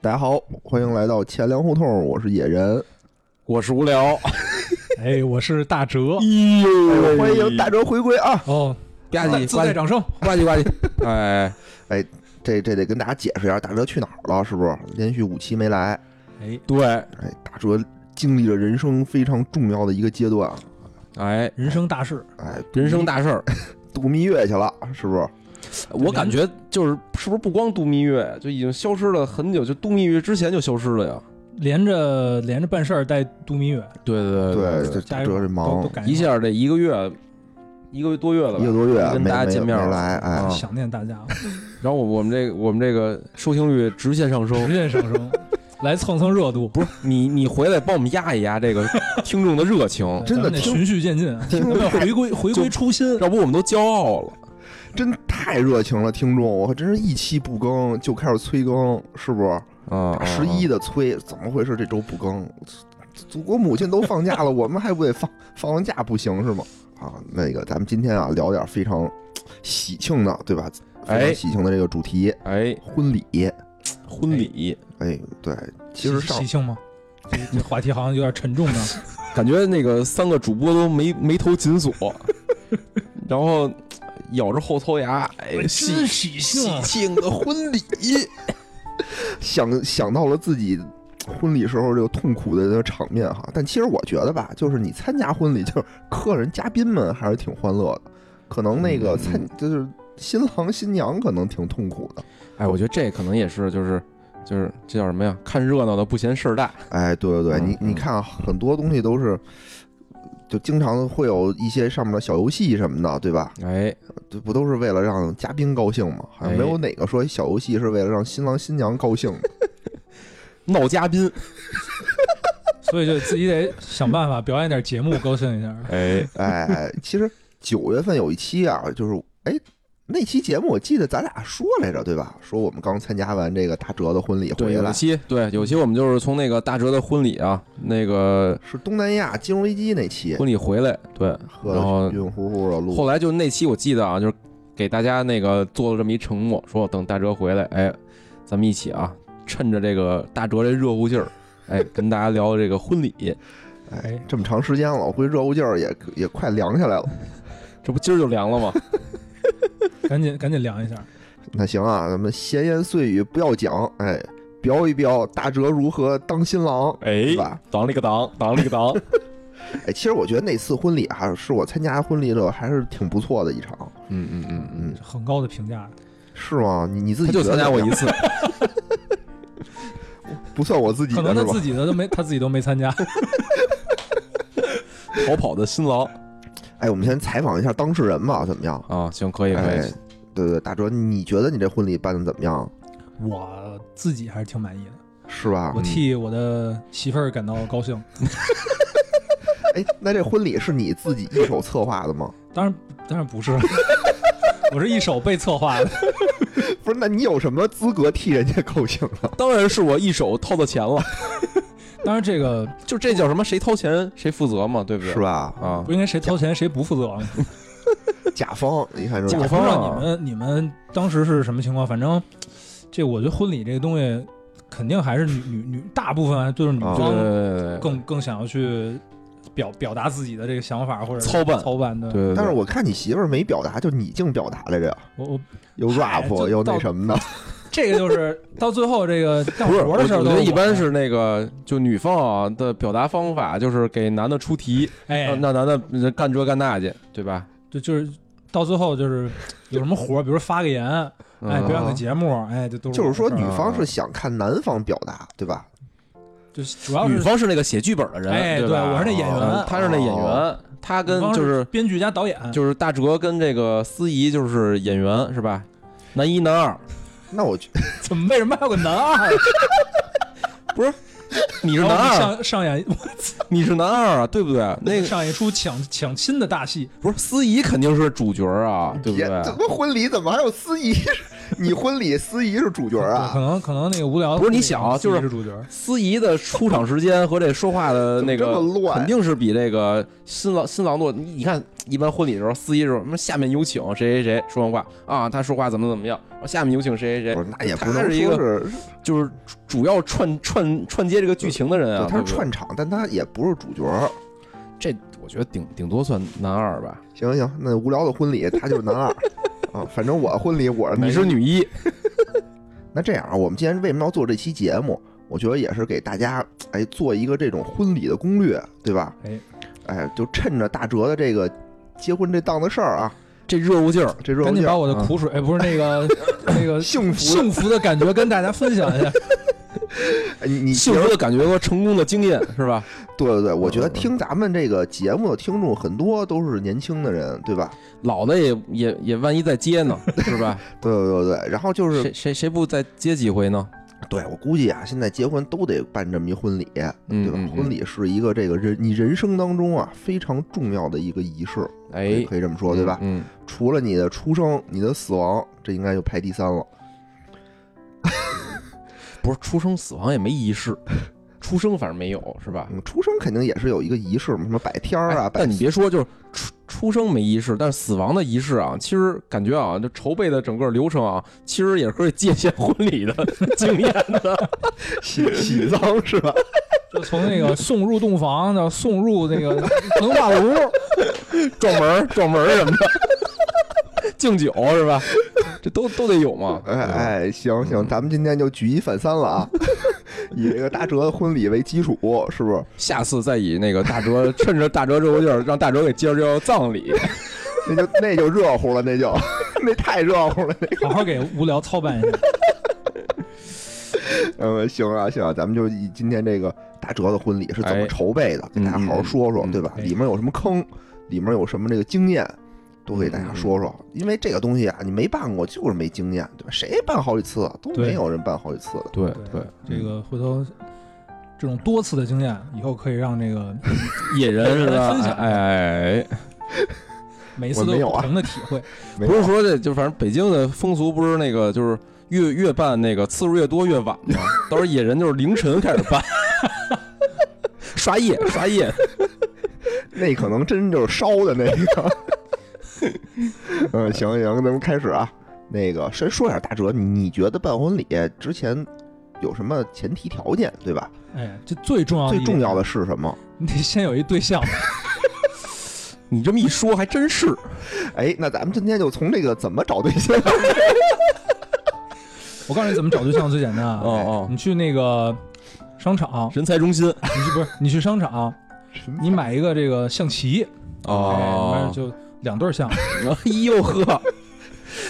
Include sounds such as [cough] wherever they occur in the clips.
大家好，欢迎来到钱粮胡同，我是野人。我是无聊，哎，我是大哲哎欢迎 [laughs] 大哲回归啊！哦，吧自唧自呱带唧掌声。呱唧呱唧，哎，这这得跟大家解释一下，大哲去哪儿了？是不是连续五期没来？哎，对，哎，大哲经历了人生非常重要的一个阶段，哎，人生大事，哎，人生大 [laughs] 事儿，度蜜月去了，是不是？我感觉就是是不是不光度蜜月就已经消失了很久，就度蜜月之前就消失了呀？连着连着办事儿带度蜜月，对对对，这大大家哲这都都忙，赶一下这一个月，一个月多月了吧一个。多月跟没大家没见面没了来，哎啊，想念大家，哦然后我我们这个我们这个收听率直线上 [laughs] 直升，线上升，来蹭蹭热度，不是你你回来帮我们压一压这个听众的 [laughs] 热情，哦真的咱们得听循序渐进，听咱们要回归回归初心。要不我们都骄傲了。真太热情了，听众，我还真是一期不更就开始催更，是不是？啊，啊十一的催，怎么回事？这周不更，祖国母亲都放假了，我们还不得放放完假不行是吗？啊，那个咱们今天啊聊点非常喜庆的，对吧？非常哎喜庆的这个主题，哎，婚礼。婚礼，哎，对，其实喜上喜庆吗？这这话题好像有点沉重呢。感觉那个三个主播都眉眉头紧锁， [laughs] 然后咬着后槽牙，哎，喜喜啊喜庆的婚礼， [laughs] 想想到了自己婚礼时候这个痛苦的那个场面哈，但其实我觉得吧，就是你参加婚礼，就是客人嘉宾们还是挺欢乐的，可能那个参就是新郎新娘可能挺痛苦的。 [laughs] 哎，我觉得这可能也是，就是就是这叫什么呀？看热闹的不嫌事儿大，哎，对对对，嗯你你嗯看啊很多东西都是，就经常会有一些上面的小游戏什么的，对吧？哎，这不都是为了让嘉宾高兴吗？好像哎没有哪个说小游戏是为了让新郎新娘高兴的。闹嘉宾，所以就自己得想办法表演点节目，高兴一下。哎，哎，其实九月份有一期啊，就是哎。那期节目我记得咱俩说来着，对吧？说我们刚参加完这个大哲的婚礼对，回有来，期对有期我们就是从那个大哲的婚礼啊，那个是东南亚金融危机那期，婚礼回来，对，喝然后的晕乎乎的录。后来就那期我记得啊，就是给大家那个做了这么一承诺，说等大哲回来，哎，咱们一起啊，趁着这个大哲这热乎劲儿， [laughs] 哎，跟大家聊这个婚礼。哎哎，这么长时间了，我估计热乎劲儿也也快凉下来了。这不今儿就凉了吗？赶紧赶紧量一下，那行啊，咱们闲言碎语不要讲，哎，表一表大哲如何当新郎， [laughs] 哎是吧？挡了个挡，挡了个挡。哎，其实我觉得那次婚礼啊，是我参加婚礼的还是挺不错的一场， [laughs] 嗯嗯嗯嗯，很高的评价。是吗？你你自己他就觉得参加过怎一么 [laughs] 次，样，不算我自己可能的是他吧自？己的都没，他自己都没参加。逃跑的新郎哎，我们先采访一下当事人吧，怎么样？啊，行，可以可哎以。，对对，大哲，你觉得你这婚礼办的怎么样？我自己还是挺满意的，是吧啊我？替我的媳妇儿感到高兴。哎，那这婚礼是你自己一手策划的吗？ [laughs] 当然，当然不是， [laughs] 我是一手被策划的。不是，那你有什么资格替人家高兴啊呢？当然是我一手掏的钱了，当然，这个就这叫什么？谁掏钱谁负责嘛，对不对？是吧？ [laughs] 啊不，应该谁掏钱谁不负责吗？甲方，你看甲是吧？我不知方道啊你们你们当时是什么情况，反正这我觉得婚礼这个东西，肯定还是女女女，大部分就是女啊对对对方对对更更想要去表表达自己的这个想法或者是操办操办的。对对。对但是我看你媳妇儿没表达，就你净表达来着，我我又嗨 rap 就又到那什 [laughs] 么的。这个就是到最后这个干不是，活我的事儿我都觉得我一般的是那个，就女方啊的表达方法，就是给男的出题，哎让，让男的嗯干这干那去，对吧？就就是到最后就是有什么活儿，比如发个言，嗯哎，表演个节目，哎，这都就是说，我的女事儿方是想看男方表达，对吧？就是主要女是方是那个写剧本的人，哎对对吧？我是那演员嗯他是那演员哦，他女跟方就是是编剧加导演，就是大哲跟这个司仪就是演员是吧？男一男二，那我觉怎么为什么还有个 [laughs] 男二？你是然后男我们二，上上演你是男二啊，对不对？那个哦上演出抢抢亲的大戏，不是司仪肯定是主角啊，对 [laughs] 不别对？怎么婚礼怎么还有司仪？ [laughs] 你婚礼司仪是主角对可 [laughs] 啊，能可能那个无聊的不是你婚礼想啊司仪就是是主角，司仪的出场时间和这说话的那怎个么这么乱肯定是比这个新郎新郎诺，你你看一般婚礼的时候，司仪是什么下面有请谁谁谁说完话啊，他说话怎么怎么样，下面有请谁谁不谁，是那也不能他是一说个哎是，就是主要串串串接这个剧情的人啊对，他是对不对串场，但他也不是主角。这，我觉得顶顶多算男二吧，行行，那无聊的婚礼他就是男二 [laughs] 啊，反正我婚礼我啊是男你一是女一，那这样啊，我们今天为什么要做这期节目？我觉得也是给大家哎做一个这种婚礼的攻略，对吧？哎，哎，就趁着大哲的这个结婚这档子事儿啊，这热乎劲儿，这热赶乎紧劲把儿，我的嗯苦水，哎，不是那 [laughs] 个那个幸福的，幸福的感觉跟大家分享一下。哎你你幸福的感觉和成功的经验是吧？对对对，我嗯觉得听咱们这个节目的听众很多都是年轻的人，对吧？老的也也也万一再接呢，是 [laughs] 吧？对对对对，然后就是谁谁谁不再接几回呢？对我估计啊，现在结婚都得办这么一婚礼，对吧？嗯嗯嗯婚礼是一个这个人你人生当中啊非常重要的一个仪式，可以哎，可以这么说，对吧？嗯，除了你的出生，你的死亡，这应该就排第三了。嗯不是出生死亡也没仪 [laughs] 式，出生反正没有是吧？嗯，出生肯定也是有一个仪式嘛，什么摆天儿啊，啊哎摆但你别说，就是出出生没仪式，但是死亡的仪式啊，其实感觉啊，就筹备的整个流程啊，其实也是可以借鉴婚礼 [laughs] 的经验的。喜喜丧是 [laughs] 吧？就从那个送入洞房到送入那个焚化炉，撞门儿、撞门儿什么的，敬酒是吧？这都都得有 [laughs] 嘛。哎哎，行行，嗯咱们今天就举一反三了 [laughs] 啊，以这个大哲的婚礼为基础，是不是？下次再以那个大哲，趁着大哲热乎劲儿，让大哲给介绍葬礼。那就那就热乎了，那就 [laughs] 那太热乎了。那个好好给无聊操办一下。嗯，行啊行啊，咱们就以今天这个大哲的婚礼是怎么哎筹备的，给大家好好说说，嗯嗯嗯对吧？哎里面有什么坑，里面有什么这个经验。都给大嗯家说说，因为这个东西啊，你没办过就是没经验，对吧？谁办好几次啊都对没有人办好几次的。对对，这个回头这种多次的经验，以后可以让这个野人是吧 [laughs] 分享？哎哎，哎每一次都我没有不啊同的体会。没不有是说这就反正北京的风俗不是那个就是越越办那个次数越多越晚 [laughs] 吗？到时候野人就是凌晨开始办， [laughs] 刷夜刷夜，那可能真就是烧的那 [laughs] 个。嗯，行行，咱们开始啊。那个先说一下大哲，你你觉得办婚礼之前有什么前提条件，对吧？哎，这最啊重要的最一重点要的，是什么？你得先有一对象。你这么一说还真是，哎，那咱们今天就从这个怎么找对象我告诉你怎么找对象最简 [laughs] 单啊哦，哦，你去那个商哎场，人才中心你去不是你去商场， [laughs] 你买一个这个象棋，哎里面哦，就两对儿象，哎呦呵，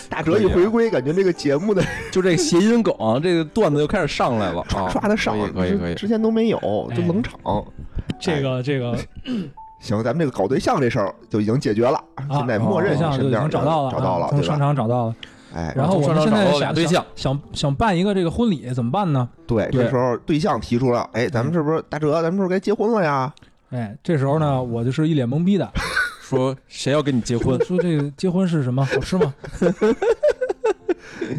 大哲一啊回归，感觉这个节目的就这个谐音梗，啊这个段子又开始上来了刷啊，刷的上，可以可以可以之前都没有，都哎冷场。这个这个行，咱们这个搞对象这事儿就已经解决了，啊现在默认对象你就身已边经人找到了啊，找到了，从对商吧？场找到了。哎，然后我从们商现场在找到想俩对象，想想想办一个这个婚礼怎么办呢？对，对这时候对象提出了，哎，咱们是不是大哲，咱们是不是该结婚了呀？哎，这时候呢，嗯我就是一脸懵逼的，说谁要跟你结婚我说这个结婚是什么？好吃吗？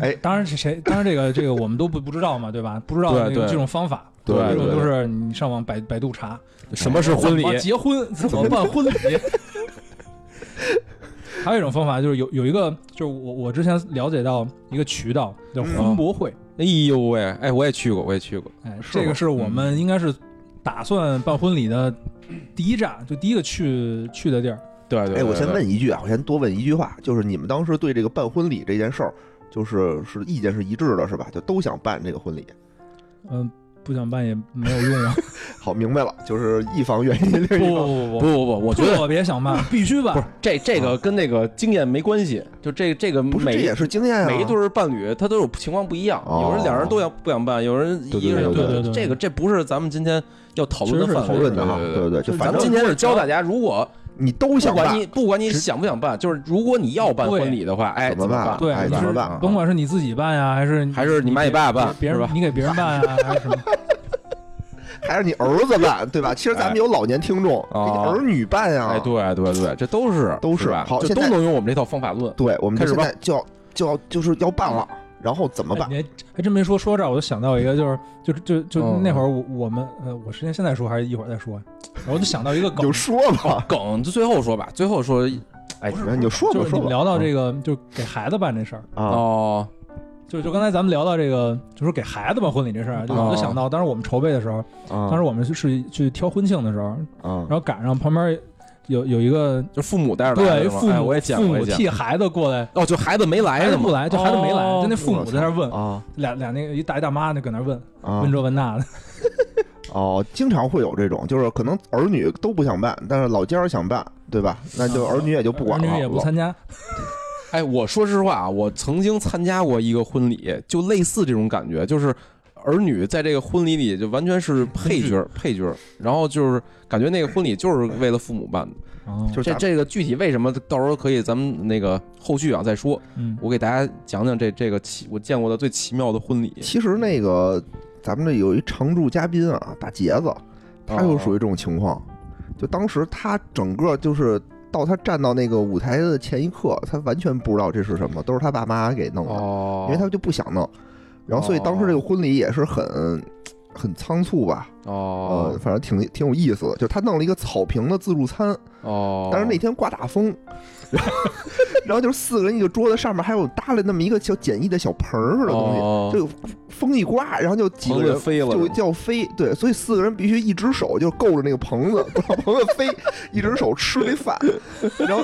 哎当然是谁？当然这个这个我们都不不知道嘛，对吧？不知道对这个对这种方法，对这种对都是你上网百百度查 [laughs] 什么是婚礼怎？么结婚怎么办婚礼。 [laughs] 还有一种方法就是有有一个，就是我我之前了解到一个渠道叫嗯婚博会， [laughs] 哎呦喂，哎我也去过，我也去过，哎，是这个吗是我们应该是打算办婚礼的第一站，就第一个去去的地儿。对对，哎，我对先对问一句啊，我先多问一句话，就是你们当时对这个办婚礼这件事儿，就是是意见是一致的，是吧？就都想办这个婚礼。嗯，不想办也没有用啊！好，明白了，就是一方愿意，不另一方不不不不，不不，我觉得特别想办，必须不办是。这这个跟那个经验没关系，就这这个不是，这每也是经验啊。每一对儿伴侣他都有情况不一样，哦有人两人都要不想办，有人对一个人对对对对对这个这不是咱们今天要讨论的范围，讨论的哈，对对对，就咱反们今正天是教大家，如果你都不想管办，你不管你想不想办，就是如果你要办婚礼的话，哎，怎怎么办办？啊对，哎你怎是么办甭管是你自己办呀，还是还是你妈你爸办，别是人吧？你给别人办啊，还是什么？还是你儿子办，对吧？其实咱们有老年听众，给你哦儿女办呀。哎，对对对，这都是啊都是吧？好就现都在能用我们这套方法论。对，我们就开始现吧在就要就要就是要办了。然后怎么哎办？你还还真没说，说这儿我就想到一个，就是就是就就嗯那会儿我我们呃，我是现在说还是一会儿再说？然后我就想到一个你梗就，说吧，梗就最后说吧，最后说，哎，不是你就说吧就是你说吧们聊到这嗯个，就是给孩子办这事儿，啊，哦，就就刚才咱们聊到这个，就是给孩子办婚礼这事儿，就我就哦嗯想到当时我们筹备的时候，当当时我们是去去挑婚庆的时候，啊然，后赶上旁边有有一个就父母带着来对的嘛父哎母我也讲父我母也讲，替孩子过来。哦，就孩子没来孩是子吗？不来，就孩子没来，哦就那父母在那儿问，啊俩俩那个一大一大妈就搁那儿问，啊问这问那的，哦，经常会有这种，就是可能儿女都不想办，但是老家儿想办，对吧？那就啊儿女也就不管儿了， [laughs] 女也不老参加，哎，我说实话啊，我曾经参加过一个婚礼，就类似这种感觉，就是儿女在这个婚礼里就完全是配角儿，配角儿，然后就是感觉那个婚礼就是为了父母办的。哦就是这咱这个具体为什么，到时候可以咱们那个后续啊再说。嗯，我给大家讲讲这这个奇我见过的最奇妙的婚礼。其实那个咱们这有一常驻嘉宾啊，大杰子，他就属于这于种情况。就当时他整个就是到他站到那个舞台的前一刻，他完全不知道这是什么，都是他爸妈给弄的，哦，因为他就不想弄。然后所以当时这个婚礼也是很很仓促吧，呃哦，反正挺挺有意思的。就他弄了一个草坪的自助餐，哦，但是呃那天刮大风。然后 [laughs] 然后就是四个人一个桌子，上面还有搭了那么一个小简易的小盆儿似的东西，哦就风一刮，然后就几个棚子人飞了就是吗叫飞，对，所以四个人必须一只手就够着那个棚子，不让棚子飞，一只手吃那饭，然后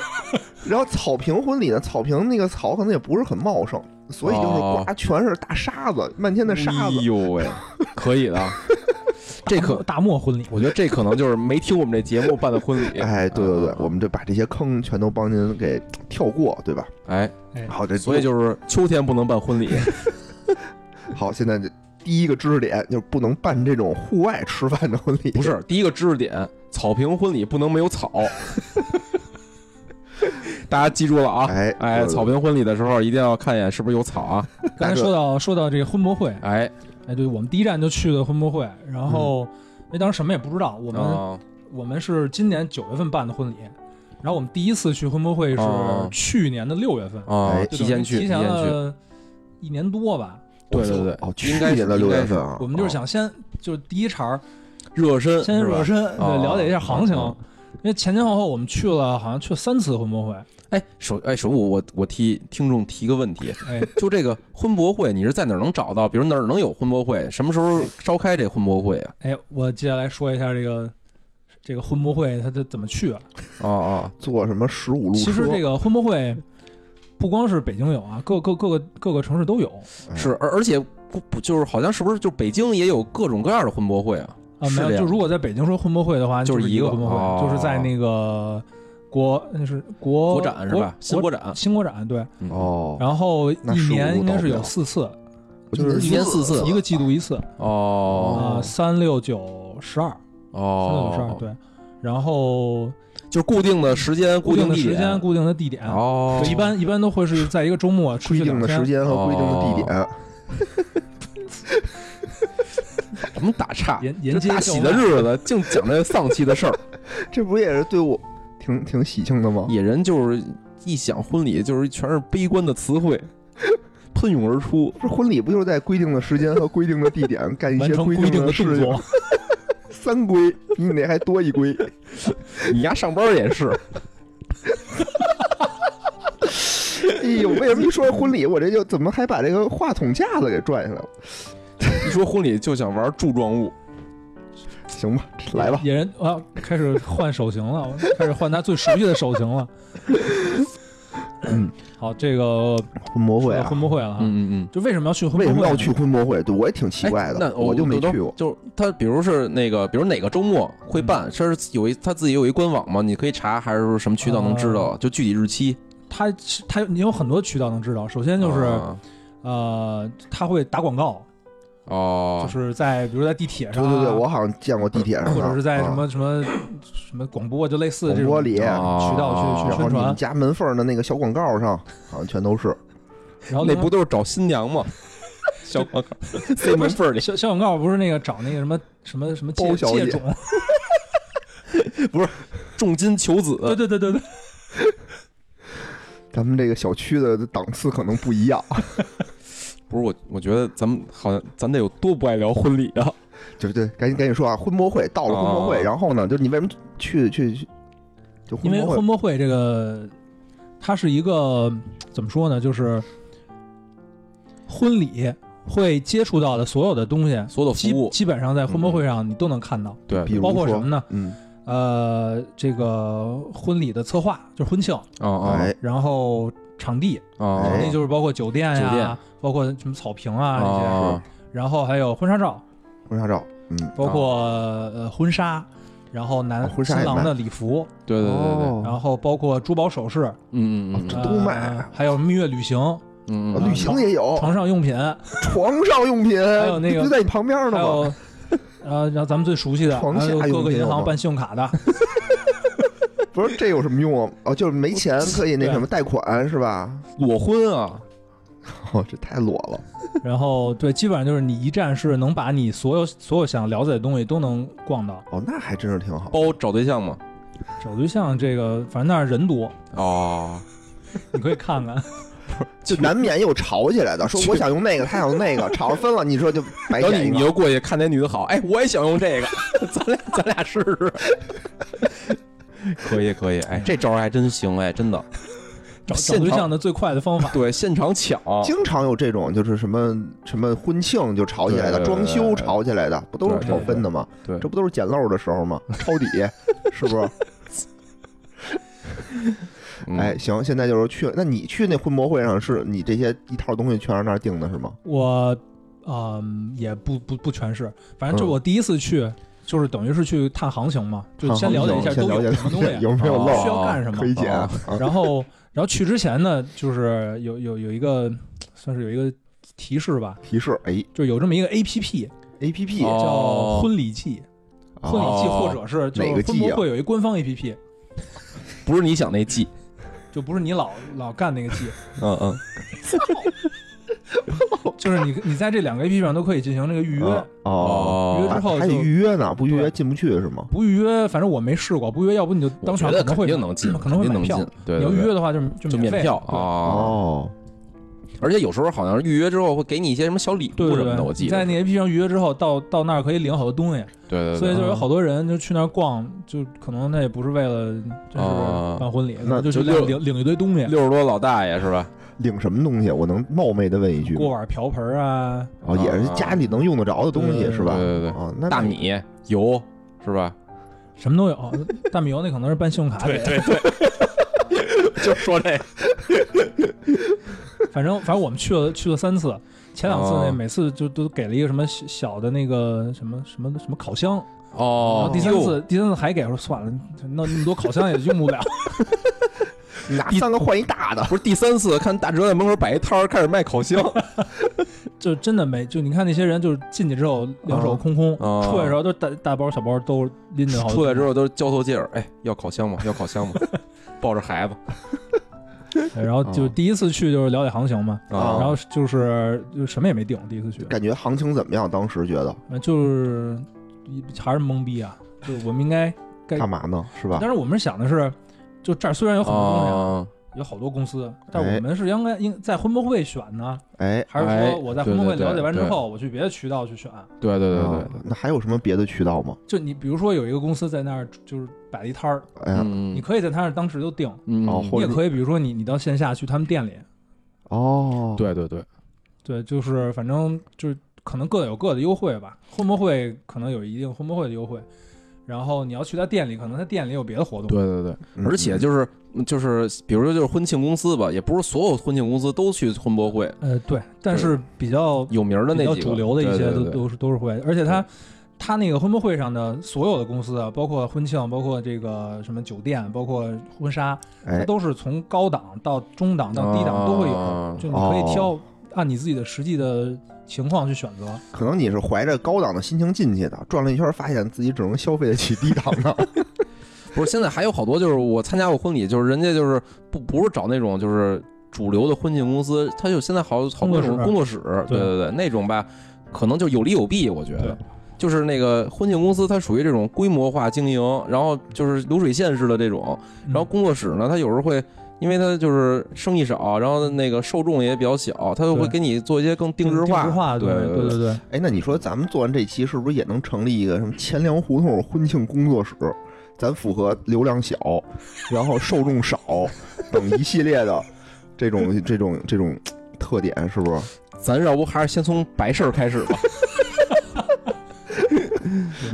然后草坪婚礼呢，草坪那个草可能也不是很茂盛，所以就是哦刮全是大沙子，漫天的沙子哎，呦喂，可以 [laughs] 的，啊这可大漠婚礼，我觉得这可能就是没听我们这节目办的婚礼。 [laughs] 哎，对对对嗯，我们就把这些坑全都帮您给跳过，对吧？哎，好，这所以就是秋天不能办 [laughs] 婚礼。好，现在这第一个知识点就是不能办这种户外吃饭的婚礼，不是第一个知识点，草坪婚礼不能没有 [laughs] 草。大家记住了啊！哎哎，对对草坪婚礼的时候一定要看一眼是不是有草啊！ [laughs] 刚才说到说到这个婚博会，哎，哎，对，我们第一站就去的婚博会，然后嗯那、当时什么也不知道，我们、哦我们是今年九月份办的婚礼，然后我们第一次去婚博会是哦去年的六月份，哦哎，提就等于前去，提提前前去。了一年多吧。对对对，哦，去应该是年的六月份啊，我们就哦是想先就是第一茬儿热身，先是吧热。身，对，哦了解一下行情。嗯因为前前后后我们去了，好像去了三次婚博会。哎，首哎首武，我我替听众提个 [laughs] 问题，哎，就这个婚博会，你是在哪儿能找到？比如哪儿能有婚博会？什么时候召开这婚博会啊？哎，我接下来说一下这个这个婚博会它它怎么去啊？哦哦，坐什么十五路车，其实这个婚博会不光是北京有啊，各各各个各个城市都有哎是，而而且不不就是好像是不是就北京也有各种各样的婚博会啊？啊。是没有，这样就如果在北京说婚博会的话，就是是一一个婚博会，哦就是在那个国那是国国展是吧？新国哦国展，新国展对。嗯，哦，然后那一15年应该是到有不了四次，就是一年四次一个季度一次哦啊，三六九十二，三六九十二哦，对。然后就是固定的时间、固定的地时点间、固定的地点，哦，对一般一般都会是在一个周末出规去定两的天哦时间和规定的地点。什么打岔？ [laughs] 沿这沿街啊大喜的日子，净讲这丧气的事 [laughs] 儿。 [laughs] 这不也是对我挺挺喜庆的吗？野人就是一想婚礼，就是全是悲观的词汇喷涌而出。这婚礼不就是在规定的时间和规定的地点干一完些成规规定定的动事情？ [laughs] 作，三规，比你那还多一 [laughs] 规。你丫上班也是，哎呦，为什么一说婚礼，我这就怎么还把这个话筒架子给拽下来了？一说婚礼就想玩柱状物。行吧，来吧，野人啊，开始换手型了，开始换他最熟悉的手型了。嗯，好，这个婚博说会到啊婚，博会了啊，嗯嗯就为什么要去婚为什博会么呢？要去婚博会？对我也挺奇哎怪那的，我就没都去过。嗯就是他，比如是那个，比如哪个周末会办，这是有一他自己有一官网吗？你可以查，还是说什么渠道能知啊道？就具体日期，他是他你有很多渠道能知道，首先就是、啊哦呃，他会打广告，哦，就是在比如在地铁啊对上、啊，对对，我好像见过地铁上的，或者是在什啊么什么什么广播，就类似这广种播里，啊然渠道去去后宣你们传。家门缝的那个小广告上，好像全都是。然后那另外不都是找新娘 [laughs] 吗？小广告塞 [laughs] 门缝儿里，小小广告不是那个找那个什么什么什么包借小姐借 [laughs] 种，重金求子，对对对对对，咱们这个小区的档次可能不一样。不是我，我觉得咱们好像咱得有多不爱聊婚礼 [laughs] 啊！对对，赶紧赶紧说啊！婚博会到了，婚博会，哦然后呢，就是你为什么去去去？就婚因为博会婚博会这个，它是一个怎么说呢？就是婚礼会接触到的所有的东西，所有的基服务，基本上在婚博会上你都能看到。对嗯比如包括说什么呢？嗯，呃，这个婚礼的策划就是婚庆， [laughs] 啊啊哎，然后场地，啊哎哦场啊哦地就是包括酒店呀，酒店包括什么草坪啊这些，啊！然后还有婚纱照，婚纱照，嗯，包括、呃婚纱，然后男、哦啊婚纱新也郎卖的礼服，对对对对对，哦然后包括珠宝首饰，嗯嗯这呃都卖还有蜜月旅行、嗯啊嗯旅行也有，床上用品，床上用品，还有那个不就在你旁边呢还吗？有呃，然后咱们最熟悉的，床下还有各用个品银有行吗办信用卡的，不是这有什么用啊？哦，就是没 [laughs] 钱可以那对什么贷款是吧？裸婚啊，哦，这太裸了，然后对，基本上就是你一站式能把你所有所有想了解的东西都能逛到。哦，那还真是挺好。包找对象嘛。找对象这个，反正那儿人多，哦，你可以看看。就难免有吵起来的，说去我想用那个，他想用那个，吵分了，你说就白然后捡你一你个。又过去看那女的好，哎，我也想用这个， [laughs] 咱俩咱俩试试。 [laughs] 可以可以，哎，这招儿还真行哎，真的。找找现对场象的最快的方法， [laughs] 对，现场抢，经常有这种，就是什么什么婚庆就吵起来的，对对装对修吵起来的，不都是对吵对分的吗？对这不都是捡漏的时候 [laughs] 吗？抄底是不是？嗯哎，，行，现在就是去。那你去那婚博会上，是你这些一套东西全让那儿定的是吗？我嗯、也不不不全是，反正就嗯我第一次去，就是等于是去探行情嘛，就先了解一下啊先都了有解什么东了解西，啊 [laughs] 有没有哦漏啊需要干什么可。以捡。哦然后然后去之前呢，就是有有有一个算是有一个提示吧，提示，哎就有这么一个 A P P ，A P 啊 P 哦叫婚礼季。婚礼季，哦或者是就哪个是季婚啊博会有一官方 A P P，不是你想那季，就不是你老老干那个季，嗯嗯，就是你你在这两个 A P P 上都可以进行这个预约，哦，预约还之后还得就预约呢，不预约对进不去是吗？不预约，反正我没试过，不预约，要不你就当场我觉得可能肯会定买能进，可能会肯定买能票进。对，你要对预对约的话就就就免费票对啊，哦，而且有时候好像是预约之后会给你一些什么小礼对物对什么对的，对，我记你得在是那 A P P 上预约之后，到到那儿可以领好多东西，对对对，所以就有嗯好多人就去那儿逛，就可能他也不是为了就是啊办婚礼，可那能就去就那儿六领领一堆东西，嗯六十多老大爷是吧？领什么东西？我能冒昧的问一句吗锅碗瓢盆啊，哦，也是啊家里能用得着的东西对是吧？对对对哦，那大米、油是吧？什么都有。大米油那可能是办信用卡给的，就说这个，反正反正我们去了去了三次，前两次那哦每次就都给了一个什么小小的那个什么什么什么烤箱，然哦后，第三哟次第三次还给说算了，弄那么多烤箱也用不了，你拿三个换一大的，不是第三次，看大哲在门口摆一摊儿，开始卖烤 [laughs] 箱，就真的没就你看那些人就是进去之后两手空空，哦出来的时候都大大包小包都拎着好，出来之后都是交头接耳，哎，要烤 [laughs] 箱吗？要烤箱吗？抱着孩子对，然后啊就哦第一次去就是了解行情嘛，哦然后就是就什么也没定，第一次去，感觉行情怎么样？当时觉得呃就是还是懵逼啊，就我们应该，该干嘛呢？是吧但？是我们想的是，就这儿虽然有很多东西啊。哦有好多公司，但哎我们是应该应在婚博会选呢，哎，还是哎说我在对婚博会对对了解完之对后，我去别的渠道去选？对对对对啊哦，那还有什么别的渠道吗？就你比如说有一个公司在那儿就是摆了一摊儿，哎呀，嗯你可以在他那儿当时就定，嗯哦你或者也可以比如说你你到线下去他们店里，哦，，对对对，对，就是反正就是可能各有各的优惠吧，婚博会可能有一定婚博会的优惠。然后你要去他店里，可能他店里有别的活动。对对对，嗯而且就是就是，比如说就是婚庆公司吧，也不是所有婚庆公司都去婚博会，呃，对，但是比较有名儿的比那较几个主流的一对些对都对都是都是会，而且他他那个婚博会上的所有的公司啊，包括婚庆，包括这个什么酒店，包括婚纱，它哎，都是从高档到中档到低档都会有，啊就你可以哦挑按你自己的实际的情况去选择。可能你是怀着高档的心情进去的，转了一圈，发现自己只能消费得起低档的。 [laughs] 不是，现在还有好多就是我参加过婚礼，就是人家就是不不是找那种就是主流的婚庆公司，他就现在好好多种工工作室，对对对对，那种吧，可能就有利有弊，我觉得对。就是那个婚庆公司，它属于这种规模化经营，然后就是流水线式的这种，嗯然后工作室呢，它有时候会因为它就是生意少，然后那个受众也比较小，它就会对给你做一些更定制化。定制化的对东西对对。对对，哎，那你说咱们做完这期，是不是也能成立一个什么钱粮胡同婚庆工作室？咱符合流量小，然后受众少等一系列的这种这种这种特点，是不是？咱要不还是先从白事儿开始 [laughs] 吧？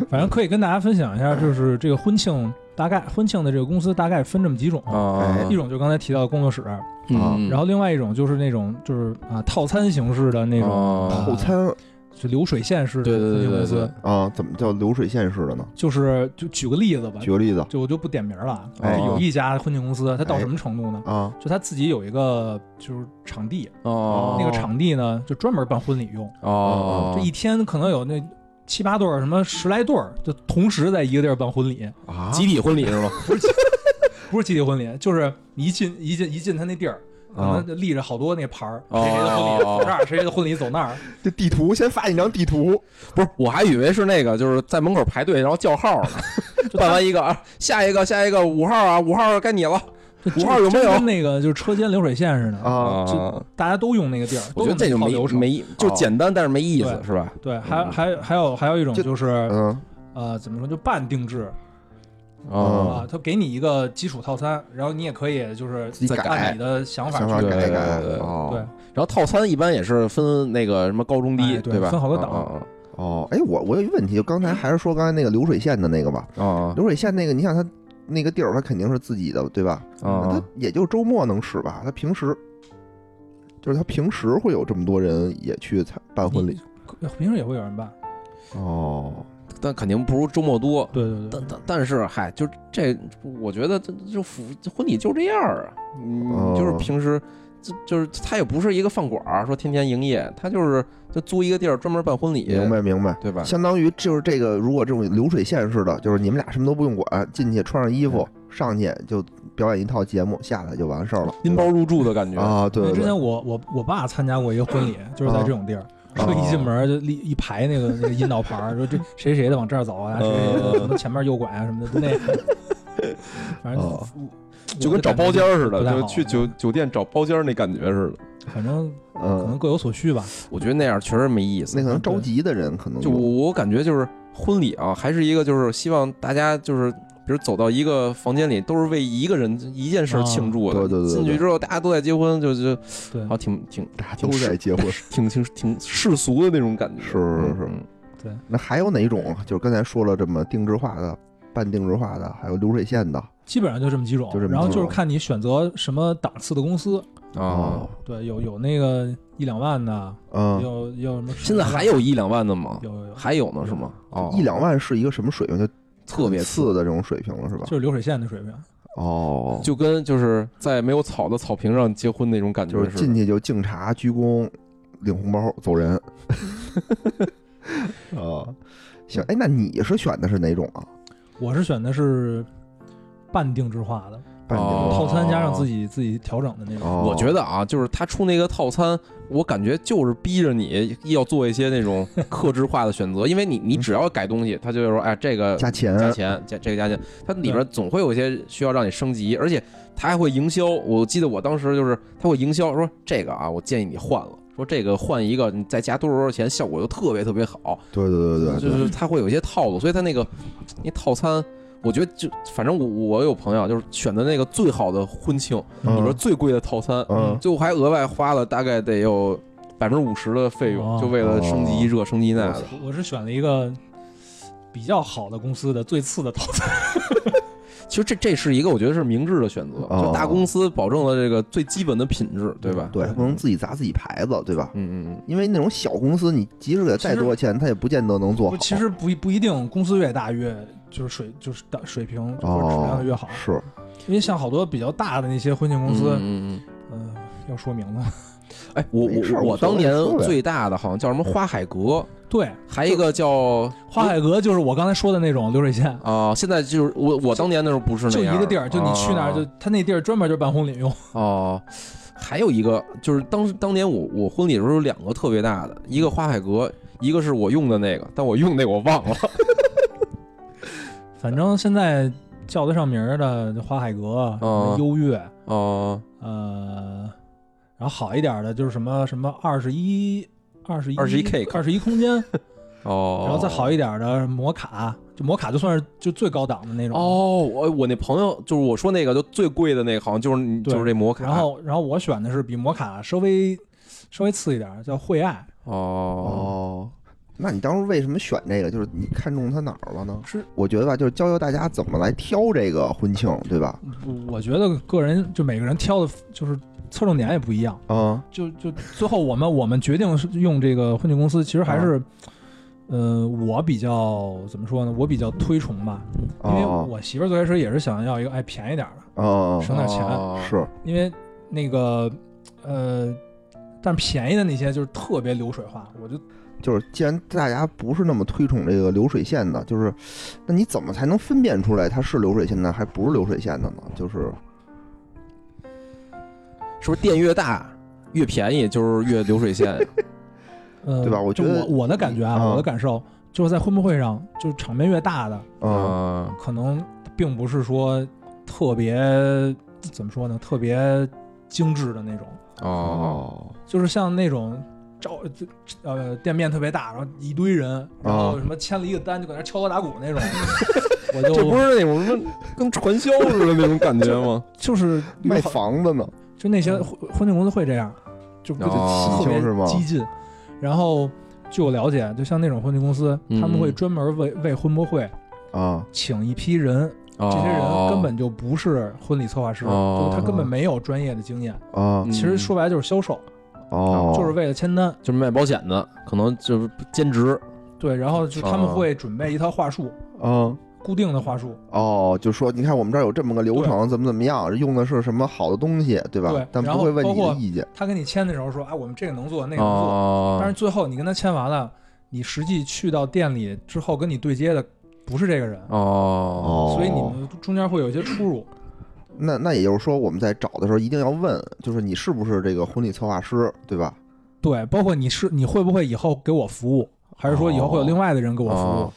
反正可以跟大家分享一下，就是这个婚庆大概婚庆的这个公司大概分这么几种，啊哦哎一，种就刚才提到的工作室，嗯然后另外一种就是那种就是啊套餐形式的那种，哦套餐就流水线式的对对婚对庆公对司对，啊，怎么叫流水线式的呢？就是就举个例子吧，举个例子就我就不点名啊了，哎就哦有一家婚庆公司，它哎到什么程度呢？啊，就它自己有一个就是场地，哦，那个场地呢就专门办婚礼用，哦，这一天可能有那七八对儿，什么十来对儿，就同时在一个地儿办婚礼，啊集体婚礼是吗？不是集体婚礼，就是你一进一进一进他那地儿，可啊能就立着好多那牌儿，哦谁谁的婚礼走这儿，谁谁的婚礼走那 [laughs] 儿，这地图先发一张地图，不是，我还以为是那个，就是在门口排队，然后叫号呢。办完一个啊，下一个，下一个五号啊，五号该你了就五号有没有真跟那个就是车间流水线似的，啊啊！这大家都用那个地儿，我觉得这就都用那没套流程。没嗯就简单，但是没意思，对是吧？对，还还还有还有一种就就是嗯呃，怎么说就半定制嗯哦啊，他给你一个基础套餐，然后你也可以就是自己改按你的想法想法去对啊改对改对对对哦然后套餐一般也是分那个什么高中低，哎对吧？啊分好多档档哦，哎，我我有一问题，就刚才还是说刚才那个流水线的那个吧，啊流水线那个，你想它那个地儿，它肯定是自己的，对吧？啊那啊它！也就周末能使吧？它平时就是它平时会有这么多人也去参办婚礼平时也会有人办，哦。但肯定不如周末多。对对对但但但是，嗨，就这，我觉得这就服婚礼就这样啊。嗯，哦就是平时，就就是他也不是一个饭馆儿，说天天营业，他就是就租一个地儿专门办婚礼，明白明白，对吧？相当于就是这个，如果这种流水线似的，就是你们俩什么都不用管，进去穿上衣服上去就表演一套节目，下来就完事儿了。拎包入住的感觉。啊，对因为之对对前我我我爸参加过一个 [clears throat] 婚礼，就是在这种地儿，啊哦 [laughs] 车一进门就立一排那个那个引导牌儿，[laughs] 说这谁谁的往这儿走啊，谁谁哦的什么前面右拐啊什么的，[laughs] 就那个，反正哦就跟找包间儿似不的，太好就去酒酒店找包间儿那感觉似的。反正可嗯能，各有所需吧。我觉得那样确实没意思那。可能着急的人可能就我我感觉就是婚礼啊，还是一个就是希望大家就是。比如走到一个房间里，都是为一个人一件事儿庆祝的。啊对对对对进去之后，大家都在结婚，就就对好挺挺大家都在结婚，挺挺挺世俗的那种感觉。是是是嗯那还有哪种？啊就是刚才说了这么定制化的、半定制化的，还有流水线的基本上就这么几种就这么几种然后就是看你选择什么档次的公司，哦啊。对，有有那个一两万的，嗯，有有什么十现来在万的，还有一两万的吗？有有有，还有呢，是吗？哦，一两万是一个什么水平？就特别次的这种水平了，是吧？就是流水线的水平，哦，就跟就是在没有草的草坪上结婚那种感觉就是似的进去就敬茶、鞠躬、领红包、走人。 [laughs] 啊，行，哎，那你是选的是哪种啊？我是选的是半定制化的、半定哦制套餐，加上自己自己调整的那种。哦，我觉得得啊，就是他出那个套餐，我感觉就是逼着你要做一些那种克制化的选择，因为你你只要改东西，他就会说，哎，这个加钱加钱，加这个加钱，它里边总会有一些需要让你升级，而且他还会营销。我记得我当时就是他会营销说这个啊，我建议你换了，说这个换一个，你再加多少多少钱，效果就特别特别好。对对对对就对，是他会有一些套路，所以他那个那套餐，我觉得就反正我我有朋友就是选的那个最好的婚庆嗯里边最贵的套餐。嗯，最后还额外花了大概得有百分之五十的费用，哦就为了升级这、升级那我的。我是选了一个比较好的公司的最次的套餐，其实这这是一个我觉得是明智的选择，哦就大公司保证了这个最基本的品质，对吧？嗯对，不能自己砸自己牌子，对吧？嗯嗯因为那种小公司，你即使给他再多钱，他也不见得能做好。其实不不一定，公司越大越就是水就是档水平或者质哦量越好，是因为像好多比较大的那些婚庆嗯，公司，嗯嗯嗯、要说名字，嗯，哎，我没事我儿我无所当谓年无所谓最大的好像叫什么花海阁，对，还一个叫花海阁就是我刚才说的那种流水线，啊、现在就是我我当年那时候不是那就一样个地儿，就你去那儿啊就他那地儿专门就办婚礼用。哦，还有一个就是当时当年我我婚礼的时候有两个特别大的，一个花海阁，一个是我用的那个，但我用那个我忘了。 [laughs] 反正现在叫得上名儿的花海阁、嗯优越，哦呃，然后好一点的就是什么什么二十一、二十一、 21 cake 二十一空间，哦，然后再好一点的摩卡，就摩卡就算是就最高档的那种。哦，我我那朋友就是我说那个就最贵的那个，好像就是你对就是这摩卡，然后然后我选的是比摩卡稍微稍微次一点，叫惠爱，哦哦，那你当时为什么选这个？就是你看中它哪儿了呢？是我觉得吧，就是教教大家怎么来挑这个婚庆，对吧？我我觉得个人就每个人挑的就是侧重点也不一样。啊，就就最后我们我们决定是用这个婚庆公司，其实还是，呃，我比较怎么说呢？我比较推崇吧，因为哦我媳妇儿最开始也是想要一个哎便宜点儿的，哦，省点钱哦是因为那个呃，但是便宜的那些就是特别流水化，我就就是，既然大家不是那么推崇这个流水线的，就是，那你怎么才能分辨出来它是流水线的还不是流水线的呢？就是是不是店越大越便宜就是越流水线？呃，对吧我就觉得我我的感觉啊，嗯我的感受就是在婚博会上，就是场面越大的，啊， [laughs] 嗯，可能并不是说特别怎么说呢，特别精致的那种。哦，就是像那种招这呃店面特别大，然后一堆人，然啊后什么签了一个单就搁那敲锣打鼓 [laughs] 那种，我就这不是那种什么跟传销似的那种感觉吗？就是卖房子呢，就那些婚婚庆公司会这样，就哦特激情嗯是吗别激进。然后据我了解，就像那种婚庆公司，嗯他们会专门为为婚博会啊，请一批人，这这些人根本就不是婚礼策划师，哦就是他根本没有专业的经验。嗯啊，其实说白了就是销售，哦，嗯就是为了签单。就是卖保险的，可能就是兼职对，然后就他哦们会准备一套话术，啊。固定的话术。哦，就说你看我们这儿有这么个流程，怎么怎么样，用的是什么好的东西，对吧？对但然不后会问你包括的意见。他跟你签的时候说，哎，我们这个能做，那个能做，哦，但是最后你跟他签完了，你实际去到店里之后跟你对接的不是这个人，哦哦，所以你们中间会有一些出入。那那也就是说，我们在找的时候一定要问，就是你是不是这个婚礼策划师，对吧？对，包括你是你会不会以后给我服务，还是说以后会有另外的人给我服务？哦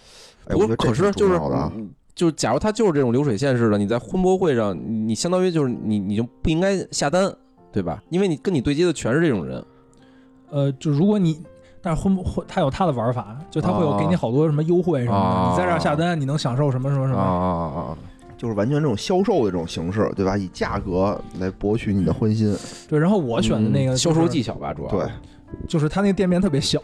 哎，不我觉得过这可是挺就是重要的啊嗯就假如他就是这种流水线似的，你在婚博会上，你你相当于就是你你就不应该下单，对吧？因为你跟你对接的全是这种人。呃，就如果你。但是婚婚他有他的玩法，就他会有给你哦好多什么优惠什么的，哦你在这儿下单你能享受什么什么什啊么。啊就是完全这种销售的这种形式，对吧？以价格来博取你的欢心。对，然后我选的那个、嗯销售技，巧吧，主要对，，就是他那个店面特别小，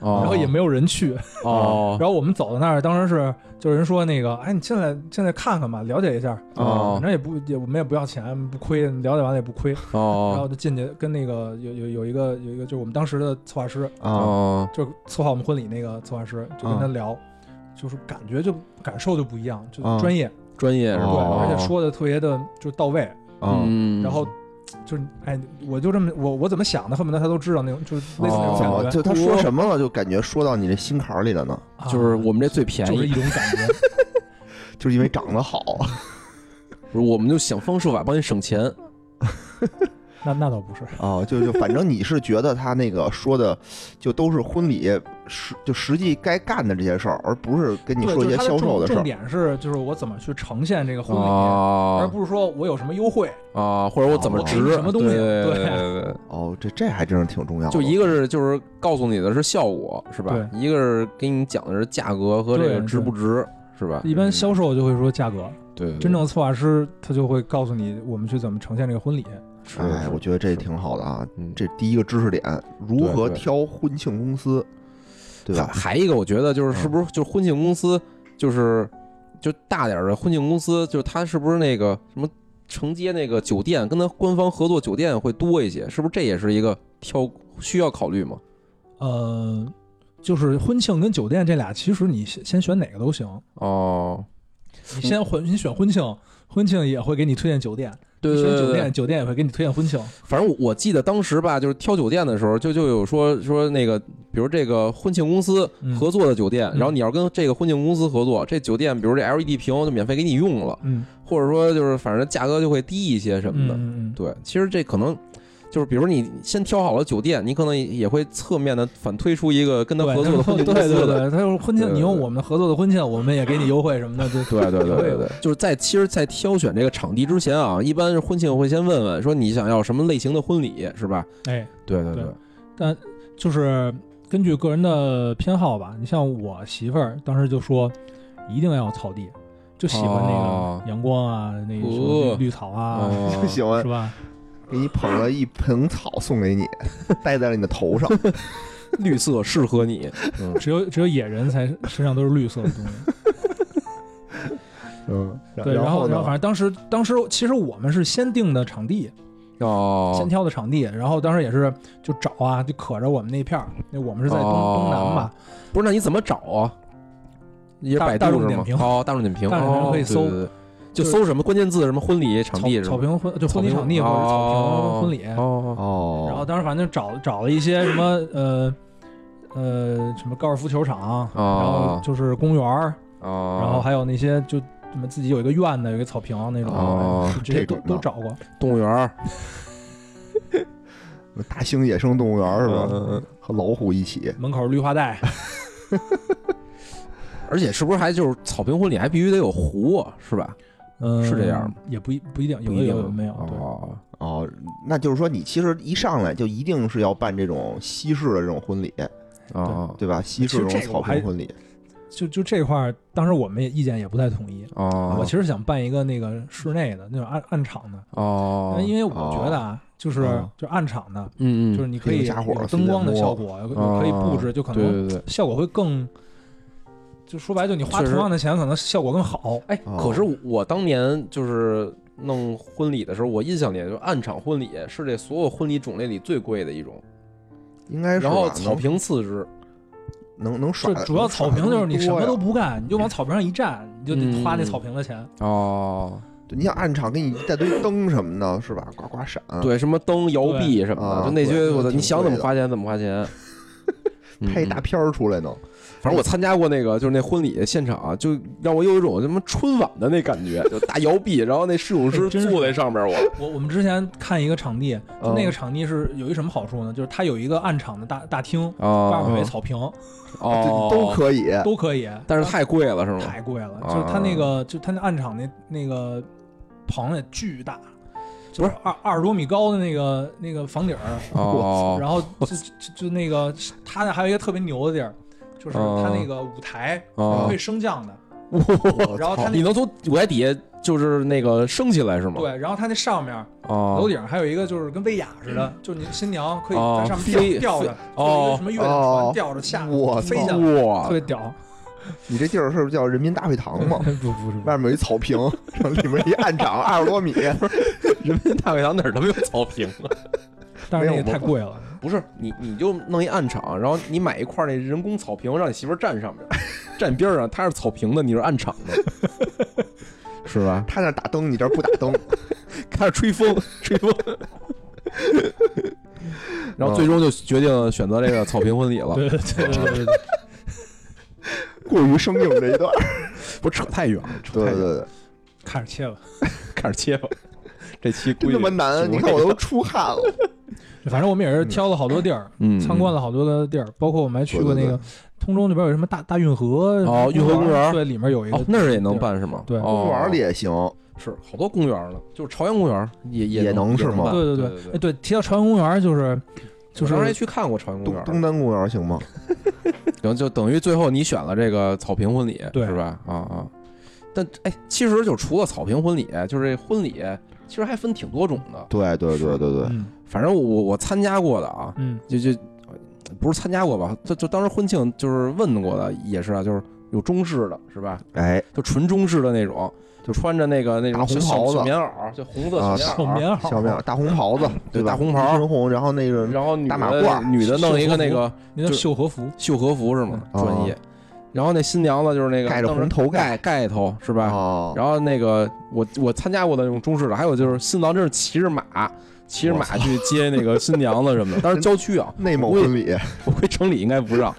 哦然后也没有人去，哦然后我们走到那儿，当时是就有人说那个，哎，你进来进来看看吧，了解一下，哦反正也不也我们也不要钱，不亏，了解完了也不亏。然后哦就进去跟那个有有有一个有一个就是我们当时的策划师，啊哦就是策划我们婚礼那个策划师，就跟他嗯聊，就是感觉就感受就不一样，就啊专业，专业是吧？对，哦而且说的特别的就到位，啊嗯，然后。就是哎，我就这么我我怎么想的，恨不得他都知道那种，就是类似那种哦怎么感觉，就他说什么了，就感觉说到你这心坎儿里了呢？啊就是我们这最便就是一宜，种感 [laughs] 觉，就是因为长得好，不是我们就想方设法帮你省钱。那那倒不是，啊，就就反正你是觉得他那个说的，就都是婚礼实就实际该干的这些事儿，而不是跟你对，说一就是些它的销售的重事重儿。点是就是我怎么去呈现这个婚礼，啊而哦不是说我有什么优惠。啊，或者我怎么哦值什么东西对对对对对，哦，这这还真是挺重要的。就一个是就是告诉你的是效果是吧？对一个是给你讲的是价格和这个对值不值是吧？嗯一般销售就会说价格，对对对真正的策划师他就会告诉你我们去怎么呈现这个婚礼。是哎，是我觉得这挺好的啊。嗯这第一个知识点，如何对对挑婚庆公司，对还 [laughs] 吧？嗯还一个，我觉得就是是不是就是婚庆公司，就是就大点儿的婚庆公司，就是它是不是那个什么承接那个酒店，跟它官方合作酒店会多一些，是不是这也是一个挑需要考虑嘛？呃，就是婚庆跟酒店这俩，其实你先先选哪个都行。哦，你先婚，你选婚庆，婚庆也会给你推荐酒店；对对你选对酒对店，，酒店也会给你推荐婚庆。反正我我记得当时吧，就是挑酒店的时候，就就有说说那个，比如这个婚庆公司嗯合作的酒店，嗯然后你要跟这个婚庆公司合作，这酒店比如这 LED 屏就免费给你用了，嗯或者说就是反正价格就会低一些什么的。嗯嗯嗯对，其实这可能就是比如你先挑好了酒店，你可能也会侧面的反推出一个跟他对合作的婚 [laughs] 庆对公司对对的。对，他说婚庆，对你用对我们合作的婚庆，我们也给你优惠什么 [laughs] 的，对对对对会对有对，就是在其实，在挑选这个场地之前啊，一般婚庆会先问问说你想要什么类型的婚礼，是吧？哎，对对对就是根据个人的偏好吧。你像我媳妇儿当时就说，一定要草地，就喜欢那哦个阳光啊，那个什哦么绿绿草啊，哦 [laughs] 就喜欢是吧？给你捧了一盆草送给你， [laughs] 戴在了你的头 [laughs] 上。绿色适合你。嗯，只有只有野人才 [laughs] 身上都是绿色的东 [laughs] 西。嗯，对，然后呢？反正当时当时其实我们是先定的场地，先哦，挑的场地，然后当时也是就找啊，就可着我们那片儿，那我们是在东、哦东南吧，不是，那你怎么找啊？也大百大众度是点吗？评哦，大众点评，大众点评哦可以对搜对对对就就是搜什么关键字，什么婚礼场草地是吗草坪婚就草婚礼坪场地或者草坪婚礼，哦哦哦哦，然后当时反正找找了一些什么呃呃什么高尔夫球场，然后哦，就是公园儿，哦然后还有那些就什么自己有一个院子，有一个草坪那种，哦就这些都这种都的找过。动物园儿大型野生动物园是吧？嗯嗯嗯和老虎一起，门口绿化带，而且是不是还就是草坪婚礼还必须得有湖啊，是吧？嗯，是这样吗也不一不一定，有不的一有定有的没有，对，哦，哦，那就是说你其实一上来就一定是要办这种西式的这种婚礼，哦对吧？西式其实这这种个草我还坪婚礼，就就这块儿，当时我们也意见也不太统一。哦，我其实想办一个那个室内的那种暗暗场的，哦，但因为我觉得啊，就是哦就暗场的，嗯嗯，就是你可可以以加火有灯光的效果，有哦有可以布置，就可对能对对。效果会更，就说白了就你花确实同样的钱，可能效果更好。哎，哦可是我当年就是弄婚礼的时候，我印象里就是暗场婚礼是这所有婚礼种类里最贵的一种，应该是吧然后草坪次之，能能能就耍，主要草坪就是你什能耍么都得多呀不干，你就往草坪上一站，你就嗯得花那草坪的钱。哦，对你想暗场给你带堆灯什么的，是吧？呱呱闪，对，什么灯、摇臂什么的，嗯啊就那些，对我的，挺你想怎贵么的花钱怎 [laughs] 么花钱。拍一嗯大，片儿出来呢。嗯反正我参加过那个，就是那婚礼现场啊，就让我有一种什么春晚的那感觉，就大摇臂，然后那侍泳师哎真是坐在上边， [laughs] 我我我们之前看一个场地，就嗯那个场地是有一什么好处呢？就是它有一个暗场的大大厅，外面哦围草坪哦，都可 [laughs] 以，都可以，但是太贵了是吗？太贵了，啊就是他那个，就他那暗场那那个棚也巨大，就不是二二十多米高的那个那个房顶儿，哦然后就就就那个他那还有一个特别牛的地儿，就是啊他那个舞台哦可以升降的，我然操后它那你能从舞台底下就是那个升起来是吗？对，然后他那上面哦，楼顶还有一个就是跟威亚似的，就是你新娘可以哦在上飞面吊吊着，哦就是一个什么月亮哦船吊着下我飞操下来，特哇，别屌，你这地儿是不是叫人民大会堂嘛？ [laughs] 不不是外面有一草坪，然后里面一暗场，二十多 [laughs] 米，人民大会堂哪儿他妈有草坪啊？但是没那有个太贵了，不是你，你就弄一暗场，然后你买一块那人工草坪，让你媳妇儿站上 [laughs] 面，站边儿上，她是草坪的，你是暗场的， [laughs] 是吧？他那打灯，你这儿不打灯，开始吹风，吹风， [laughs] 然后最终就决定选择这个草坪婚礼了。对对对对对对。过于生硬这一段。不扯太远了，扯对太对远了，对。 [laughs] 看着切吧，开始切吧。这期真估计他妈难！你看我都出汗了。反正我们也是挑了好多地儿，嗯参观了好多个地儿，包括我们还去过那对对个通州那边有什么大大运河哦运河公园儿对，里面有一个哦，那儿也能办是吗？对公园里里也行，是好多公园呢，就是朝阳公园也也能能是吗办对对对哎对，提到朝阳公园就是就我是当时还去看过朝阳公东园，东单公园行吗？等就等于最后你选了这个草坪婚礼，对是吧？啊啊，但哎，其实就除了草坪婚礼，就是这婚礼其实还分挺多种的。对对对对对，嗯反正我我参加过的啊，嗯就就不是参加过吧，就就当时婚庆就是问过的也是啊，就是有中式的是吧？哎，就纯中式的那种，就穿着那个那种大红小袍子小小棉袄，就红色啊小小棉袄，棉袄，小面大红袍子，对对吧？嗯大红袍一身红，然后那个然后女大马的褂女的弄一个那个那叫就绣和服，绣和服是吗？嗯专业。然后那新娘呢，就是那个盖着弄红头盖盖盖头是吧？哦，然后那个我我参加过的那种中式的，还有就是新郎真是骑着马，骑着我马去接那个新娘子 [laughs] 什么的。但是郊区啊，内蒙婚 [laughs] 礼我回城里应该不 [laughs] 让。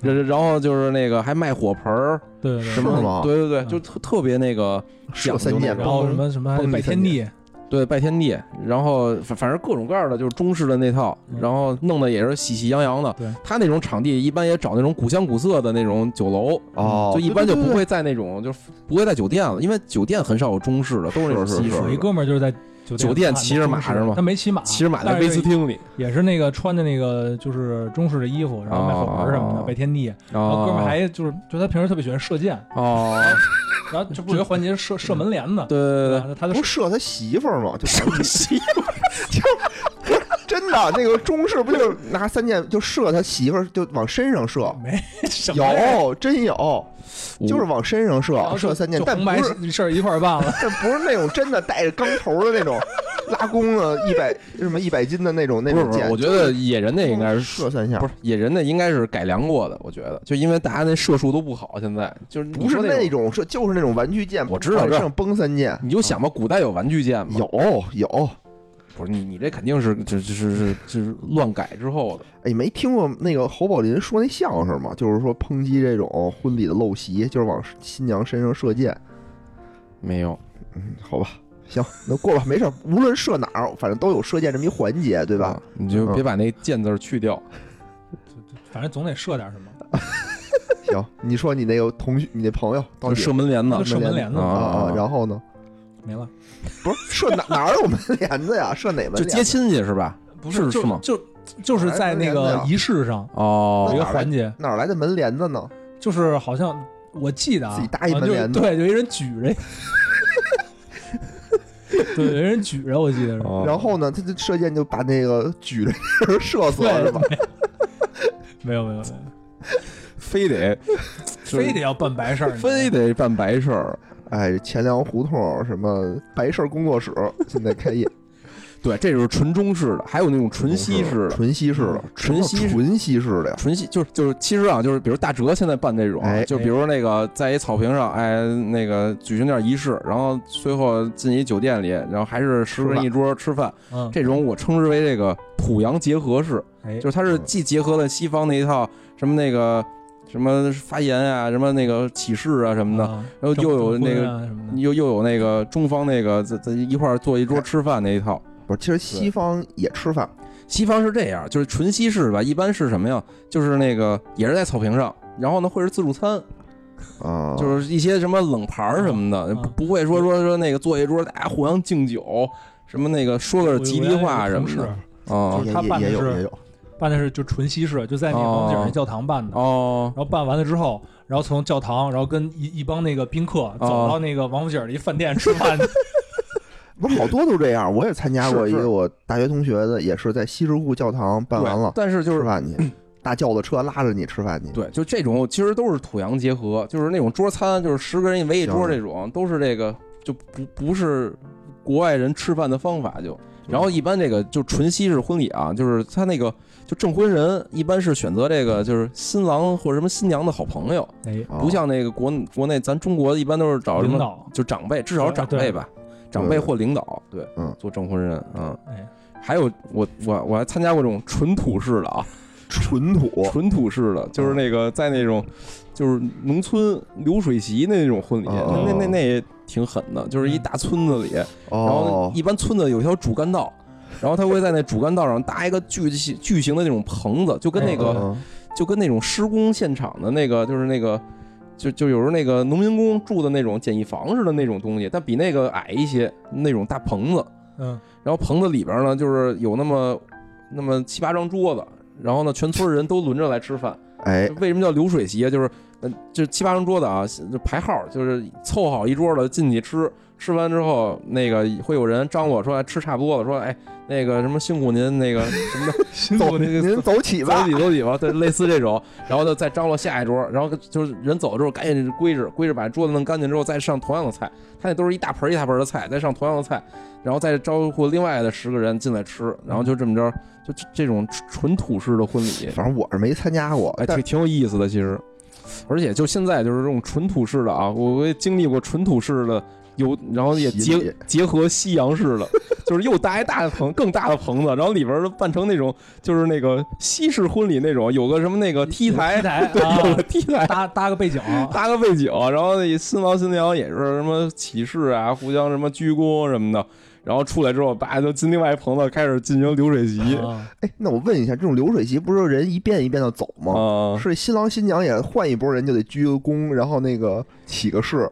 然然后就是那个还卖火盆儿对对对什么是吗的，对对对，嗯就特特别那个射讲究三那箭个然后什么什么还得拜天地，对拜天地，然后反反正各种各样的就是中式的那套，嗯然后弄得也是喜气洋洋的。对他那种场地一般也找那种古香古色的那种酒楼，哦，就一般就对不。对对对会在那种就是不会在酒店了，因为酒店很少有中式的，都是那种是西是式是我一的。哥们儿就是在酒酒店看骑着马中式是吗他没骑马，骑着马在但是威斯汀里，也是那个穿的那个就是中式的衣服，然后卖火哦盆什么哦的，拜天地。然后哦哥们儿还就是，就他平时特别喜欢射箭，哦，然后这不有一个环节是射射门帘子，对嗯对对吧，他就不是射他媳妇儿吗？就对，西 [laughs] 真的那个中式不就是拿三箭就射他媳妇儿，就往身上射？哦没什么呀，有，真有， [laughs] 就是往身上然后射，就射三箭就，但红不白是事一块儿办了，但不是那种真的带着钢头的那种拉弓的一百什么一百斤的那种那不是种不是，箭。我觉得野人那应该是射三下，不是野人那应该是改良过的，我觉得，就因为大家那射术都不好，现在就是你不是说那那，种射，就是那种玩具箭，我知道往知道嗯身上崩三箭。你就想吧，古代有玩具剑吗？，有有，不是你你这肯定是这这是是是乱改之后的，哎，没听过那个侯宝林说那相声吗？就是说抨击这种婚礼的陋习，就是往新娘身上射箭。没有，嗯，好吧，行，那过吧，没事儿。无论射哪儿，反正都有射箭这么一环节，对对吧？？你就别把那剑字儿去掉，反正总得射点什么，行，你说你那个同学，你那朋友到嗯就底射门帘子就。射门帘子啊啊啊啊，然后呢？没了，不是射哪哪儿有门帘子呀？射哪门帘子？就接亲戚是吧？不是就是吗就就是在那个仪式上哦有一，个那哪来环节，哪儿来的门帘子呢？就是好像我记得啊，自己搭一门好像就帘子对，有一人举着。对，有一人举着，我记得是，哦嗯然后呢，他就射箭就把那个举着 [laughs] 的人射死了，对是吧？ [laughs] 没有没有没有，非得 [laughs] 非得要办白事儿，你知道 [laughs] 吗非得办白事儿，哎，钱粮胡同什么白事儿工作室现在开业，对，这就是纯中式的，还有那种 [laughs] 纯西式的，嗯纯西式的，纯西式纯西式的呀。纯西就是就是，其实啊，就是比如大哲现在办这种，啊哎就比如那个在一草坪上，哎，那个举行点仪式，然后最后进一酒店里，然后还是十个人一桌吃饭，嗯，这种我称之为这个土洋结合式，哎就是它是既结合了西方那一套什么那个什么发言啊，什么那个启示啊什么的，啊然后征又有征婚那个啊什么的，又又有那个中方那个在在一块儿坐一桌吃饭那一套。不是，其实西方也吃饭，西方是这样，就是纯西式吧，一般是什么呀？就是那个也是在草坪上，然后呢会是自助餐，啊，就是一些什么冷盘儿什么哦的，嗯嗯不会说说说那个坐一桌大家互相敬酒，什么那个说个吉利话什么的的。啊就也是他办的也也有是也有，办的是就纯西式，就在那个哦王府井那教堂办的。哦然后办完了之后，然后从教堂，然后跟一一帮那个宾客走到那个王府井的一饭店 [laughs] 吃饭。不是好多都这样。我也参加过是一是个我大学同学的，也是在西直库教堂办完对了但是就吃是。饭去，大轿子车拉着你吃饭去。对，就这种其实都是土洋结合，就是那种桌餐，就是十个人一围一桌这种，都是这个就不不是国外人吃饭的方法就。然后一般这个就纯西式婚礼啊，就是他那个就证婚人一般是选择这个就是新郎或者什么新娘的好朋友，哎，哦不像那个国国内咱中国一般都是找什领么导，哦就长辈，至少长辈吧，长辈或领导，对，嗯做证婚人，嗯。哎，还有我我我还参加过这种纯土式的啊，纯土，纯土式的，就是嗯那个在那种就是农村流水席那种嗯婚礼，哦那那那那也挺狠的，就是一大村子里，然后哦，一般村子有一条主干道，然后他会在那主干道上搭一个巨型巨型的那种棚子，就跟那个、嗯嗯就跟那种施工现场的那个就是那个。就就有时候那个农民工住的那种简易房似的那种东西，但比那个矮一些，那种大棚子，嗯，然后棚子里边呢，就是有那么那么七八张桌子，然后呢，全村人都轮着来吃饭。 [laughs] 哎，为什么叫流水席啊？就是嗯，就七八张桌子啊，就排号，就是凑好一桌了进去吃。吃完之后，那个会有人张罗说哎吃差不多了，说哎那个什么辛苦 [laughs] 您那个什么的，[laughs] 辛走，那您个。走起走吧起。走起吧，对，类似这种，然后呢再张罗下一桌，然后就是人走了之后赶紧归置，归置把桌子弄干净之后再上同样的菜，他那都是一大盆儿一大盆儿的菜，再上同样的菜，然后再招呼另外的十个人进来吃，然后就这么着，就这这种纯土式的婚礼，反正我是没参加过，哎，但挺挺有意思的，其实。而且就现在就是这种纯土式的啊，我我也经历过纯土式的有，然后也洗礼结结合西洋式的，就是又搭一大棚更大的棚子，然后里边儿办成那种就是那个西式婚礼那种，有个什么那个 T 台，台对，有个啊， T 台，搭搭个背景，啊 [laughs] 搭个背景，然后那新郎新娘也是什么起誓啊，互相什么鞠躬什么的，然后出来之后，叭就进另外一棚子开始进行流水席啊哎，那我问一下，这种流水席不是人一遍一遍的走吗？啊，是新郎新娘也换一波人就得鞠个躬，然后那个起个誓，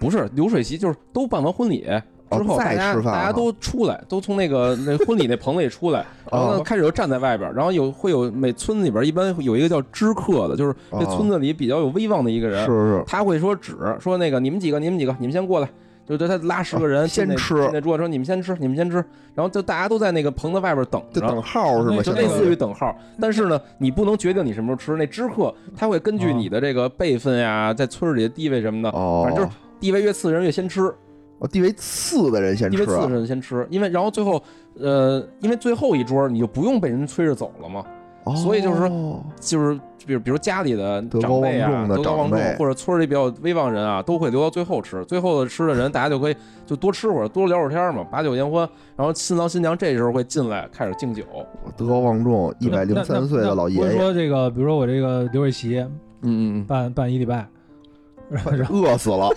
不是流水席，就是都办完婚礼。哦之后再大家、吃饭啊大家都出来，都从那个那婚礼那棚子里出 [laughs] 来，然后呢哦开始就站在外边，然后有会有每村子里边一般有一个叫知客的，就是这哦村子里比较有威望的一个人，是是他会说指说那个你们几个，你们几个，你们先过来，就他拉十个人、啊进那先吃进那桌说你们先吃，你们先吃，然后就大家都在那个棚子外边等就着。等号是吗？那相就类当似于于等号，但是呢，你不能决定你什么时候吃。那知客他会根据你的这个辈分呀，在村儿里的地位什么的，哦，反正就是地位越次的人越先吃，哦地位次的人先地位吃次的啊，人先吃，因为然后最后，呃，因为最后一桌你就不用被人催着走了嘛，哦所以就是就是比如比如家里的德长高辈啊，望重的德高望长重辈或者村儿里比较威望人啊，都会留到最后吃。最后吃的人，大家就可以就多吃会儿，多聊会儿天儿嘛，把酒言欢。然后新郎新娘这时候会进来开始敬酒，德高望重，一百零三岁的老爷那那那不是爷说这个，比如说我这个流水席嗯嗯办办一 [laughs] 礼拜， [laughs] 然后饿死了，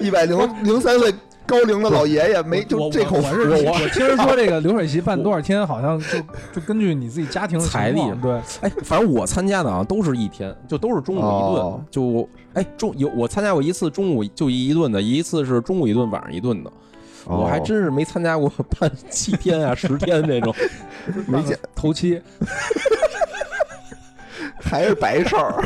一百零零三岁高龄的老爷爷没我就我这口我福是我听人说这个流水席办多少天，好 [laughs] 像就就根据你自己家庭的情财力况对，哎，反正我参加的啊，都是一天，就都是中午一顿，哦就我哎中有我参加过一次中午就一顿的，一次是中午一顿，晚上一顿的。哦我还真是没参加过办七天啊、十天这种， [laughs] 没见，头七还是白事 [laughs] 儿，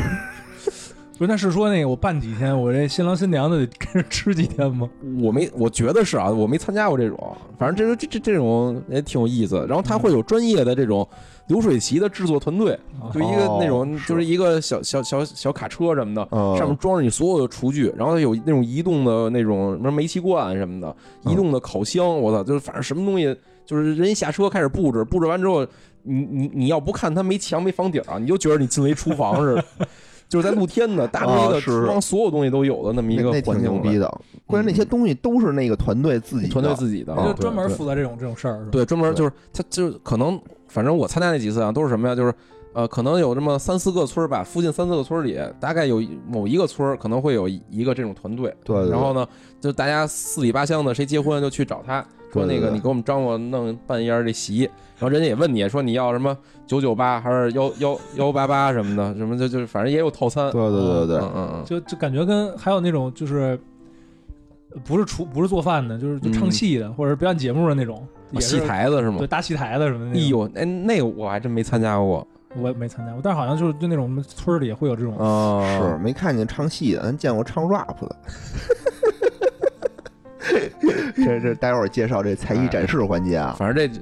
不是那是说那个我办几天，我这新郎新娘的得跟着吃几天吗？我没我觉得是啊，我没参加过这种，反正这这这这种也挺有意思的。然后他会有专业的这种流水席的制作团队，啊就一个哦那种是就是一个小小小小卡车什么的，嗯上面装着你所有的厨具，然后有那种移动的那种什么煤气罐什么的，嗯移动的烤箱，我操，就是反正什么东西，就是人一下车开始布置，布置完之后，你你你要不看它没墙没房顶啊，你就觉得你进了一厨房似的， [laughs] 就是在露天的搭出一啊个是是厨房，所有东西都有的那么一那个那挺环境牛了逼的。关键那些东西都是那个团队自己的团队自己的，啊就哦对专门对负责这种这种事儿，是吧？对，专门对就是他就是可能，反正我参加那几次啊，都是什么呀？就是呃，可能有这么三四个村儿吧，附近三四个村儿里，大概有某一个村儿可能会有一个这种团队，对，对然后呢，就大家四里八乡的，谁结婚就去找他。说对对那个，对你给我们张罗弄办一下这席，然后人家也问你说你要什么九九八还是幺幺幺八八什么的，什么就就是反正也有套餐。对对对对对嗯，嗯就就感觉跟还有那种就是呃不是厨不是做饭的，就是就唱嗯戏的、或者表演节目的那种，也嗯，戏是台子是吗对？搭戏台的什么的那哎种。呦，哎，那个我还真没参加过我也没参加过，但是好像就是就那种我们村儿里也会有这种，啊。是没看见唱戏的，咱见过唱 rap [laughs] 的。这这，待会儿介绍这哎才艺展示环节啊。反正这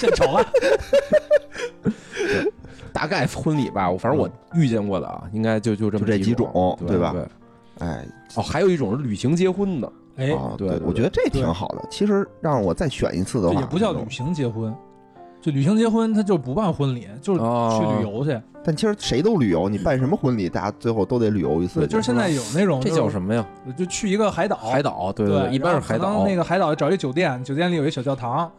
现炒 [laughs] 饭大概婚礼吧，我反正我遇见过的啊，应该就就这么嗯就这几种种，对对吧对哎，哦，还有一种是旅行结婚的，哎，啊，对对对我觉得这挺好的。其实让我再选一次的这话，也不叫旅行结婚，就旅行结婚他就不办婚礼，就是去哦旅游去。但其实谁都旅游，你办什么婚礼，大家最后都得旅游一次。对，就是现在有那种这叫什么，么呀？就去一个海岛，海岛，对对对，一般是然后海可能岛。那个海岛找一酒店，酒店里有一小教堂。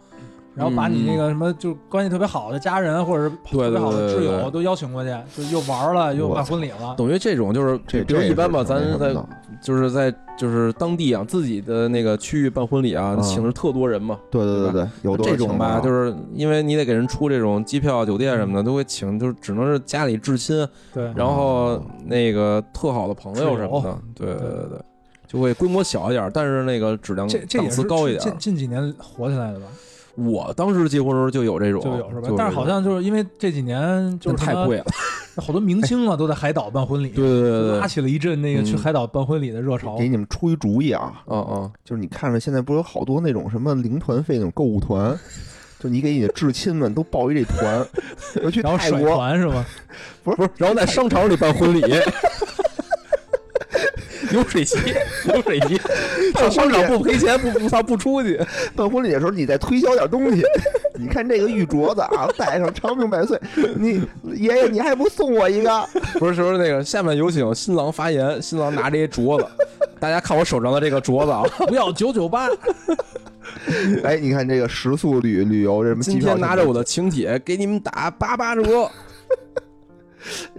然后把你嗯那个什么，就是关系特别好的家人，或者是对对特别好的对对挚对友，都邀请过去，就又玩了，又办婚礼了。等于这种就是，这比如一般吧，这也咱是挺那在什么的就是在就是当地啊，自己的那个区域办婚礼啊，嗯请的是特多人嘛。对对对对，有多少这种吧，情况啊就是因为你得给人出这种机票、酒店什么的，都会请，就是只能是家里至亲，啊对，然后那个特好的朋友什么挚的，对对对对，就会规模小一点，但是那个质量这这档也是次高一近点。近近几年火起来的吧？我当时结婚的时候就有这种，就有是吧有？但是好像这种就是因为这几年就是但太什么贵了，好多明星啊都在海岛办婚礼，对对对对拉对，起了一阵那个嗯去海岛办婚礼的热潮给。你们出一主意啊，嗯嗯，就是你看着现在不是有好多那种什么零团费那种购物 [laughs] 团，就你给你的至亲们都报一这团，尤 [laughs] 其然后泰甩国团是吗？不是，然后在商场里办婚礼。流水席，流水席， [laughs] 上商场不赔钱，不不他不出去，办婚礼的时候，你再推销点东西。 [laughs] 你看这个玉镯子啊，戴上长命百岁。你爷爷，你还不送我一个？ [laughs] 不是说那个下面有请新郎发言，新郎拿着一镯子， [laughs] 大家看我手上的这个镯子 [laughs] 啊，不要九九八，哎，你看这个食宿旅旅游这什么机今票，天拿着我的请帖给你们打八八折。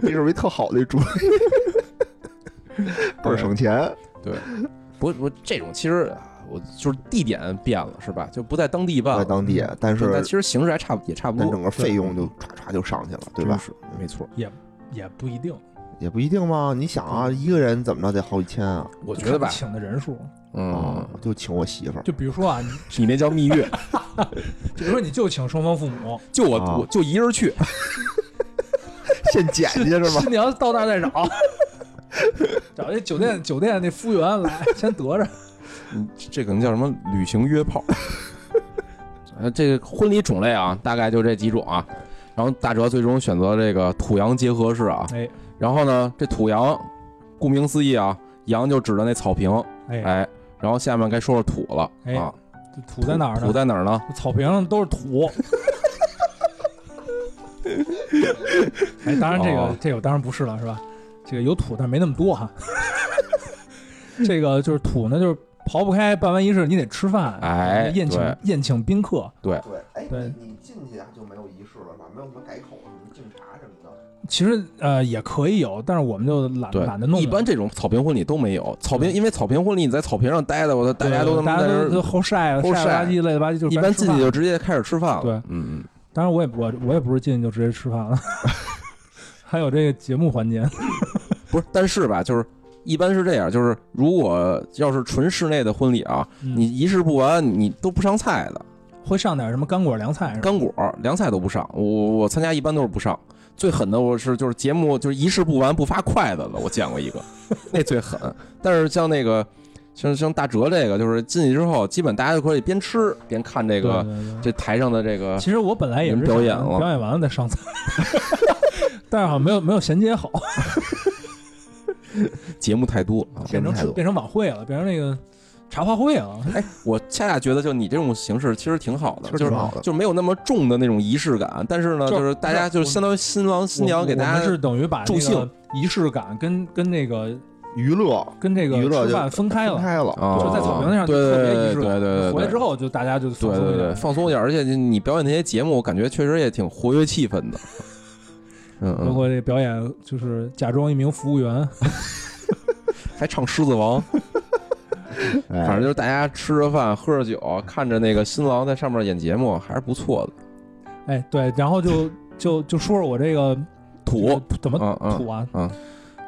这是不是一特好的 [laughs] 主意，倍儿省钱。不不，这种其实啊我就是地点变了，是吧？嗯就不在当地办在了，当地，但对是但其实形式还差不也差不但多，整个费用就唰唰就上去了，对吧真？是没错，也不一定。也不一定嘛。你想嗯啊，一个人怎么着得好几千啊？我觉得吧看你，请的人数，啊嗯，，就请我媳妇儿，就比如说啊，你你那叫蜜月， [laughs] 比如说你就请双方父 [laughs] 母，就我啊我就一 [laughs] 人去，现捡去是吧？新娘到那儿再找，找这酒店酒店那服务员来先得着。嗯这可能叫什么旅行 [laughs] 约炮。呃，这个婚礼种类啊，大概就这几种啊。然后大哲最终选择这个土洋结合式啊。哎然后呢，这土洋，顾名思义啊，洋就指的那草坪，哎，哎。然后下面该说说土了哎啊，这土在哪儿呢？土在哪儿呢？草坪上都是 [laughs] 土。哎，当然这个、哦这个我当然不是了，是吧？这个有土，但没那么多哈。这个就是土呢，就是刨不开，办完仪式你得吃饭，哎宴请对宴请宾客。对，哎对你进去啊就没有仪式了吧？没有什么改口、什么敬茶什么的。其实呃也可以有，但是我们就懒对，啊懒得弄了。一般这种草坪婚礼都没有。草坪，对因为草坪婚礼你在草坪上待着，我操，大对家都他大妈在家那都儿都后晒了，后晒了晒吧唧累了吧唧，就是一般进去就。就直接开始吃饭了。对嗯，嗯，当然我也不我我也不是进去就直接吃饭了， [laughs] 还有这个节目环节。不是，但是吧，就是一般是这样，就是如果要是纯室内的婚礼啊，嗯你仪式不完，你都不上菜的，会上点什么干果凉菜是吧？干果、凉菜都不上。我我参加一般都是不上。最狠的我是就是节目就是仪式不完不发筷子的，我见过一个， [laughs] 那最狠。但是像那个像像大哲这个，就是进去之后，基本大家就可以边吃边看这这个这台上的这个其实我本来也是你们表演了表演完了再上菜， [laughs] 但是好像没有没有衔 [laughs] 接好，节目太多啊。变成吃变成晚会了，变成那个茶话会了。哎，我恰恰觉得就你这种形式其实挺好的，其实就是挺好的就没有那么重的那种仪式感，但是呢，就就是大家不是就我是相当于新郎新娘给大我我们家是等于把助这个兴仪式感跟跟那个娱乐跟这娱个乐吃就饭分开分了，开了，啊对就在草坪上就对特别仪对式对感。对，回来之后。后就大家就对放松对对，一点，放松一点，而且你表演那些节目，我感觉确实也挺活跃气氛的。嗯包嗯，括这表演就是假装一名服务员，还唱《狮子王》，哎 [laughs] 反正就是大家吃着饭，喝着酒，看着那个新郎在上面演节目，还是不错的。哎对，然后就就就说说我这个土，怎么嗯嗯土啊，嗯，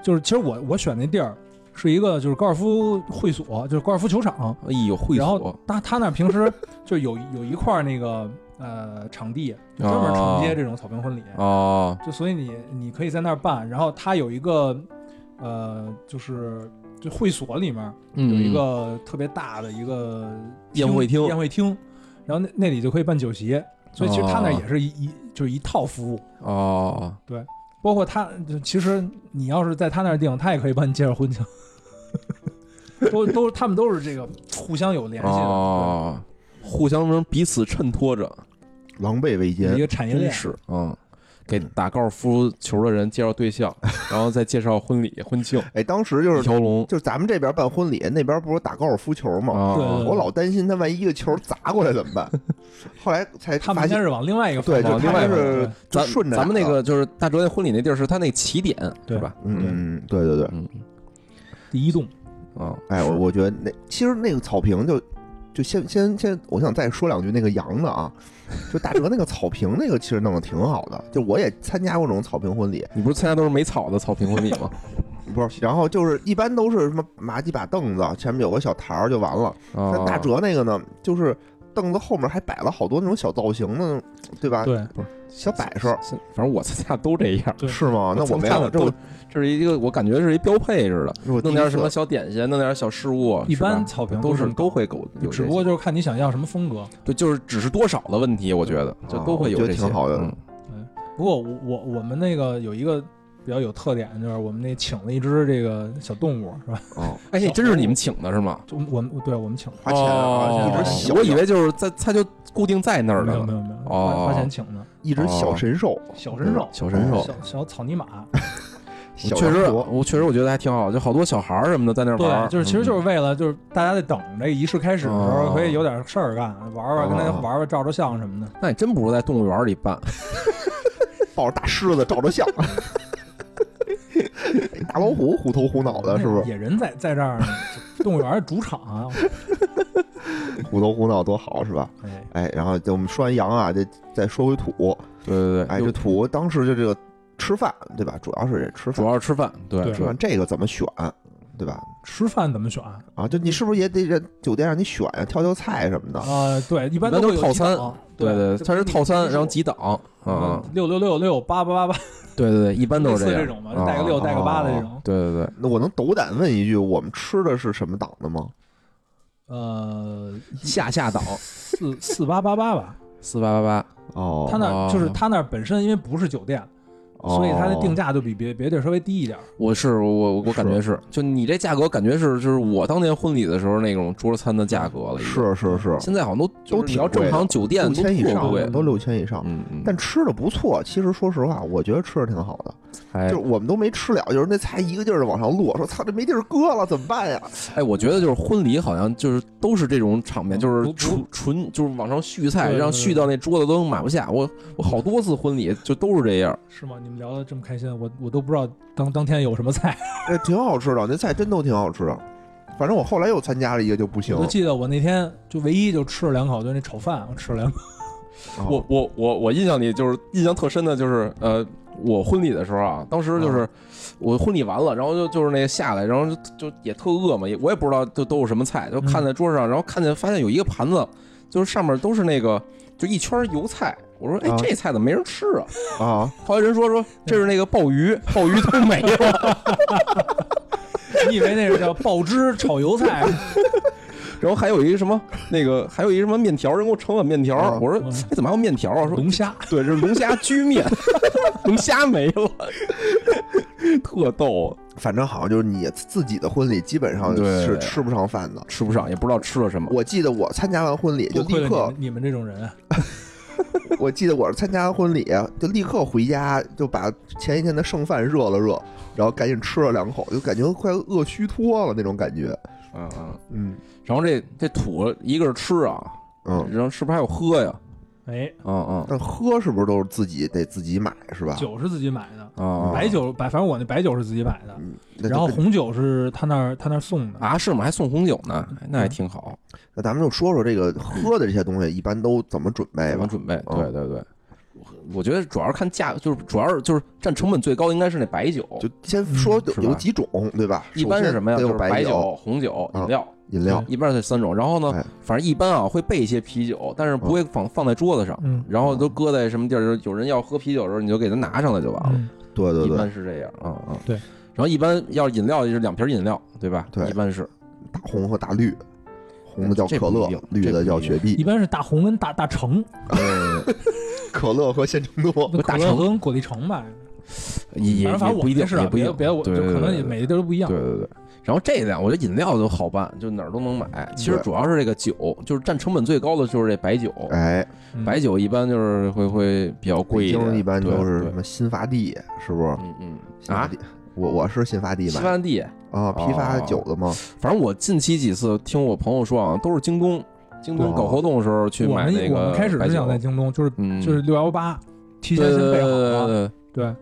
就是其实我我选那地儿是一个就是高尔夫会所，就是高尔夫球场。哎呦，会然所后他他那儿平时就有有一块儿那个呃场地，就专门承接这种草坪婚礼，哦，就所以你你可以在那儿办。然后他有一个呃就是就会所里面有有一个特别大的一个嗯宴会厅宴会厅，然后那那里就可以办酒席。所以其实他那儿也是一一就是一套服务，哦，包括他，就其实你要是在他那儿定，他也可以帮你介绍婚情。 [laughs] 都都，他们都是这个互相有联系的，哦，互相彼此衬托着，狼狈为有一奸，个产业真链。是嗯。给打高尔夫球的人介绍对 [laughs] 象，然后再介绍婚礼、婚庆，哎，当时就一是条龙就是咱们这边办婚礼，那边不是打高尔夫球吗？啊！对对我老担心他万一一个球砸过来怎么办？后来才他发们应该现，是往另外一个对，方就向往另外他一发展个是对就咱顺着啊咱们那打的个就是大哲那婚礼那地儿是他那起点对是吧？嗯嗯，对对对，嗯第一栋，啊，哎，我我觉得那其实那个草坪就就先先先，我想再说两句那个羊的啊，就大哲那个草坪那个其实弄得挺好的，就我也参加过这种草坪婚礼，你不是参加都是没草的草坪婚 [laughs] 礼吗？不是，然后就是一般都是什么拿几把凳子，前面有个小台儿就完了。啊但，大哲那个呢，就是凳子后面还摆了好多那种小造型的，对吧？对，小摆设是反正我参加都这样，对是吗？哦那我没有，这都我这是一个我感觉是一标配似的，我第弄一点什次么小点心，弄点小事物，一是吧般草坪都这是么搞都，会给我有这些，只不过就是看你想要什么风格。对，就是只是多少的问题，我觉得就都会有啊我觉这得些，挺好的嗯不过我我我们那个有一个比较有特点，就是我们那请了一只这个小动物，是吧？哦，哎，那真是你们请的是吗？就我们对我们请，花钱啊，哦一只小，我以为就是在，它就固定在那儿没有了没呢。有没有，哦嗯花花钱请的一只小神兽，小神兽，小神兽小小草泥马，小确实洋，河我确实我觉得还挺好，就好多小孩儿什么的在那儿玩对，儿，就是其实嗯就是为了就是大家在等这个仪式开始的时哦候，可以有点事儿干，玩玩，跟大家哦玩玩，照照相什么的。那你真不如在动物园里办，抱着大狮子照着相，大老虎虎头虎脑的，是不是？野人在在这儿呢，动物园儿主场啊。 [laughs] 虎头虎脑多好，是吧？哎，哎，然后就我们说完羊啊，这再说回土，对对对，哎，就这土当时就这个吃饭，对吧？主要是这吃主饭，要是吃饭，对对吃饭这个怎么选，对吧？吃饭怎么选？啊、啊，就你是不是也得让酒店让你选呀，挑挑菜什啊么的？对，一般一般都都会是有套几餐档对对，就它是给你套餐，指然后数几档啊嗯，，六六六六八八八八，对对对，一般都类是似这这样种嘛，就带个六啊带个八的这种。对对对，那我能斗胆问一句，我们吃的是什么档的吗？呃，下下档四四八八八吧，四八八哦，他那哦儿就是他那儿本身因为不是酒店，哦所以它的定价就比别别地儿稍微低一点儿。八，我是我我我感觉是，就你这价格感觉是就是我当年婚礼的时候那种桌餐的价格了，已经。是是是，现在好像都都就是挺你要正常酒店六嗯都千以特贵上，，都六千以上。嗯嗯，但吃的不错，其实说实话，我觉得吃的挺好的。哎就是我们都没吃了，就是那菜一个劲儿的往上落， [laughs] 说操，这没地儿搁了，怎么办呀？哎，我觉得就是婚礼好像就是都是这种场面，嗯就是不纯纯就是往上续菜，对对让对续到那桌子都买不下。我我好多次婚礼就都是这样，是吗？你们聊得这么开心，我我都不知道当当天有什么菜。 [laughs] 哎，挺好吃的，那菜真都挺好吃的。反正我后来又参加了一个就不行我，都记得我那天就唯一就吃了两口，就那炒饭，我吃了两口。 [laughs] 啊我我我我印象里就是印象特深的就是呃，我婚礼的时候啊，当时就是、我婚礼完了，然后就就是那个下来，然后就就也特饿嘛，也我也不知道都都有什么菜，就嗯看在桌上，然后看见发现有一个盘子，就是上面都是那个就一圈油菜。我说，哎啊，这菜怎么没人吃啊？啊，后来人说说这是那个鲍鱼，鲍鱼都没了。 [laughs] 你以为那是叫爆汁炒油菜？ [laughs] 然后还有一个什么那个，还有一个什么面条，人给我盛碗面条。啊我说嗯哎，怎么还有面条啊？说龙虾，对，这是龙虾居面， [laughs] 龙虾没了，特逗，反正好像就是你自己的婚礼基本上对是吃不上饭的。吃不上，也不知道吃了什么。我记得我参加完婚礼就多亏立了刻你，们你们这种人啊， [laughs] 我记得我是参加完婚礼啊就立刻回家，就把前一天的剩饭热了热，然后赶紧吃了两口，就感觉快饿虚脱了那种感觉。嗯嗯，嗯然后这这土一个是吃啊，嗯，然后是不是还有喝呀？哎，嗯嗯但喝是不是都是自己得自己买是吧？酒是自己买的，啊白酒白，反正我那白酒是自己买的，嗯，那然后就红酒是他那儿他那儿送的。啊是吗？还送红酒呢，哎那还挺好。那咱们就说说这个喝的这些东西一般都怎么准备嗯怎吧么。准备？嗯对对对，我觉得主要是看价，就是主要是就是占成本最高应该是那白酒，就先说嗯是吧有几种对吧？一般是什么呀？首就先是得有白酒、酒、红酒、啊饮料。饮料对。一般是三种。然后呢哎，嗯反正一般啊会备一些啤酒，但是不会放放在桌子上，嗯然后都搁在什么地儿，就是有人要喝啤酒的时候，你就给他拿上来就完了。嗯，对对一对，般是这样，嗯嗯，对。嗯然后一般要是饮料就是两瓶饮料，对吧？对一般是大红和大绿，红的叫这可不一乐定，绿这不的一叫定雪一碧。哎般是大红跟大大橙， [laughs] 呃可乐和鲜 [laughs] 橙多，那大可橙乐跟果粒橙吧，也也反正反正我不一定，是啊也不一别定，的别的我就对可能也对每个地儿都不一样对。对对。然后这两，我觉得饮料都好办，就哪儿都能嗯买。其实对主要是这个酒，就是占成本最高的就是这白酒。哎，嗯白酒一般就是会会比较贵北一点，京一般对都是对什么新发地，是不是？嗯嗯新发啊地，，我我是新发地西买番地啊，批发哦酒的吗？反正我近期几次听我朋友说啊，都是京东，京东哦搞活动的时候去啊我买们那我个们开始白是酒想在，京东，就是嗯，呃就是六幺八，提对前对先对备好啊对了。对对对，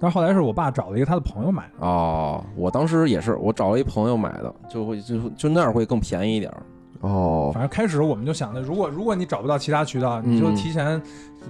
但是后来是我爸找了一个他的朋友买的，哦，我当时也是，我找了一朋友买的，就会就就那儿会更便宜一点儿。哦反，正开始我们就想的，如果如果你找不到其他渠道，嗯你就提前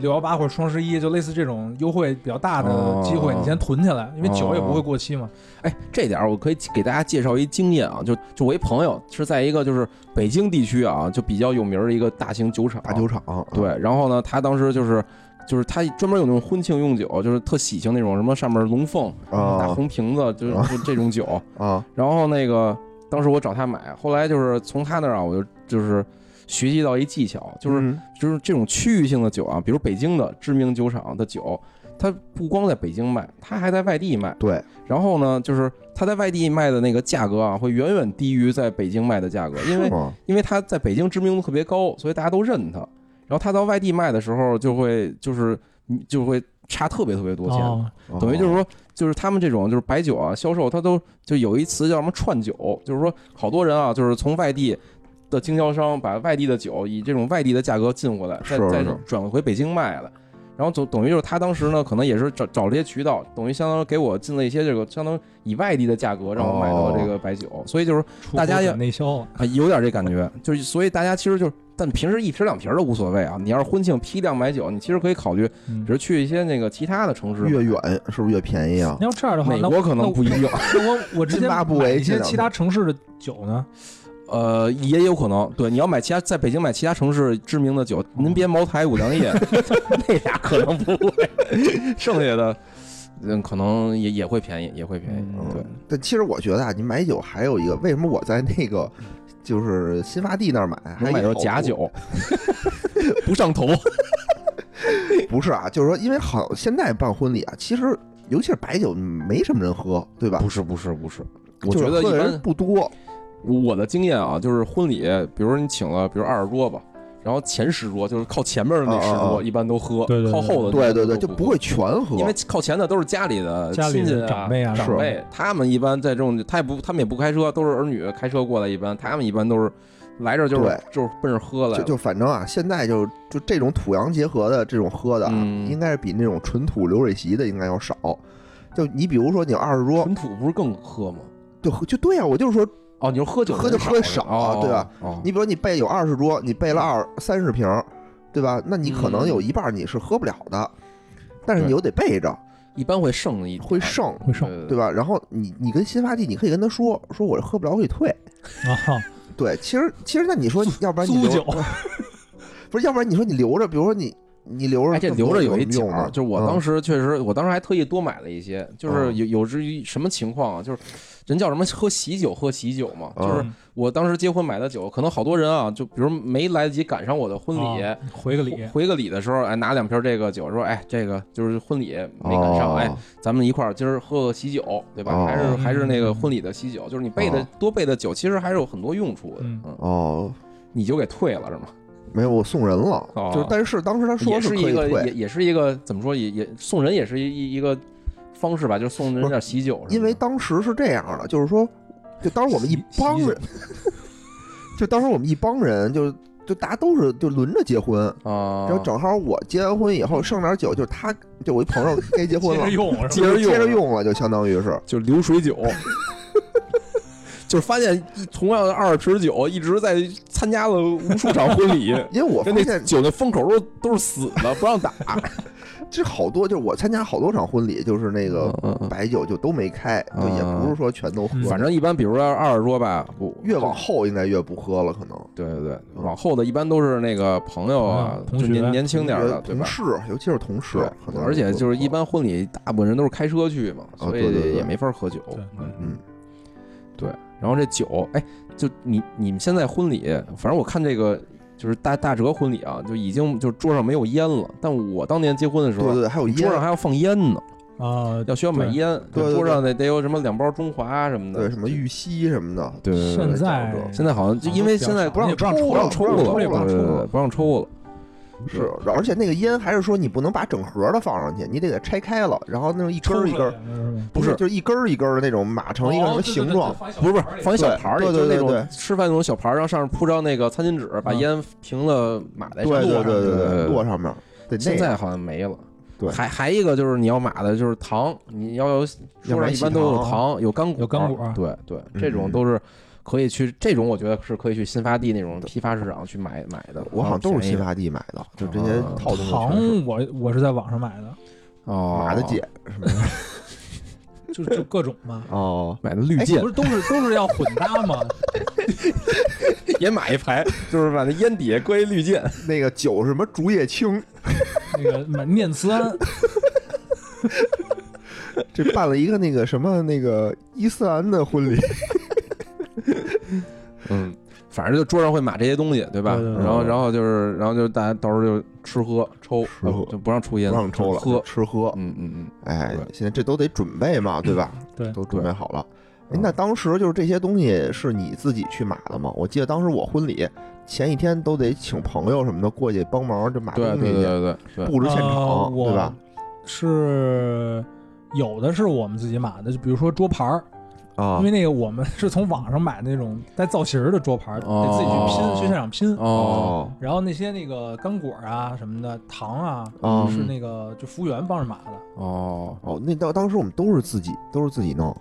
六幺八或者双十一，就类似这种优惠比较大的机会，哦你先囤起来，因为酒也不会过期嘛。哎，这点儿我可以给大家介绍一经验啊，就就我一朋友是在一个就是北京地区啊，就比较有名儿的一个大型酒厂，大酒厂，哦对，然后呢，他当时就是就是他专门有那种婚庆用酒，就是特喜庆那种，什么上面龙凤、大啊红瓶子，就是啊就这种酒。啊，然后那个当时我找他买，后来就是从他那儿啊，我就就是学习到一技巧，就是、嗯就是这种区域性的酒啊，比如北京的知名酒厂的酒，它不光在北京卖，它还在外地卖。对，然后呢，就是它在外地卖的那个价格啊，会远远低于在北京卖的价格，因为是吗因为它在北京知名度特别高，所以大家都认它。然后它到外地卖的时候，就会就是就会差特别特别多钱，哦等于就是说，就是他们这种就是白酒啊销售，它都就有一词叫什么串酒，就是说好多人啊，就是从外地的经销商把外地的酒以这种外地的价格进回来，再是再是转回北京卖了。然后总等于就是他当时呢，可能也是找找了一些渠道，等于相当于给我进了一些这个相当于以外地的价格让我买到这个白酒，哦所以就是出大家口要转内销了，啊，有点这感觉，就是所以大家其实就是，但平时一瓶两瓶都无所谓啊。你要是婚庆批量买酒，你其实可以考虑，嗯比如去一些那个其他的城市，越远是不是越便宜啊？你要这样的话，美那国可能不一定， [laughs] 那我我直接津巴布买韦一这些两其个他城市的酒呢？呃，也有可能。对，你要买其他在北京买其他城市知名的酒，您别茅台、五粮液，那俩可能不会，剩下的嗯，可能也也会便宜，也会便宜。嗯对，但其实我觉得啊，你买酒还有一个，为什么我在那个就是新发地那儿买，还能买有着假？酒，不上头。啊不是啊，就是说，因为好现在办婚礼啊，其实尤其是白酒没什么人喝，对吧？不是，不是，不是，我就是觉喝得一的般人不多，我的经验啊，就是婚礼，比如说你请了，比如二十桌吧，然后前十桌就是靠前面的那十啊啊桌，啊一般都喝，对对对靠后的对那对桌对，都就不会全喝喝，因为靠前的都是家里的家亲里戚啊的长辈啊长辈，他们一般在这种，他也不，他们也不开车，都是儿女开车过来，一般他们一般都是来这儿就是对就是奔着喝来就了，就反正啊，现在就就这种土洋结合的这种喝的啊，嗯应该是比那种纯土流水席的应该要少。就你比如说你二十桌，纯土不是更喝吗？就喝就对啊，我就是说，哦，你说喝酒喝就喝少少啊是吧，哦对吧？哦你比如你备有二十桌，你备了二三十瓶儿，对吧？那你可能嗯有一半儿你是喝不了的，但是你对又得备着，一般会剩一点会，剩，会剩对吧？然后你你跟新发地，你可以跟他说，说我喝不了，我给你退。啊，对，其实其实那你说，要不然你租留酒，不是，要不然你说你留着，比如说你你留着哎，这这么留多着有一什么角用儿，呢就是我当嗯时确实，我当时还特意多买了一些，就是嗯有有至于什么情况啊，就是人叫什么喝喜酒，喝喜酒嘛，嗯就是我当时结婚买的酒，可能好多人啊，就比如没来得及赶上我的婚礼。啊回个礼回，回个礼的时候，哎，拿两瓶这个酒，说，哎，这个就是婚礼没赶上，哦哎，咱们一块儿今儿喝个喜酒，对吧？哦还是还是那个嗯婚礼的喜酒，就是你备的哦多备的酒，其实还是有很多用处的。嗯嗯，哦，你就给退了是吗？没有，我送人了。哦就是，但是当时他说也是可一以个退，也也是一个怎么说也也送人也是一一一个方式吧，就是送人点喜酒什么的，因为当时是这样的，就是说，就当时我们一喜喜帮酒人，就当时我们一帮人，就就大家都是就轮着结婚，啊，然后正好我结完婚以后剩点酒，就是他，就我一朋友该结婚接了着，用是接吧？着接着用，用了，就相当于是就流水酒。就是发现一同样的二瓶酒，一直在参加了无数场婚礼，因为我就发那现嗯酒那封口都都是死的，不让 [laughs] 打。这好多，就是我参加好多场婚礼，就是那个嗯嗯白酒就都没开，就也不是说全都喝嗯，反正一般，比如说二十桌吧，我越往后应该越不喝了，可能对对对，往后的一般都是那个朋友啊，朋就友嗯同学年年轻点儿的，对同吧？事，尤其是同事对，可能而且就是一不喝般婚礼，大部分人都是开车去嘛，啊所对对以对也没法喝酒。对对嗯，对。然后这酒，哎，就你你们现在婚礼，反正我看这个就是大大哲婚礼啊，就已经就是桌上没有烟了。但我当年结婚的时对对候，对，还有桌上烟，还要放烟呢，啊，要需要买对烟，对对桌上得得有什么两包中华什么的，对什么玉溪什么的，对对对现对。在现在好像就因为现在不让不让抽不让抽了，不对让抽了对对对不让抽了。是，而且那个烟还是说你不能把整盒的放上去，你得给拆开了，然后那种一根儿一根儿，儿，不是就是一根儿一根儿的那种码成一哦个什么形状，不是不是，放一小对盘儿里，对对就是那对种对吃饭那种小盘儿，然后上面铺张那个餐巾纸，把嗯烟平了码在对上面。对对对对，落上面。对，现那个在好像没了。对还还一个就是你要买的就是糖，你要有桌上一般都有要买喜糖，有干果，啊有干果对对，嗯这种都是可以去，这种我觉得是可以去新发地那种批发市场去买买的。我好像都是便宜新发地买的，就这些啊套东西全是糖我我是在网上买的，哦，马的姐什么的。，就就各种嘛哦，买的绿哎箭不是都是都是要混搭嘛，也买一排，就是把那烟底下搁一绿箭，那个酒是什么竹叶青，那个买念慈庵，这办了一个那个什么那个伊斯兰的婚礼，嗯，反正就桌上会码这些东西，对吧？对对对然后，嗯然后就是，然后就大家到时候就吃喝抽，吃喝就不让抽烟，不让抽了，喝，吃喝。嗯嗯嗯，哎对，现在这都得准备 [clears throat] 嘛，对吧？对都准备好了。哎嗯，那当时就是这些东西是你自己去买的吗？我记得当时我婚礼前一天都得请朋友什么的过去帮忙，就买对啊东对西对去对对对，布置现呃场，我对吧？是有的是我们自己买的，就比如说桌牌儿，啊因为那个我们是从网上买那种带造型儿的桌牌儿，得自己去哦拼，去现场拼。哦然后那些那个干果啊什么的糖啊，啊是那个就服务员帮着买的。哦，哦，那当当时我们都是自己都是自己弄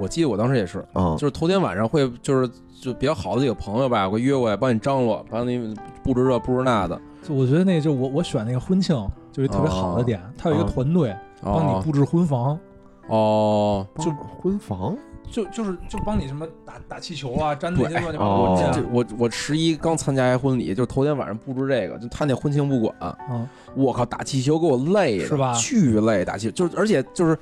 我记得我当时也是，啊就是头天晚上会就是就比较好的几个朋友吧，会约过来帮你张罗，帮你布置这布置那的，就我觉得那就我我选那个婚庆就是特别哦好的点，它有一个团队帮你布置婚房，哦，就婚房就就是就帮你什么打打气球啊，粘对那些乱七八哦糟的东这西啊我我十一刚参加一婚礼，就是头天晚上布置这个，就他那婚庆不管，啊，我靠，打气球给我累的是吧巨累，打气就是而且就是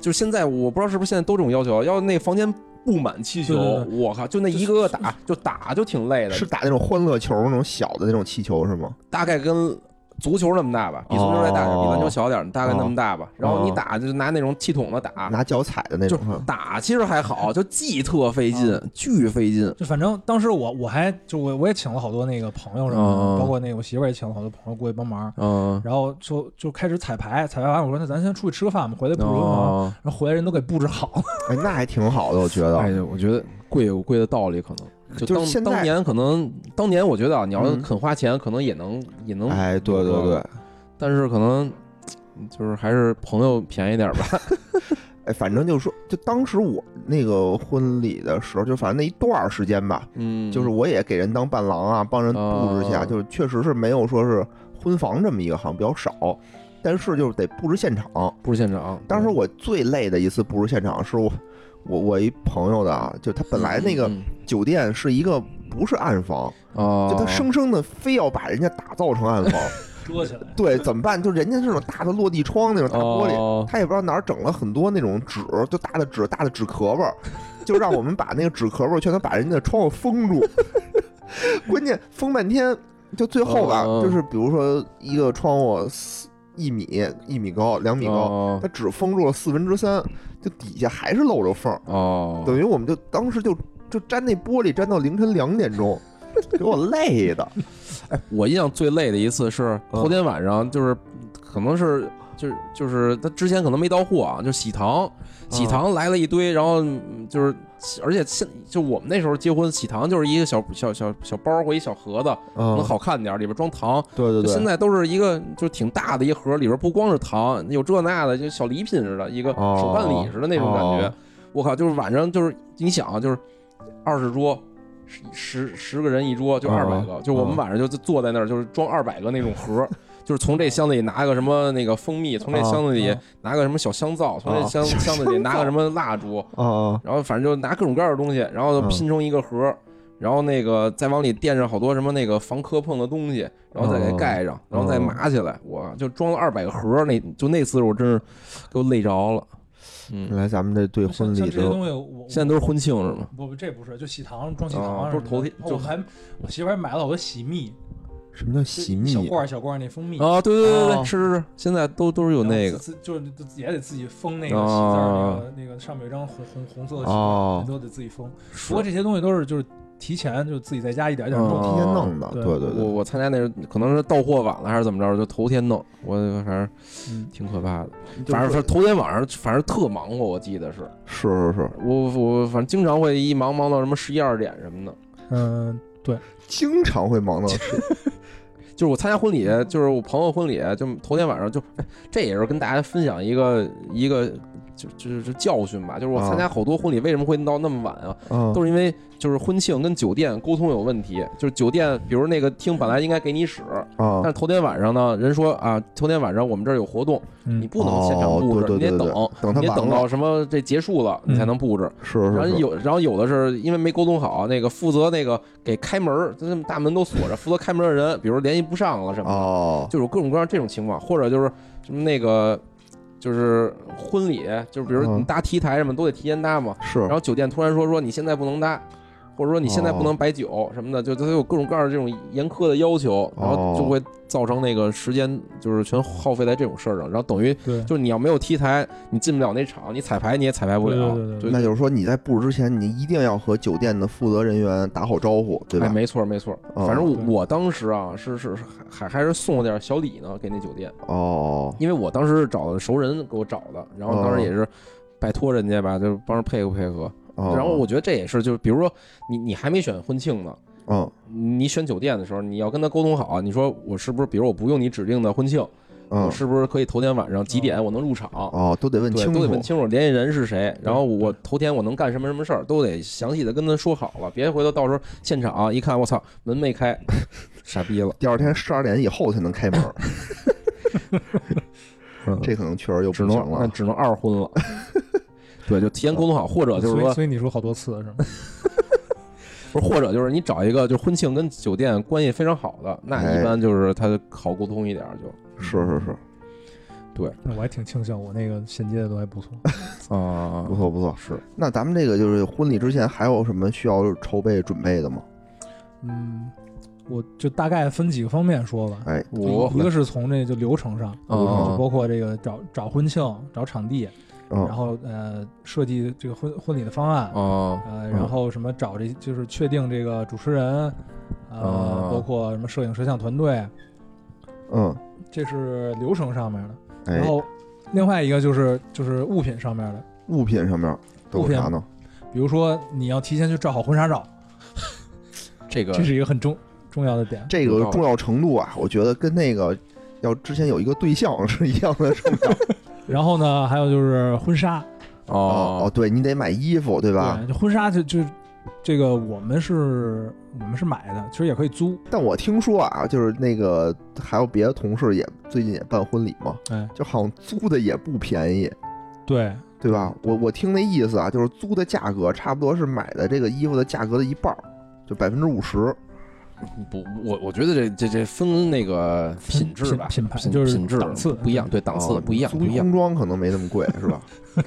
就是现在我不知道是不是现在都这种要求，要那房间布满气球，对对我靠，就那一个个打，就打就挺累的，是打那种欢乐球那种小的那种气球是吗？大概跟足球那么大吧，比足球再大点，哦比篮球小点儿，大概那么大吧。然后你哦打就是拿那种气筒的打，拿脚踩的那啊就种是吧打其实还好，就记特费劲，哦巨费劲。就反正当时我我还就我我也请了好多那个朋友什嗯么嗯的，包括那个我媳妇儿也请了好多朋友过去帮忙，嗯，然后就就开始彩排，彩排完我说那咱先出去吃个饭吧，回来布置婚房，哦，然后回来人都给布置好了，哎，那还挺好的，我觉得。哎呀，我觉得贵有贵的道理，可能。就就是当现在当年可能当年我觉得啊，你要是嗯肯花钱，可能也能也能，哎，对对对，但是可能就是还是朋友便宜点儿吧。 [laughs] 哎，反正就是说，就当时我那个婚礼的时候，就反正那一段儿时间吧，嗯，就是我也给人当伴郎啊，帮人布置一下，哦就是确实是没有说是婚房这么一个行比较少，但是就是得布置现场。不是现场。当时我最累的一次布置现场是我我我一朋友的啊，就他本来那个嗯酒店是一个不是暗房，哦，就他生生的非要把人家打造成暗房， [laughs] 遮起来。 [laughs] 对，怎么办？就人家这种大的落地窗那种大玻璃，璃他也不知道哪儿整了很多那种纸，就大的纸、大的纸壳儿，就让我们把那个纸壳儿全都把人家的窗户封住。 [laughs] 关键封半天，就最后吧，哦就是比如说一个窗户四一米、一米高、两米高，哦它只封住了四分之三，就底下还是露着缝儿，哦，等于我们就当时就就粘那玻璃粘到凌晨两点钟，给我累 [laughs] 的。我印象最累的一次是嗯头天晚上，就是可能是就是就是他之前可能没到货啊，就喜糖，嗯喜糖来了一堆，然后嗯就是而且现就我们那时候结婚，喜糖就是一个小小小小包或一小盒子，嗯能，好看点儿，里边装糖。对对就对，现在都是一个就挺大的一盒，里边不光是糖，有这那的，就小礼品似的，一个哦手办礼似的那种感觉哦。我靠，就是晚上就是你想啊，就是二十桌。十十十个人一桌，就嗯二百个，就我们嗯晚上就坐在那儿，就是装二百个那 [laughs] 种盒，就是从这箱子里拿个什么那个蜂蜜，从这啊箱子里啊拿个什么小香皂，从啊这箱小箱子里香拿个皂什么蜡烛，啊啊然后反正就拿各种各样的东西，然后嗯拼成一个盒儿，然后那个再往里垫上好多什么那个防磕碰的东西，然后再给盖上，然后再码起来。我就装了二百个盒儿，那就那次我真是给我累着了。看嗯，来咱们这对像婚像礼这些都东西，我现在都是婚庆是吗？不不，这不是，就喜糖装喜糖啊都啊什是么的、头天哦就我还我媳妇儿还买了好多喜蜜，什么叫就喜蜜啊小呀？罐儿小罐儿那蜂蜜，啊，对对对对，哦嗯是是是，现在都都是有然后那个自自就是自己也得自己封那个哦喜字儿，那个那个上面有一张红红红色的喜字哦儿，你都得自己封。不过这些东西都是就是提前就自己在家一点一点哦弄。提前弄的，对对对我对，我参加那是可能是到货晚了还是怎么着，就头天弄，我反正嗯挺可怕的。就是反正是头天晚上，反正特忙活，我记得是是是是，我我反正经常会一忙忙到什么十一二点什么的。嗯，经常会忙到吃就是我参加婚礼，嗯就是我朋友婚礼，就头天晚上就，哎这也是跟大家分享一个一个就就是教训吧。就是我参加好多婚礼，为什么会闹那么晚啊？啊都是因为就是婚庆跟酒店沟通有问题。就是酒店，比如那个厅本来应该给你使，但啊是头天晚上呢，人说啊，头天晚上我们这儿有活动，你嗯，不能现场布哦置，对对对你得对等，等他你得完等了，嗯到什么这结束了，你才能布置。是然后是是，有，然后有的是因为没沟通好，那个负责那个给开门儿，就这么大门都锁着，负责开门的人，比如联系不上了什么的，哦，就是有各种各样这种情况，或者就是什么那个就是婚礼，就是比如嗯你搭 T 台什么都得提前搭嘛，是然后酒店突然说说你现在不能搭，或者说你现在哦不能摆酒什么的，就它有各种各样的这种严苛的要求，然后哦就会造成那个时间就是全耗费在这种事儿上，然后等于对，就是你要没有 T 台，你进不了那场，你彩排你也彩排不了，对对对就那就是说你在布置之前，你一定要和酒店的负责人员打好招呼，对哎，吧？没错没错，哦反正我对我当时啊是是是还还是送了点小礼呢给那酒店，哦，因为我当时是找的熟人给我找的，然后当时也是拜托人家吧，就帮着配合配合。哦然后我觉得这也是，就是比如说你你还没选婚庆呢，嗯你选酒店的时候，你要跟他沟通好，你说我是不是，比如我不用你指定的婚庆，我嗯是不是可以头天晚上几点我能入场？哦，都得问对，清都得问楚。清楚联系人是谁，然后我头天我能干什么什么事儿，都得详细的跟他说好了，别回头到时候现场啊一看，我操，门没开， [laughs] 傻逼了，第二天十二点以后才能开门，嗯这可能确实又只不行能那了。只能二婚 [laughs] 了。对，就提前沟通好，或者就是所以说，所以你说好多次是吗？不是，或者就是你找一个就是婚庆跟酒店关系非常好的，那哎一般就是他好沟通一点儿就是是是，那我还挺庆幸我那个衔接的都还不错。嗯啊不错不错。是那咱们这个就是婚礼之前还有什么需要筹备准备的吗？嗯，我就大概分几个方面说吧。哎，我一个是从这就流程上，嗯就包括这个找找婚庆、找场哦地，然嗯后呃设计这个婚婚礼的方案，啊呃，嗯然后什么找这就是确定这个主持人，呃哦，包括什么摄影摄像团队，嗯，这是流程上面的。然哎，后另外一个就是就是物品上面的，物品上面都有啥呢？比如说你要提前去照好婚纱照，这个这是一个很重重要的点。这个重要程度啊，我觉得跟那个要之前有一个对象是一样的重要。然后呢，还有就是婚纱，啊哦哦，对你得买衣服对吧？对，就婚纱就就这个我们是我们是买的，其实也可以租，但我听说啊，就是那个还有别的同事也最近也办婚礼嘛，哎，就好像租的也不便宜，对，对吧？我我听那意思啊，就是租的价格差不多是买的这个衣服的价格的一半儿，就百分之五十。哦不，我我觉得这这这分那个品质吧，品品牌品就是品质档次不一样，对档次哦不一样，租不一样工装可能没那么贵，是吧？ [laughs]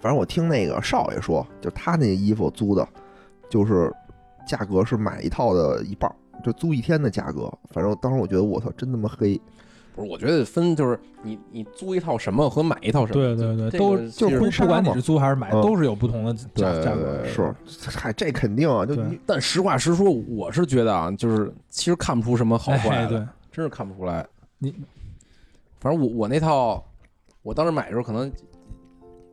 反正我听那个少爷说，就他那衣服租的，就是价格是买一套的一半儿，就租一天的价格。反正当时我觉得我操，真他妈黑，不是，我觉得分就是你你租一套什么和买一套什么，对对对，这都个就是其实婚纱不管你嘛是租还是买，嗯都是有不同的哎价对价对格。对是，嗨，这肯定啊，就呃对你但实话实说，我是觉得啊，就是其实看不出什么好坏哎，的，对，真是看不出来。你反正我我那套，我当时买的时候可能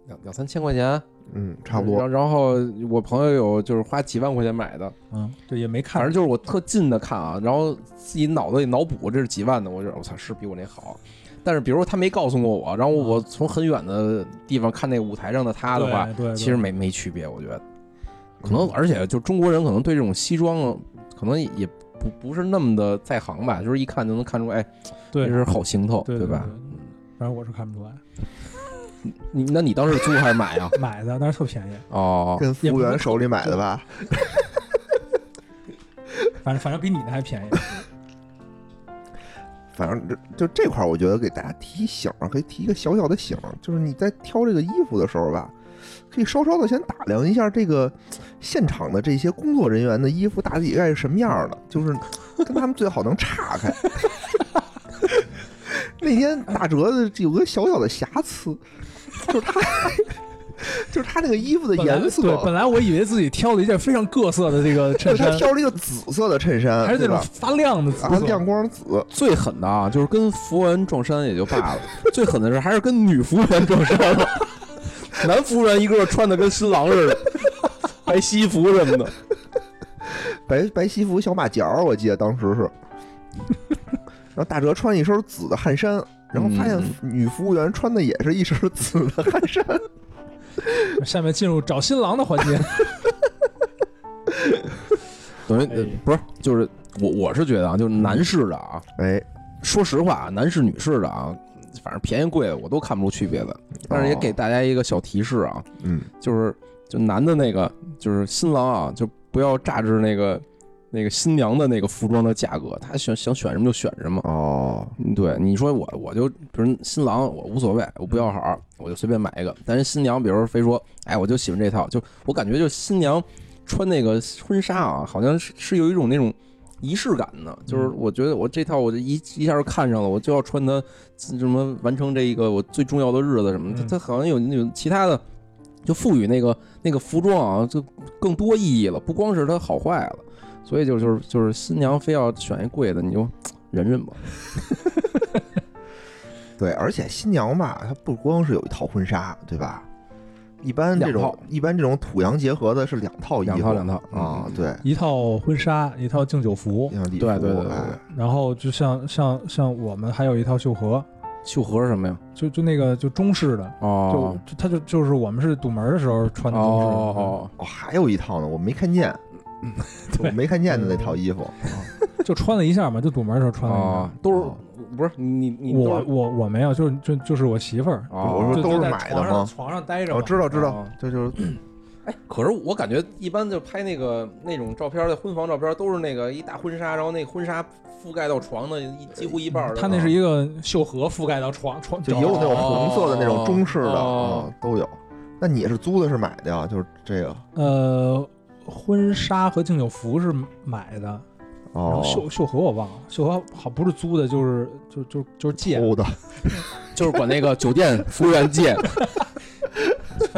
两两三千块钱，嗯，差不多。然然后我朋友有就是花几万块钱买的，嗯，对，也没看反正就是我特近的看啊，然后自己脑子里脑补这是几万的，我就我操是比我那好。但是比如说他没告诉过我，然后我从很远的地方看那个舞台上的他的话，啊对，对对其实没没区别，我觉得。可能而且就中国人可能对这种西装啊，可能也不不是那么的在行吧，就是一看就能看出，哎，这对是好行头，对吧？对对反正我是看不出来，你那你当时租还是买 [laughs] 呀？买的但是特便宜，哦，跟服务员手里买的吧，反正反正比你的还便宜。反正这就这块，我觉得给大家提醒啊，可以提一个小小的醒，就是你在挑这个衣服的时候吧，可以稍稍的先打量一下这个现场的这些工作人员的衣服大体该是什么样 [laughs] 的，就是跟他们最好能岔开。那天打折的有个小小的瑕疵，就是他， [laughs] 就是他那个衣服的本来颜色，对，本来我以为自己挑了一件非常各色的这个衬他 [laughs] 衫，挑了一个紫色的衬衫，还是那对种吧？发亮的紫啊，色，亮光紫，最狠的啊，就是跟服务员撞衫也就罢了， [laughs] 最狠的是还是跟女服务员撞衫了， [laughs] 男服务员一个个穿的跟新郎似 [laughs] 的，白西服什么的。白白西服小马甲儿，我记得当时是。 [laughs] 然后大哲穿一身紫的汗衫，然后发现嗯女服务员穿的也是一身紫的汗衫，下面进入找新郎的环 [laughs] 节，等于呃哎不是，就是我我是觉得啊，就是男士的啊，哎，说实话啊，男士女士的啊，反正便宜贵的我都看不出区别的， [laughs] 但哦是也给大家一个小提示啊，哦嗯，就是就男的那个就是新郎啊，就不要榨制那个那个新娘的那个服装的价格，他想想选什么就选什么。哦，嗯，对，你说我我就比如新郎我无所谓，我不要好儿，我就随便买一个。但是新娘，比如说非说，哎，我就喜欢这套，就我感觉就新娘穿那个婚纱啊，好像是是有一种那种仪式感的，就是我觉得我这套我就一一下就看上了，我就要穿它，什么完成这一个我最重要的日子什么的，嗯它它好像有那种其他的，就赋予那个那个服装啊，就更多意义了，不光是它好坏了，所以就就是就是新娘非要选一贵的，你就嘖忍忍吧，对，而且新娘吧，她不光是有一套婚纱，对吧？一般这两种套一般这种土洋结合的是两套衣服，两套两套嗯啊，对，一套婚纱，一套敬酒服，两套礼服，对对对对对哎然后就像像像我们还有一套绣荷，绣荷是什么呀？就就那个就中式的，哦就就它就就是我们是堵门的时候穿的中式的。哦哦，还有一套呢，我没看见，嗯我对没看见的那套衣 [laughs] 服，啊就穿了一下嘛，就堵门的时候穿了一哦下。，都是不是你你都我是我我没有，就是就就是我媳妇儿，哦我说就都是就在买的床上吗床上待着嘛，我知道知道哦，这就是哎，可是我感觉一般就拍那个那种照片的婚房照片，都是那个一大婚纱，然后那婚纱覆盖到床的一几乎一半儿的。啊它那是一个绣荷覆盖到床床，就也有那种红色的那种中式的啊哦，都有。那你是租的，是买的呀？就是这个呃婚纱和敬酒服是买的，然后哦，绣绣荷我忘了，绣荷好不是租的，就是就就就是借， [laughs] 偷的， [laughs] 就是管那个酒 [laughs] 店服务员借。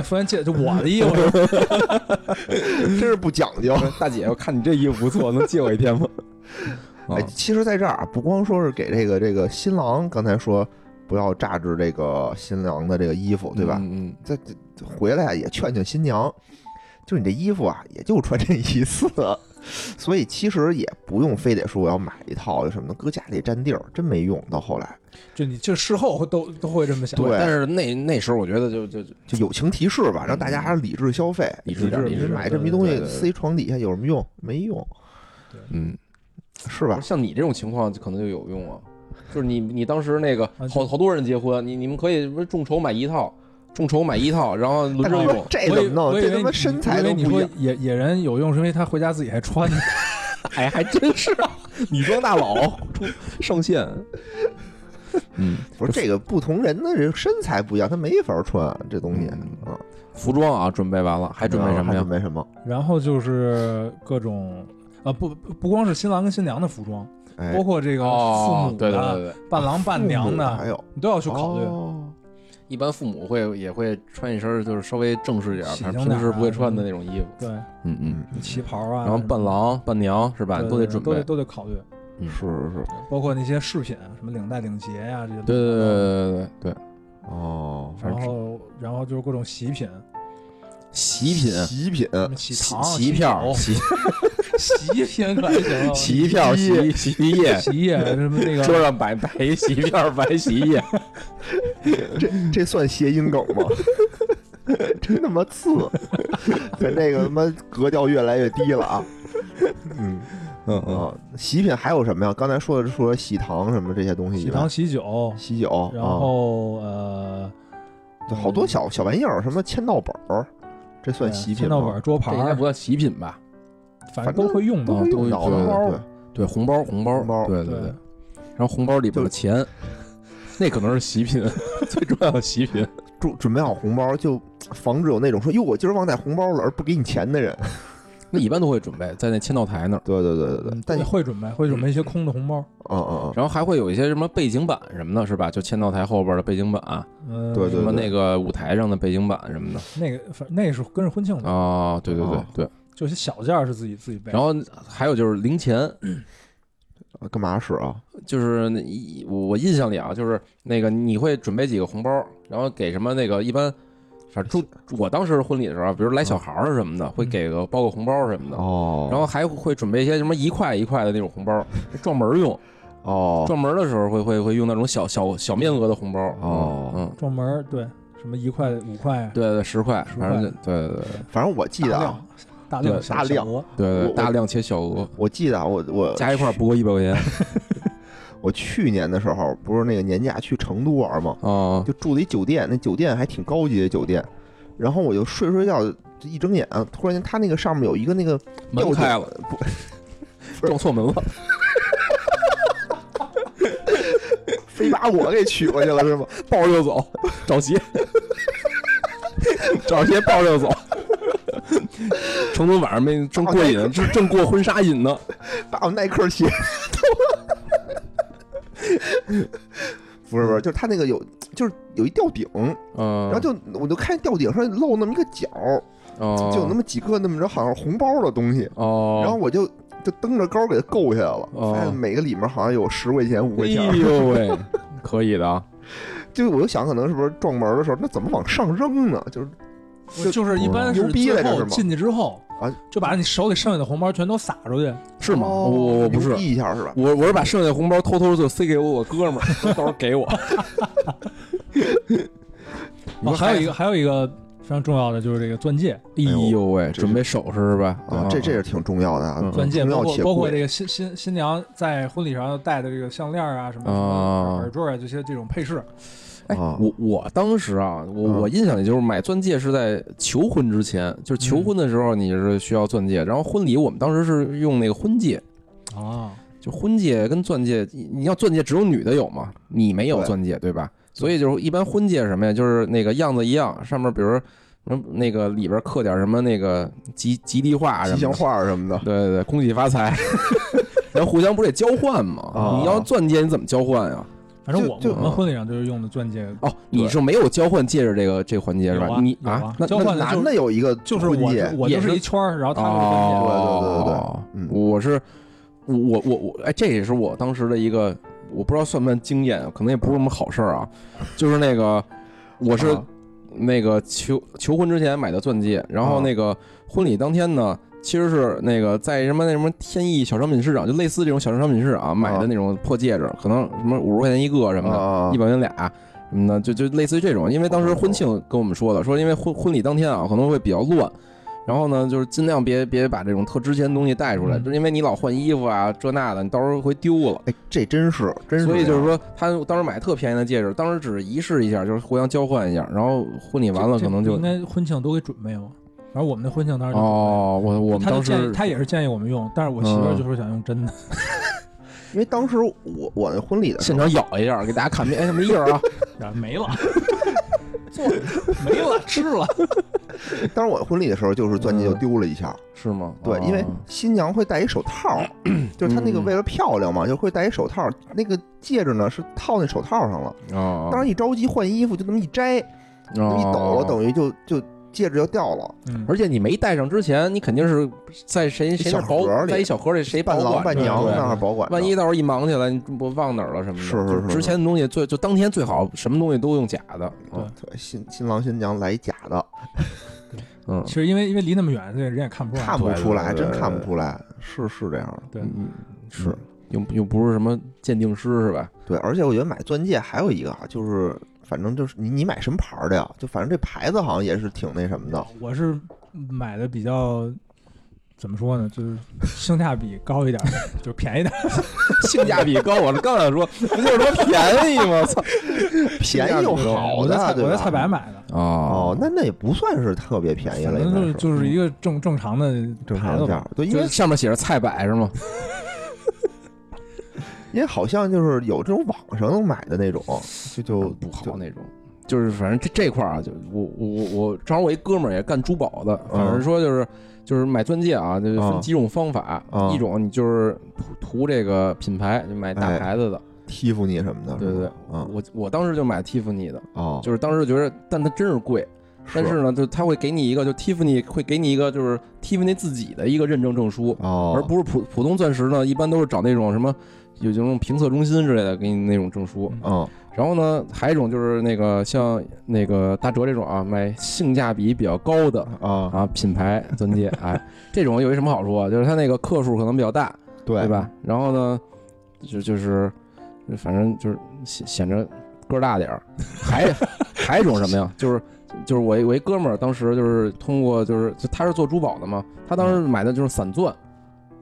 服务员借就我的衣服， [laughs] 真是不讲究。大姐，我看你这衣服不错，能借我一天吗？啊哎，其实在这儿啊，不光说是给这个这个新郎，刚才说不要榨制这个新郎的这个衣服，对吧？嗯，再再回来也劝劝新娘，就你这衣服啊，也就穿这一次， [laughs] 所以其实也不用非得说我要买一套什么的，搁家里占地儿，真没用。到后来就你就事后会都都会这么想。对但是那那时候我觉得就就就就友情提示吧，让大家还是理智消费，嗯理智点你理智买点这么一东对西对对塞床底下有什么用？没用，嗯，是吧？像你这种情况就可能就有用啊，就是你你当时那个啊就好好多人结婚，你你们可以不是众筹买一套，众筹买一套，然后轮着但用是。这我怎以么弄？我以哎这为他妈你身材我以都不一为你说样。野野人有用，是因为他回家自己还穿呢。哎，还真是啊女装大佬出上线。嗯，不是这个不同人的这身材不一样，他没法穿这东西啊嗯。服装啊，准备完了，还准备什么还呀准？备什么？ [laughs] 然后就是各种啊，不不不光是新郎跟新娘的服装，哎包，括这个父母哦对对的、对对，伴郎伴娘父母嗯还的，有你都要去考虑。哦一般父母会也会穿一身就是稍微正式一点，喜但庆是点儿啊平时不会穿的那种衣服。对，嗯嗯。旗袍啊，然后伴郎伴娘是吧，什么的都得准对备对。都得都得考虑，嗯是是是，包括那些饰品，什么领带、领结呀、这些。对对对对对对，哦，反然正后，然后就是各种喜品，喜品、喜品，什么喜糖、喜票、酒喜喜品可还行啊，喜票、喜喜液，洗衣液什么那桌个上摆摆一喜票，摆一喜液。这这算谐音梗吗？ [laughs] 真他妈次， [laughs] 咱这个他妈格调越来越低了啊！嗯嗯嗯。啊，喜品还有什么呀？刚才说的是说喜糖什么这些东西以喜外，糖、喜酒，喜酒，然啊后呃，就好多小小玩意儿，什么签到本儿，这算喜品啊签吗？到本儿、桌牌这应该儿不，算喜品吧？反正都会用都到会。都用到的，都对，对，红包，红包，红包对对对对。然后红包里边的钱，那可能是喜品， [laughs] 最重要的喜品。准准备好红包，就防止有那种说哟，我今儿忘带红包了而不给你钱的人。那一般都会准备在那签到台那儿，对对对对对嗯，但会嗯会准备，会准备一些空的红包。嗯嗯，然后还会有一些什么背景板什么的，是吧？就签到台后边的背景板，啊嗯，对对什么那个舞台上的背景板什么的。那个反那个是跟着婚庆的，哦，对对对哦对。就有些小件儿是自己自己备。然后还有就是零钱，呃干嘛使啊？就是那一我印象里啊，就是那个你会准备几个红包，然后给什么那个一般，反正祝我当时婚礼的时候啊，比如来小孩儿什么的，会给个包个红包什么的。哦，然后还会准备一些什么一块一块的那种红包，撞门儿用。哦撞门儿的时候会会会用那种小小小面额的红包。哦嗯，撞门儿对，什么一块五块，对对，十块，十块反正就对对对反正我记得大啊，量大对量小大量小额对我对，大量且小额，我记得啊，我我加一块儿不过一百块钱。我去年的时候不是那个年假去成都玩吗？哦就住了一酒店，那酒店还挺高级的酒店。然后我就睡睡觉，就一睁眼啊，突然间它那个上面有一个那个门开了，不撞错门了。非把我给娶过去了是吗？抱着就 [laughs] 走，找鞋，找鞋抱着就走，成都晚上没正过瘾，哦正正过婚纱瘾呢。把我耐克 [laughs] 鞋都，不是不是，就是他那个有，就是有一吊顶，嗯，然后就我就看吊顶上露那么一个角，哦就有那么几个那么着好像红包的东西，哦，然后我就就蹬着钩给它够下来了，哦发现每个里面好像有十块钱五块哎钱，呦喂，可以的啊，就我就想可能是不是撞门的时候那怎么往上扔呢？就是就就是一嗯般是牛逼最来着后是吗进去之后啊，就把你手里剩下的红包全都撒出去，是吗？哦我我我不是牛，逼一下是吧？我我是把剩下的红包偷偷就塞给我我哥们儿， [laughs] 到时候给 [laughs] 我。你哦，说还有一个，还有一个非常重要的就是这个钻戒，哎呦喂，这是准备首饰是吧？啊，这这也挺重要的啊嗯，钻戒重包要括且包括贵这个新新新娘在婚礼上戴的这个项链啊，什么什么啊耳坠啊，这些这种配饰，哎，啊我我当时啊，我嗯我印象里就是买钻戒是在求婚之前，就是嗯求婚的时候你是需要钻戒，然后婚礼我们当时是用那个婚戒，啊，就婚戒跟钻戒，你你要钻戒只有女的有嘛，你没有对钻戒对吧？所以就是一般婚戒是什么呀，就是那个样子一样，上面比如嗯那个里边刻点什么那个吉吉利话什吉祥么的，话什么的，对对对，恭喜发财， [laughs] 然后互相不得交换嘛？啊你要钻戒你怎么交换啊呀？反正就我就我们婚礼上就是用的钻戒，哦，你是没有交换戒指这个这个环节是有吧？啊你有啊那交换的男的有一个就是婚我戒是我也就是是一圈儿，然后他就是钻戒，哦，对对对对对嗯我是我我我我，哎，这也是我当时的一个，我不知道算不算经验，可能也不是什么好事儿 [laughs] 啊，就是那个我是啊那个求求婚之前买的钻戒，然后啊那个婚礼当天呢。其实是那个在什么那什么天意小商品市场，就类似这种小商品市场、买的那种破戒指，可能什么五十块钱一个什么的，啊一百元俩什么的，就就类似于这种。因为当时婚庆跟我们说的，说因为婚婚礼当天啊可能会比较乱，然后呢就是尽量别别把这种特值钱的东西带出来，嗯就因为你老换衣服啊这那的，你到时候会丢了。哎，这真是真是这样，所以就是说，他当时买特便宜的戒指，当时只是仪式一下，就是互相交换一下，然后婚礼这完了这可能不就应该婚庆都给准备吗？反正我们的婚庆当时就准备了。哦，我我们他就当建议时他也是建议我们用，但是我媳妇儿嗯就说想用真的，因为当时我我那婚礼的时现场咬一下，给大家看没哎没印儿啊，然后没 [laughs] 了，做了没了吃候，了，当时我婚礼的时候就是钻戒嗯就丢了一下，是吗？ [laughs] 对，哦因为新娘会戴一手套， [clears throat] 就是她那嗯个为了漂亮嘛，就会戴一手套，那个戒指呢是套那手套上了，哦，当时一着急换衣服就那么一摘，那么哦一抖，等于就就戒指就掉了，嗯而且你没戴上之前，你肯定是在谁谁那小儿保盒里在一小盒里谁保伴郎管伴着娘对那儿保管着，万一到时候一忙起来，你我忘哪儿了什么的，是是就是之前的东西最就当天最好什么东西都用假的，啊对对新新郎新娘来假的，嗯其实因为因为离那么远，这人也看不出来，看不出来，对对真对看不出来，是是这样的，对，嗯，是又又不是什么鉴定师是吧？对，而且我觉得买钻戒还有一个啊，就是反正就是你你买什么牌儿的呀？就反正这牌子好像也是挺那什么的，我是买的比较怎么说呢，就是性价比高一点儿，就是便宜点儿。性价比高，我刚想说不就是说便宜吗？操便宜又好我在的，菜对我在吧菜百买的，哦哦，那那也不算是特别便宜反了，正应就该是是嗯就是一个正正常的正牌常子价吧。儿。对，因就为是上面写着菜百是吗？因为好像就是有这种网上能买的那种，就就不好就那种。就是反正这这块儿啊，就我我我我正好我一哥们儿也干珠宝的，嗯反正说就是就是买钻戒啊，就是分嗯几种方法，嗯一种你就是图图这个品牌，就买大哎牌子的，欺负你什么的，对对对是吧，嗯我我当时就买 Tiffany 的，哦，就是当时觉得，但它真是贵。但是呢，就它会给你一个，就 Tiffany 会给你一个，就是 Tiffany 自己的一个认证证书，哦，而不是普普通钻石呢，一般都是找那种什么有这种评测中心之类的给你那种证书。嗯然后呢，还有一种就是那个像那个大哲这种啊，买性价比比较高的啊，啊品牌钻戒，哎，这种有一什么好处啊？就是它那个克数可能比较大，对对？吧？然后呢，就就是反正就是显显着个儿大点儿。还还有一种什么呀？就是就是我一我一哥们儿，当时就是通过就是就他是做珠宝的嘛，他当时买的就是散钻，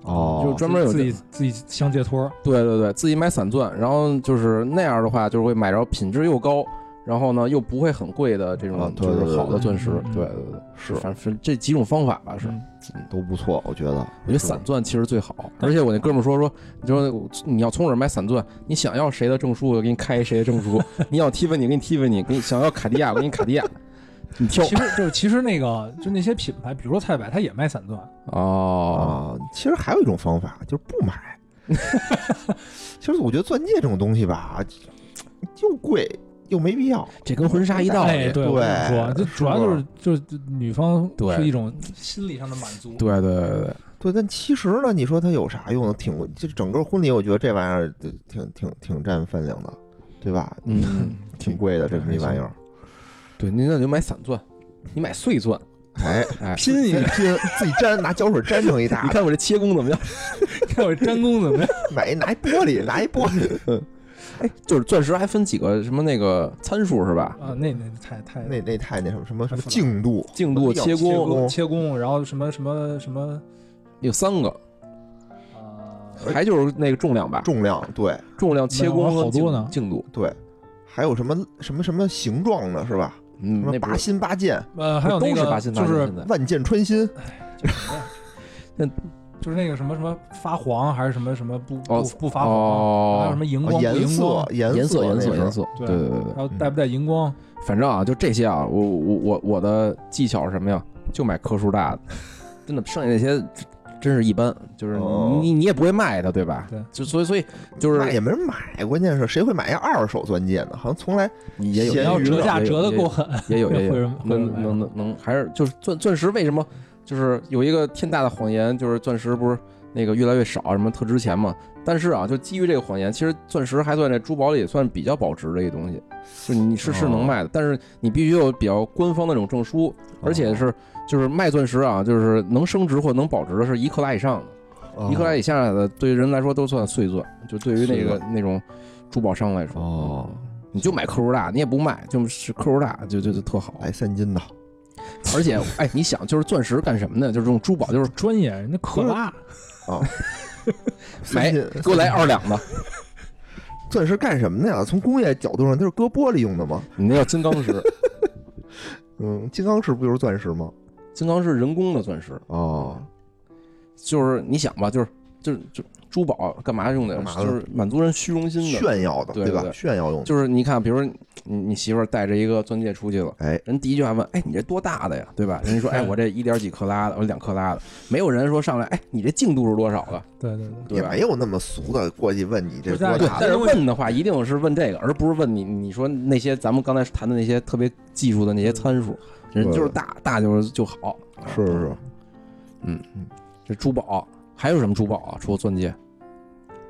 哦，就专门有自这己自己镶戒托儿，对对对，自己买散钻，然后就是那样的话，就是会买着品质又高。然后呢，又不会很贵的这啊种，对就对是对好的钻石嗯，嗯对对对，是反正这几种方法吧，是。嗯都不错，我觉得，我觉是得散钻其实最好，而且我那哥们儿说说，你说你要从我这儿买散钻，你想 [laughs] 要谁的证书，我给你开谁的证书；你要 Tiffany，给你 Tiffany；给你想要卡地亚，我给你卡地亚。你 [laughs] 挑其实就是其实那个就那些品牌，比如说菜百，它也卖散钻，哦，啊，其实还有一种方法就是不 [laughs] 买。其实我觉得钻戒这种东西吧，又贵又没必要。这跟婚纱一道哎，理。对，对我跟你说，就主要就是是就是女方对是一种心理上的满足，对对对对，对，但其实呢，你说它有啥用呢？挺，这整个婚礼，我觉得这玩意儿呃挺挺挺占分量的，对吧？嗯， [laughs] 挺贵的，这么一玩意儿，对，那那你就买散钻，你买碎钻，哎，哎， [laughs] 拼一拼，自己粘，拿胶水粘成一 [laughs] 你大的，看我这切工怎么样？看我粘工怎么样？买一拿一玻璃，拿一玻璃，哎，就是钻石还分几个什么那个参数是吧？ [laughs] 啊，那那太哎太那那太那什么什么什么太复杂净度，净度、要切切工工切工，然后什么什么什么有三个，啊，还就是那个重量吧，重量，对重量、切工和好净多呢净度，对，还有什么什么什么形状呢，是吧？嗯什，那么不八是嗯心八箭，呃，还有那都是个八千八就千是现在万箭穿心，就是那个什么什么发黄还是什么什么不哦不不发黄，啊还有什哦，么啊荧啊光不颜荧色光，颜颜色、嗯颜那色、是颜，色，对对对对对然，后带不带荧光？反正啊，就这些啊，我我我我的技巧是什么呀？就买颗数大的， [laughs] 真的，剩下那些真真是一般，就是哦你你也不会卖它，对吧？对，就所以所以就是那也没人买，关键是谁会买一二手钻戒呢？好像从来也有闲你要鱼折价也有折的也有够狠， [laughs] 也有也会有人会人能买能能能，还是就是钻钻石为什么就是有一个天大的谎言，就是钻石不是那个越来越少，什么特值钱嘛？但是啊，就基于这个谎言，其实钻石还算这珠宝里也算比较保值的一个东西，就你是是哦能卖的，但是你必须有比较官方的那种证书，而哦且是就是卖钻石啊，就是能升值或能保值的是一克拉以上的，哦一克拉以下的对于人来说都算哦碎钻，就对于那个那种珠宝商来说，哦，你就买克数大，你也不卖，就是克数大就就就特好。来三斤的，而 [laughs] 且，哎，你想，就是钻石干什么呢？就是这种珠宝， [laughs] 就是专业人家可 [laughs] 拉，三买斤给我来二两的。钻石干什么的呀？从工业角度上，它是割玻璃用的吗？你那叫金刚石，嗯，金刚石不就是钻石吗？ [laughs] 金刚是人工的钻石，哦，就是你想吧，就是就是就珠宝干嘛用的干？嘛的就是满足人虚荣心的。炫耀的，对吧对？对炫耀用的，就是你看，比如说你你媳妇儿带着一个钻戒出去了，哎，人第一句话问，哎，你这多大的呀？对吧？人家说，哎，嗯我这一点几克拉的，我两克拉的，没有人说上来，哎，你这净度是多少的？对对对，对也吧？没有那么俗的过去问你这不是多对大但的是因为问的话，一定是问这个，而不是问你你说那些咱们刚才谈的那些特别技术的那些参数，嗯人就是大大就是就好。是是是，这珠宝还有什么珠宝啊？除了钻戒，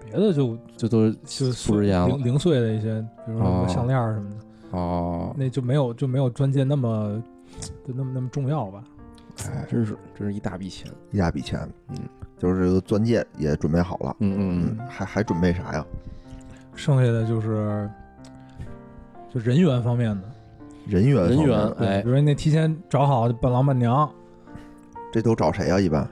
别的就这都是就素质严了零零碎的一些，比如说什么哦项链儿什么的，哦，那就没有就没有钻戒那么就那么那么重要吧？哎，真是真是一大笔钱。一大笔钱，嗯，就是这个钻戒也准备好了，嗯嗯嗯，还还准备啥呀？剩下的就是就人员方面的，人员人方面员对哎比如说你得提前找好伴郎伴娘，这都找谁啊？一般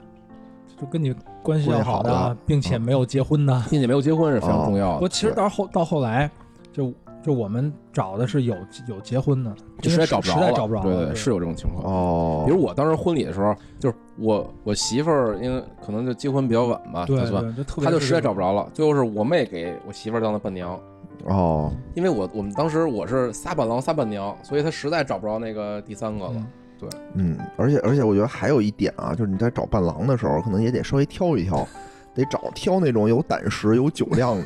就跟你关系要关好系好的的，并且没有结婚的。并且没有结嗯婚是非常重要不的，过其实到后到后来，就就我们找的是有有结婚的，就因实在为找不着实在了，找不着了，对对，是有这种情况。哦，比如我当时婚礼的时候，就是我我媳妇儿，因为可能就结婚比较晚吧，对她算，对，就特别她就是实在找不着了。最后是我妹给我媳妇儿当的伴娘，哦，因为我我们当时我是仨伴郎仨伴娘，所以他实在找不着那个第三个了。嗯嗯，而且而且我觉得还有一点啊，就是你在找伴郎的时候，可能也得稍微挑一挑，得找挑那种有胆识、有酒量的。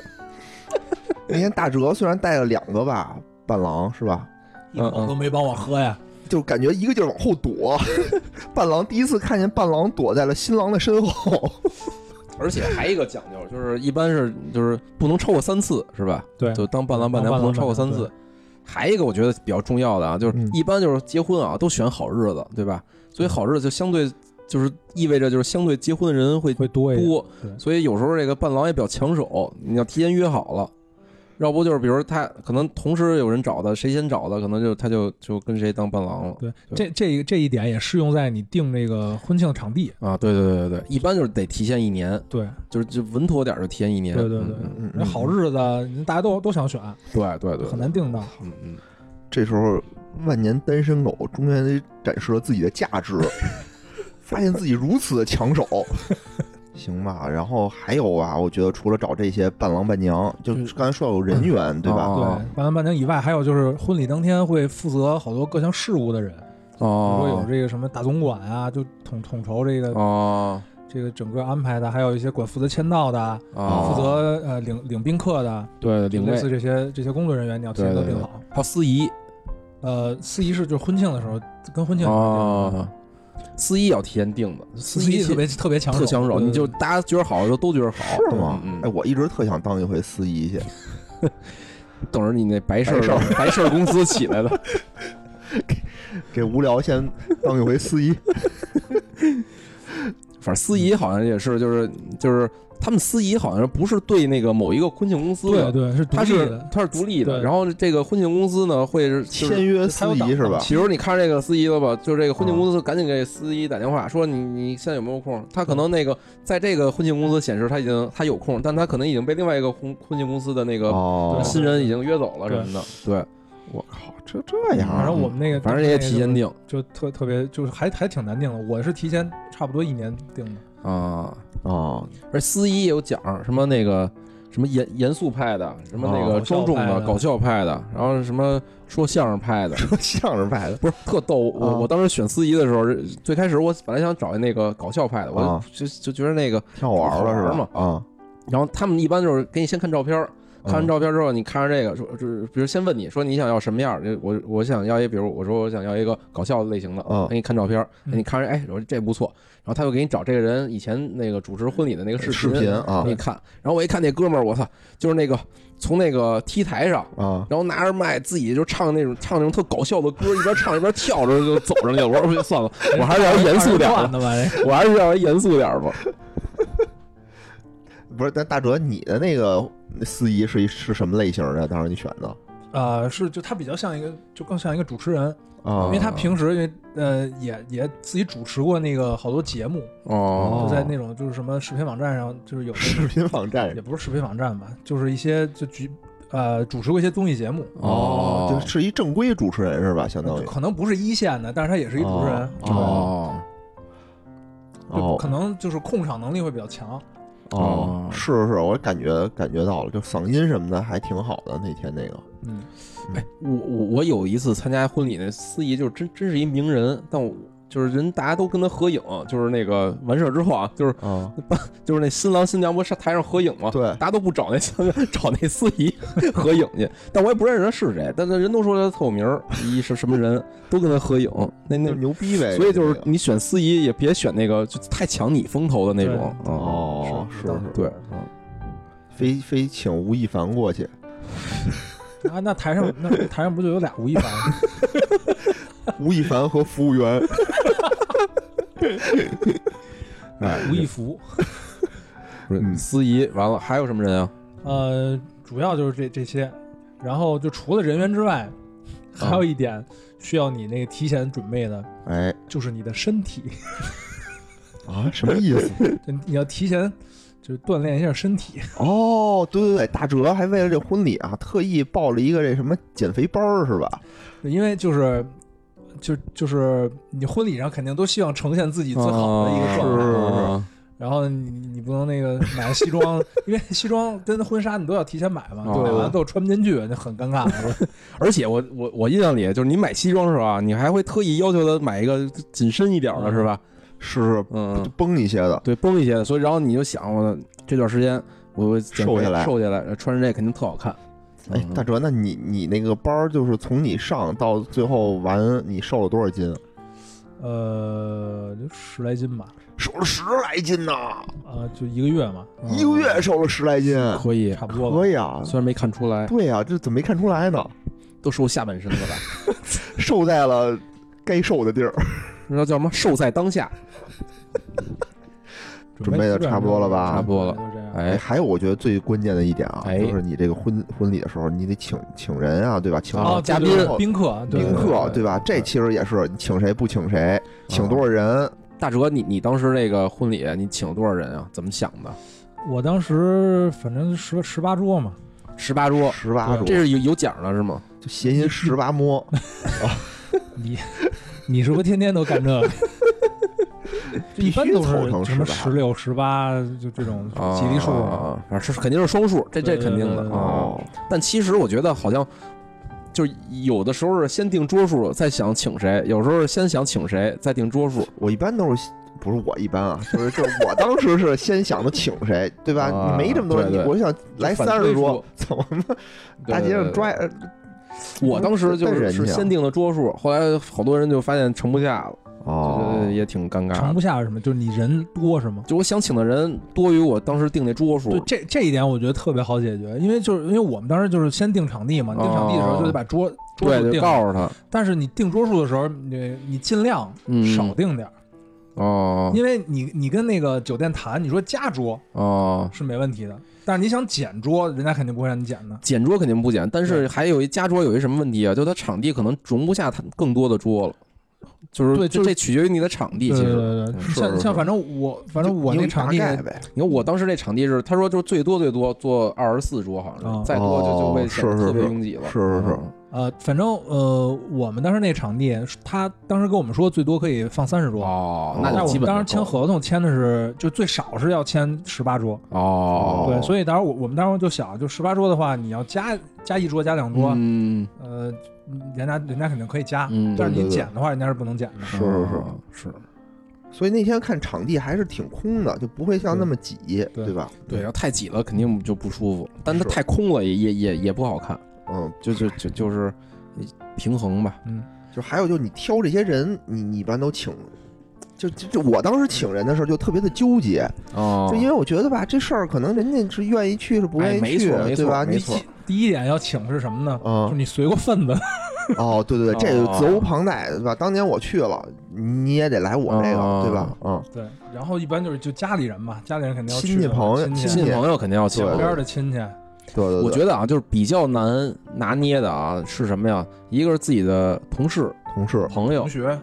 [laughs] 那天大哲虽然带了两个吧伴郎是吧，一嗯口都没帮我喝呀。就感觉一个劲儿往后躲。 [laughs] 伴郎第一次看见伴郎躲在了新郎的身后， [laughs] 而且还一个讲究，就是一般是就是不能超过三次，是吧？对就当伴郎伴娘不能超过三次对。还一个我觉得比较重要的啊，就是嗯一般就是结婚啊都选好日子，对吧？所以好日子就相对就是意味着就是相对结婚的人会会多一点，多对，所以有时候这个伴郎也比较抢手，你要提前约好了。要不就是，比如他可能同时有人找的，谁先找的，可能就他就就跟谁当伴郎了。对，对这这一这一点也适用在你定那个婚庆场地。啊，对对对对对，一般就是得提前一年，对，就是就稳妥点儿就提前一年。对对嗯对嗯嗯那好日子大家都都想选，对对对，很难定到。对。嗯嗯，这时候万年单身狗终于展示了自己的价值，发现自己如此的抢手。行吧，然后还有啊，我觉得除了找这些伴郎伴娘，就嗯刚才说有人员对吧？哦对，伴郎伴娘以外，还有就是婚礼当天会负责好多各项事务的人，比如说有哦这个什么大总管啊，就统统筹这个哦这个整个安排的，还有一些管负责签到的，啊哦，负责呃领领宾客的，对领类位，似这些这些工作人员，你要提前都对对对定好。还有司仪呃，司仪是就是婚庆的时候，跟婚庆有关系哦，司仪要提前定的，司仪仪特别特别抢手，特抢手，对你就对大家觉得好就都觉得好，是吗？嗯哎，嗯，我一直特想当一回司仪去，等着你那白事白事儿白事儿公司起来了。给无聊先当一回司仪。反正司仪好像也是，就是就是他们司仪好像不是对那个某一个婚庆公司对的，对是独他立是的，他是独立的。对然后这个婚庆公司呢会是就是签约啊司他有档仪是吧？比如你看这个司仪了吧，就是这个婚庆啊公司赶紧给司仪打电话说你你现在有没有嗯空？他可能那个在这个婚庆公司显示他已经他有空，但他可能已经被另外一个婚婚庆公司的那个哦，新人已经约走了对什么的。对，我靠，这这样啊，反正我们那个反正也提前定就特特别就是还还挺难定的，我是提前差不多一年定的。啊。哦，而司仪也有奖，什么那个什么严严肃派的，什么那个哦庄重的、搞搞笑派的，然后什么说相声派的，说相声派的不是特逗。我、啊我当时选司仪的时候，最开始我本来想找那个搞笑派的，我就、啊就就觉得那个，挺好玩儿的是好吧玩嘛？啊，嗯然后他们一般就是给你先看照片儿。看完照片之后，你看着这个，说，就是比如先问你说你想要什么样儿？就我我想要一，比如我说我想要一个搞笑类型的，嗯给你看照片儿，嗯哎你看着，哎，我说这不错，然后他又给你找这个人以前那个主持婚礼的那嗯个视视频啊你看，然后我一看那哥们儿，我操，就是那个从那个 T 台上，啊，然后拿着麦自己就唱那种唱那种特搞笑的歌，一边唱一边跳着就走上去了。我说不行，算了，我还是要严肃点儿吧，的吧，这我还是要严肃点儿吧。不是，但大哲，你的那个司仪是一是什么类型的？当时你选的呃是就他比较像一个就更像一个主持人，因啊为他平时因为呃也也自己主持过那个好多节目，哦就在那种就是什么视频网站上，就是有视频网站也不是视频网站吧，就是一些就举呃主持过一些综艺节目，哦就是一正规主持人是吧？相当于可能不是一线的，但是他也是一主持人，哦哦对就可哦能就是控场能力会比较强。哦，是是，我感觉感觉到了，就嗓音什么的还挺好的。那天那个嗯，哎，我我我有一次参加婚礼，那司仪就是真真是一名人，但我就是人大家都跟他合影，就是那个完事儿之后啊，就是啊，就是那新郎新娘不是上台上合影吗？对大家都不找那 [laughs] 找那司仪合影去，但我也不认识他是谁，但是人都说他特有名儿，一是什么人，都跟他合影。那就那是，牛逼呗。所以就是这个你选司仪也别选那个就太抢你风头的那种。嗯，哦，是是，对，嗯非非请吴亦凡过去，啊，那台上那台上不就有俩吴亦凡吗？吴亦凡和服务员，哎， [laughs] 吴亦孚，不是嗯司仪，完了还有什么人啊？呃，主要就是这这些，然后就除了人员之外，还有一点需要你那个提前准备的，哎就是你的身体，啊，什么意思？就你要提前就是锻炼一下身体。 [laughs] 哦，对对对，大哲还为了这婚礼啊，特意报了一个这什么减肥班儿是吧？因为就是就就是你婚礼上肯定都希望呈现自己最好的一个状态，啊然后你你你不能那个买个西装， [laughs] 因为西装跟婚纱你都要提前买嘛，哦买完了都穿不进去，那很尴尬。是吧 [laughs] 而且我我我印象里，就是你买西装的时候啊，你还会特意要求他买一个紧身一点的，是吧？是是，嗯，崩一些的，对，崩一些的。所以然后你就想，我这段时间我我减瘦肥下来瘦下来，呃穿着这肯定特好看。嗯哎，大哲，那你你那个班儿就是从你上到最后完，你瘦了多少斤？呃，就十来斤吧，瘦了十来斤呐、呃，就一个月嘛，嗯一个月瘦了十来斤，可以，差不多吧。可以啊。虽然没看出来，对呀、这怎么没看出来呢？都瘦下半身了吧？瘦在了该瘦的地儿，那叫什么？瘦在当下。准备的差不多了吧差不多了就这样。哎，[laughs] 哎，还有我觉得最关键的一点啊，哎就是你这个婚婚礼的时候，你得请请人啊，对吧？请啊哦，嘉对宾对对宾客，对宾对客，对啊对吧？这其实也是你请谁不请谁，请多少人，大哲，你你当时那个婚礼，你请了多少人啊？怎么想的？我当时反正十十八桌嘛，十八桌，十八桌，这是有有奖啊的是吗？就谐音十八摸，你你是不是天天都干这个？ [laughs] 就一般都必须凑成是什么18十六、十八，就这种啊吉利数嘛。啊，啊是肯定是双数，这这对肯定的对对对啊。哦，但其实我觉得好像就是有的时候是先定桌数，再想请谁；有时候是先想请谁，再定桌数。我一般都是不是我一般啊， [laughs] 就是就是我当时是先想着请谁，对吧？啊你没这么多人，对对我想来反三对十数桌，怎么对大街上。抓呃对对？我当时就但是人是家啊先定的桌数，后来好多人就发现盛不下了，就哦是也挺尴盛尬不的。下是什么？就是你人多是吗？就我想请的人多于我当时定那桌数对，，这这一点我觉得特别好解决，因为就是因为我们当时就是先定场地嘛，哦定场地的时候就得把桌桌对，数就定了，告诉他，但是你定桌数的时候，你你尽量嗯，少定点儿，哦因为你你跟那个酒店谈，你说加桌哦，是没问题的，但是你想减桌，人家肯定不会让你减的。减桌肯定不减，但是还有一加桌有一什么问题啊？就它场地可能容不下它更多的桌了，就是对这就是这取决于你的场地。对其对实对嗯对，是像是像是反正我反正我就那你场大地概呗，你看我当时那场地是，他说就最多最多坐二十四桌，好像哦是，再多就就会显哦得是是特别是拥挤了。是是是嗯呃，反正呃，我们当时那场地，他当时跟我们说最多可以放三十桌，哦，那那就但是我基们本当时就够签了合同签的是就最少是要签十八桌，哦，对，所以当时我我们当时就想，就十八桌的话，你要加加一桌加两桌，嗯呃，人家人家肯定可以加，嗯，但是对你对对减的话，人家是不能减的。是是啊是嗯是，所以那天看场地还是挺空的，就不会像那么挤，对对吧？对，要太挤了肯定就不舒服，但它是太空了也也也也不好看，嗯，就就就就是平衡吧。就还有就你挑这些人，你你一般都请，就就就我当时请人的时候就特别的纠结，哦，就因为我觉得吧，这事儿可能人家是愿意去是不愿哎没意去，错没对吧？错你没错挤第一点要请是什么呢？就嗯，你随过份子， [laughs] 哦，对对对，这个哦责无旁贷，对吧？当年我去了，你也得来我这哦个，对吧？嗯，对，然后一般就是就家里人嘛，家里人肯定要去亲戚嘛朋友亲亲亲戚戚朋友肯定要请对旁对。边的亲戚，对对对，我觉得啊，就是比较难拿捏的啊，是什么呀？一个是自己的同事、同事朋友同，学，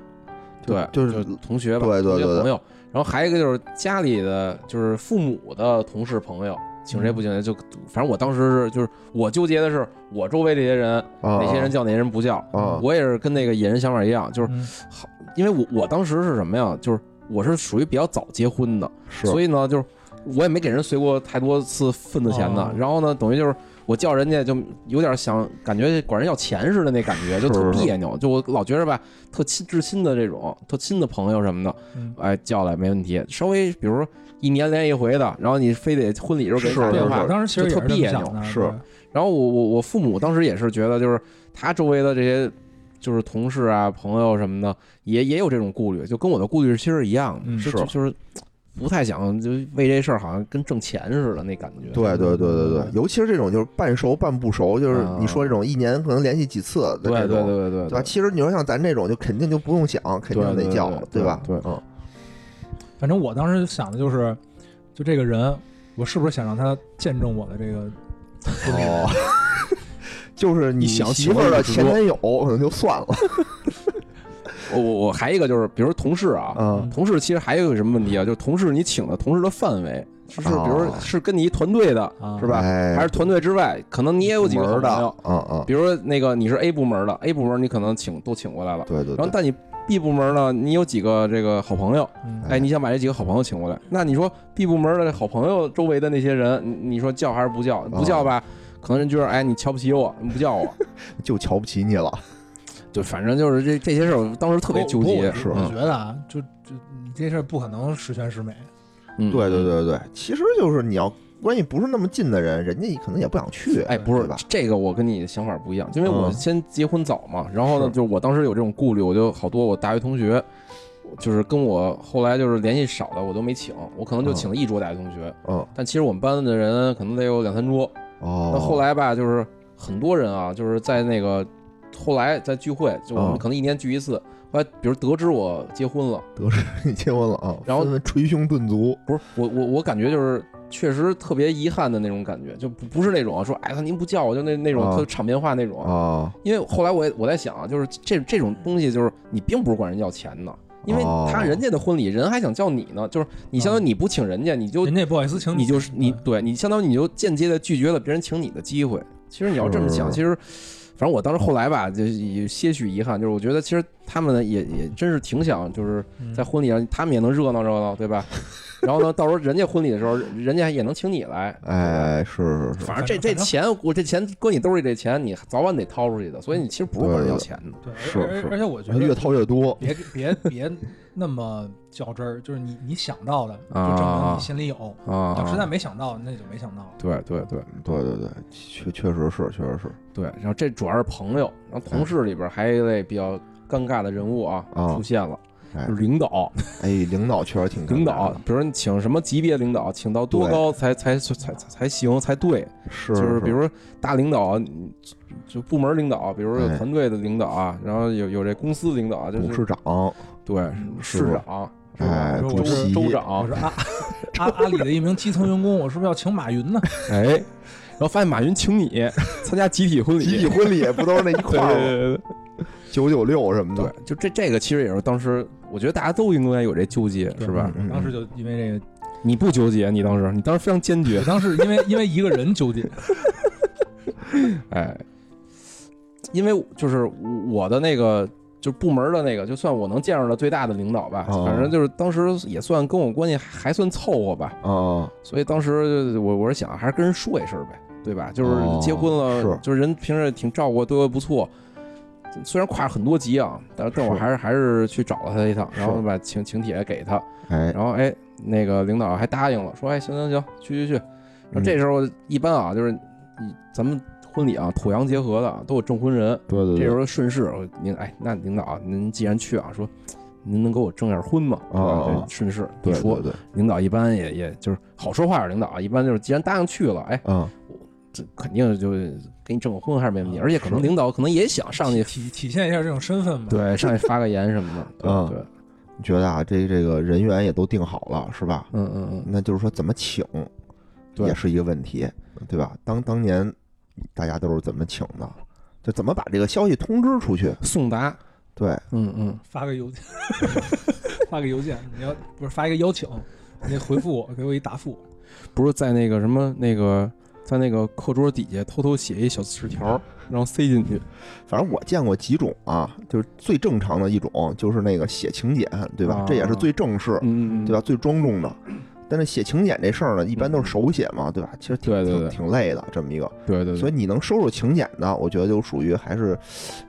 就对，就是同学吧，对对同学对对朋友。然后还有一个就是家里的，就是父母的同事朋友，请谁不嗯请谁，就反正我当时是，就是我纠结的是，我周围这些人，啊，哪些人叫哪些人不叫，啊，我也是跟那个野人想法一样，就是嗯因为我我当时是什么呀，就是我是属于比较早结婚的，是所以呢，就是我也没给人随过太多次份子钱的哦。然后呢，等于就是我叫人家就有点想感觉管人要钱似的那感觉，就特是是是别扭。就我老觉着吧，特亲至亲的这种特亲的朋友什么的，嗯，哎，叫来没问题。稍微比如说一年连一回的，然后你非得婚礼时候给人打是对，电是话我，当时其实也就特是这么别想扭的，是对然后我我我父母当时也是觉得，就是他周围的这些就是同事啊、朋友什么的，也也有这种顾虑，就跟我的顾虑其实是一样的，嗯就是就就是不太想就为这事儿好像跟挣钱似的那感觉。嗯对对对对对，尤其是这种就是半熟半不熟，就是啊你说这种一年可能联系几次的这对种，对对对对吧？其实你说像咱这种，就肯定就不用想，肯定得叫，对对对吧？对嗯，反正我当时想的就是，就这个人，我是不是想让他见证我的这个婚礼？哦，就是你你想媳妇儿的起前男友， [laughs] 可能就算了我我我还一个就是，比如同事啊，啊。同事其实还有什么问题啊？就是同事你请的同事的范围，是是，哦比如是跟你一团队的，啊，是吧？哎还是团队之外，可能你也有几个门好儿的朋友，，嗯嗯，比如说那个你是 A 部门的，A 部门你可能请都请过来了。对对然后对，但你 B 部门呢，你有几个这个好朋友，嗯哎哎，你想把这几个好朋友请过来，那你说 B 部门的好朋友周围的那些人，你你说叫还是不叫？不叫啊吧，可能人觉得哎你瞧不起我，你不叫 [laughs] 我，就瞧不起你了，对，反正就是这这些事儿，我当时特别不纠不过结我，是我嗯觉得啊，就就你这事儿不可能十全十美，嗯，对对对对，其实就是你要关系不是那么近的人，人家可能也不想去，哎，不对是吧这个，我跟你想法不一样，因为我嗯先结婚早嘛，然后呢，是就是我当时有这种顾虑，我就好多我大学同学，就是跟我后来就是联系少的，我都没请，我可能就嗯请了一桌大学同学，嗯但其实我们班的人可能得有两三桌，哦，那后来吧，就是很多人啊，就是在那个后来在聚会，就我们嗯可能一年聚一次。后来，比如得知我结婚了，得知 [laughs] 你结婚了啊，然后纷纷捶胸顿足，不是我我我感觉就是确实特别遗憾的那种感觉，就不不是那种说哎他您不叫我就那那种啊特场面话那种。啊，因为后来我也我在想啊，就是这这种东西就是你并不是管人要钱的，因为哦嗯他人家的婚礼人还想叫你呢，就是你相当于你不请人家，你就人家也不好意思请你就是你对你相当于你就间接的拒绝了别人请你的机会。其实你要这么想，是其实反正我当时后来吧，就是有些许遗憾，就是我觉得其实他们呢也也真是挺想，就是嗯在婚礼上他们也能热闹热闹，对吧？ [laughs] 然后呢，到时候人家婚礼的时候，人家也能请你来。哎，是是是，反正这反这正钱，我这钱搁你兜里，这钱你早晚得掏出去的，所以你其实不是管人要钱的。对，是而是而而且我觉越得掏越多，别别别那么较真儿，就是你你想到的就啊证明你心里有，啊要实在没想到那就没想到。对对对对对对，确确实是确实是对，然后这主要是朋友，然后同事里边还有一类比较尴尬的人物啊啊出现了，哎就是领导，哎，领导确实挺尴尬的领导，啊比如说你请什么级别领导，请到嗯多对高才才才才才行才对，是就是比如说大领导，你就部门领导，比如说有哎团队的领导啊，然后有有这公司领导啊，就董是事长，对是市吧长，是嗯吧哎，我主说席，州我长，说阿阿阿里的一名基层员工，我是不是要请马云呢？哎，然后发现马云请你参加集体婚礼，集体婚礼不都是那一对块 [laughs] 对儿吗？嗯对对九九六什么对的，，就这这个其实也是当时，我觉得大家都应该有这纠结，是吧？嗯当时就因为这个，你不纠结，你当时你当时非常坚决我，当时因为因为一个人纠结，哎，因为就是我的那个就部门的那个，就算我能见着的最大的领导吧，哦反正就是当时也算跟我关系还算凑合吧，啊，所以当时就我我是想还是跟人说一声呗，对吧？就是哦结婚了，是就是人平时也挺照顾我，对我也不错。虽然跨了很多级啊，但是但我是还是还是去找了他一趟，是然后把请请帖给他，哎，然后哎，那个领导还答应了，说哎行行行，去去去。那嗯这时候一般啊，就是你咱们婚礼啊，土洋结合的啊都有证婚人，对对这对时，候顺势我您哎，那领导啊您既然去啊，说您能给我证下婚吗？啊啊对吧啊这顺势一对说对，对，领导一般也也就是好说话的领导啊，一般就是既然答应去了，哎，嗯，这肯定就给你证个婚还是没问题，啊而且可能是领导可能也想上去体体现一下这种身份吧。对上去发个言什么的，啊对对，你觉得啊，这这个人员也都定好了是吧？嗯嗯嗯，那就是说怎么请，对也是一个问题，对吧？当当年大家都是怎么请的？就怎么把这个消息通知出去？送达，对，嗯嗯，发个邮件， [laughs] 发个邮件，你要不是发一个邀请，你得回复我，给我一答复。不是在那个什么那个在那个课桌底下偷偷写一小纸条，然后塞进去，反正我见过几种啊，就是最正常的一种就是那个写请柬，对吧啊？这也是最正式，嗯嗯，嗯嗯对吧？？最庄重的。但是写请柬这事儿呢，一般都是手写嘛，对吧？其实挺对对挺对挺累的这么一个，对对所对以，你能收收请柬的，我觉得就属于还是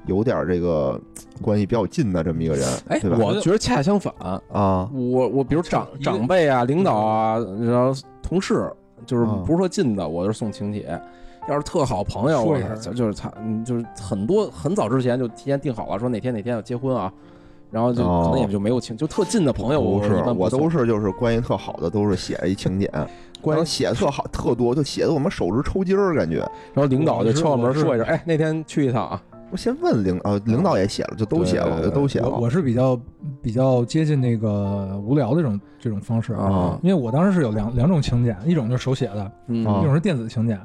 有点这个关系比较近的这么一个人，哎，对吧？我觉得恰恰相反，啊，我我比如长一个嗯长辈啊、领导啊，然后同事，就是嗯不是说近的，我就是送请帖。要是特好朋友，说我一声就就是他，嗯就是很多很早之前就提前定好了，说哪天哪天要结婚啊，然后就哦可能也就没有请，就特近的朋友，哎我不是一，般我不送都是就是关系特好的，都是写一请柬，关然后系。写得特好特多，就写的我们手指抽筋儿感觉。然后领导就敲门我是说一声，哎，那天去一趟啊，我先问领呃，领导也写了，就都写了，对对我对就都写我了。我是比较比较接近那个无聊的这种这种方式，啊，因为我当时是有两两种请柬，一种就是手写的，嗯，啊一种是电子请柬。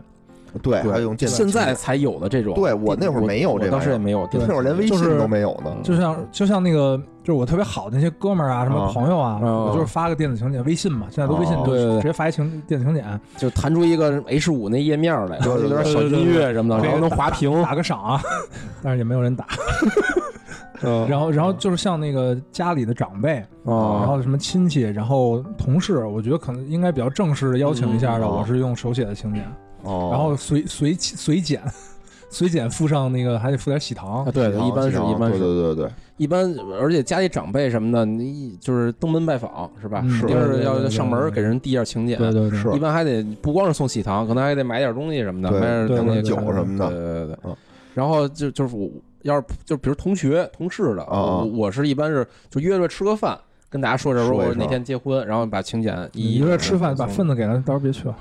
对，对还用电子请现在柬才有的这种，对我那会儿没有我这玩意儿当时也没有，那会儿连微信就是都没有呢。就像就像那个，就是我特别好的那些哥们儿啊，什么啊朋友啊，啊我就是发个电子请柬，微信嘛，现在都微信哦，对对对啊就直接发一请电子请柬，就弹出一个 H 五那页面来，然后有点小音乐什么的，对对对然后能滑屏，打个赏啊， [laughs] 但是也没有 [laughs] 人打。嗯然后然后就是像那个家里的长辈，然啊，后什么亲戚，然后同事，我觉得可能应该比较正式的邀请一下的，嗯哦我是用手写的请柬，哦，然后随随随检，随检附上那个还得附点喜糖啊，对，然后一般然是后一般对是对对对，一般，而且家里长辈什么的，你一就是登门拜访是吧？嗯一是定对是对对要对上门给人递一下请柬，对对对，是一般还得不光是送喜糖，可能还得买点东西什么的，对买点对东西对酒什么对的，对对对嗯。然后就就是我要是就比如同学同事的，啊啊我我是一般是就约着吃个饭，跟大家说着说说一我声那天结婚，然后把请柬一一你就在吃饭，把送份子给他，到时候别去了。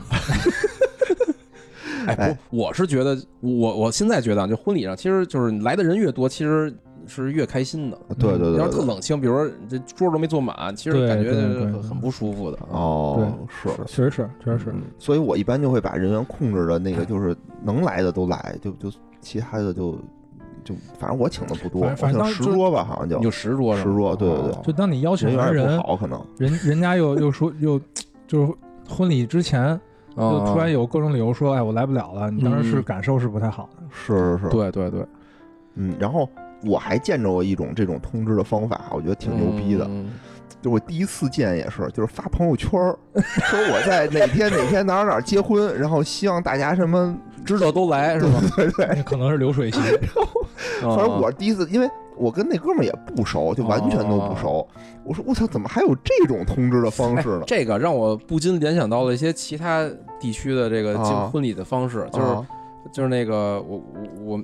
哎哎，不，我是觉得，我我现在觉得啊，就婚礼上，其实就是来的人越多，其实是越开心的。对对对，要是对特冷清，嗯比如说这桌都没坐满，其实对感觉就对是对很很不舒服的。哦，是，确实是，确实是，嗯所以我一般就会把人员控制的那 [laughs] 个，就是能来的都来，就就其他的就就反正我请的不多，反我反正请当十就桌吧，好像就你就嗯十桌是吗十桌对对对哦就当你邀请人完缘也人不，好，可能人人家又又说又就是婚礼之前嗯就突然有各种理由说，哎，我来不了了。你当时是嗯感受是不太好的，是是是，对对对，嗯，然后我还见着过一种这种通知的方法，我觉得挺牛逼的。嗯就我第一次见也是，就是发朋友圈儿，说我在哪天哪天哪儿哪儿结婚，然后希望大家什么，知道都来是吧？嗯那可能是流水 [laughs] 席。反 [laughs] 反正我第一次，因为我跟那哥们儿也不熟，就完全都不啊熟。我说我操，怎么还有这种通知的方式呢？这个让我不禁联想到了一些其他地区的这个进啊婚礼的方式， [laughs] 就是啊就是那个我我我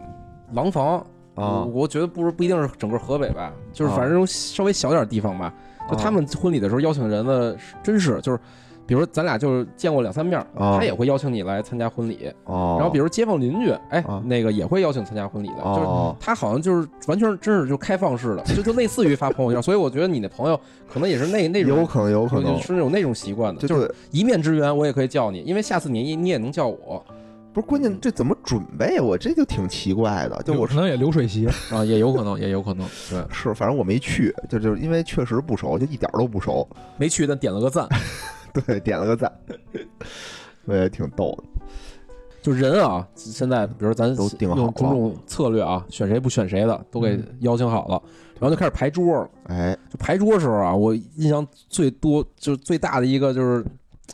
廊坊，我啊，我觉得不是不一定是整个河北吧，就是啊反正这种稍微小点儿地方吧，就他们婚礼的时候邀请人的是，真是就是，比如说咱俩就是见过两三面儿，啊他也会邀请你来参加婚礼，哦，然后比如街坊邻居，哎啊，那个也会邀请参加婚礼的，就是。哦，他好像就是完全真是就开放式的，就就类似于发朋友圈，所以我觉得你的朋友可能也是那那种有可能有可能，是那种那种习惯的，这就是对一面之缘，我也可以叫你，因为下次你你也能叫我不是关键，这怎么准备？啊我这就挺奇怪的。就我可能也流水席，啊，也有可能，也有可能，对，是，反正我没去，就就是因为确实不熟，就一点儿都不熟。 [laughs] 没去但点了个赞。对，点了个赞，我也挺逗的。就人啊，现在比如咱都定好了嗯用种种策略啊，选谁不选谁的都给邀请好了，然后就开始排桌了。哎，就排桌时候啊，我印象最多就是最大的一个就是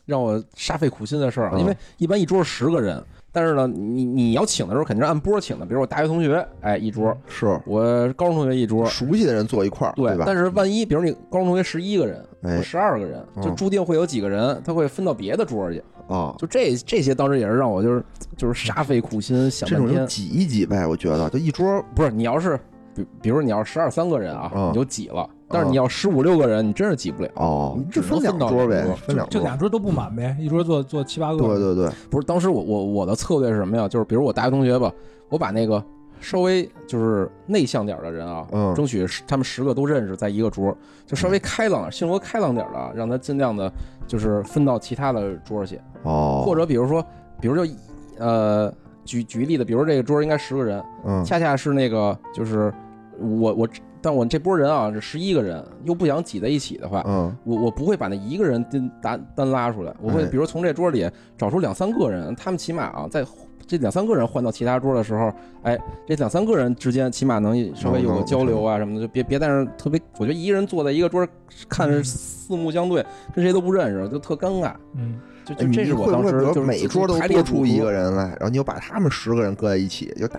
让我煞费苦心的事儿啊，嗯因为一般一桌十个人，但是呢，你你要请的时候肯定是按波请的，比如我大学同学，哎一桌，是我高中同学一桌，熟悉的人坐一块儿，对，吧？但是万一比如你高中同学十一个人，哎我十二个人，就嗯注定会有几个人他会分到别的桌儿去。啊，就这这些当时也是让我就是就是煞费苦心想这半种就天。挤一挤呗，我觉得就一桌不是你要是比比如你要十二三个人啊，嗯你就挤了；但是你要十五六个人，你真是挤不了。哦你，就只能两分到桌两呗桌，分两就桌。两桌都不满呗，一桌坐坐七八个。对对对，不是，当时我我我的策略是什么呀？就是比如我大学同学吧，我把那个稍微就是内向点儿的人啊，嗯争取他们十个都认识，在一个桌，就稍微开朗、性格开朗点儿的，啊让他尽量的，就是分到其他的桌去。哦，或者比如说，比如就一呃举举个例子，比如说这个桌应该十个人，嗯恰恰是那个就是我我，但我这波人啊是十一个人，又不想挤在一起的话，嗯我我不会把那一个人单单单拉出来，我会哎比如从这桌里找出两三个人，他们起码啊在。这两三个人换到其他桌的时候，哎，这两三个人之间起码能稍微有个交流啊什么的，就别别在那儿特别，我觉得一个人坐在一个桌看嗯着四目相对，跟谁都不认识，就特尴尬。嗯，就哎就你这你是我会不当会时比如就是每桌都排列多组出合一个人来，然后你就把他们十个人搁在一起，就大，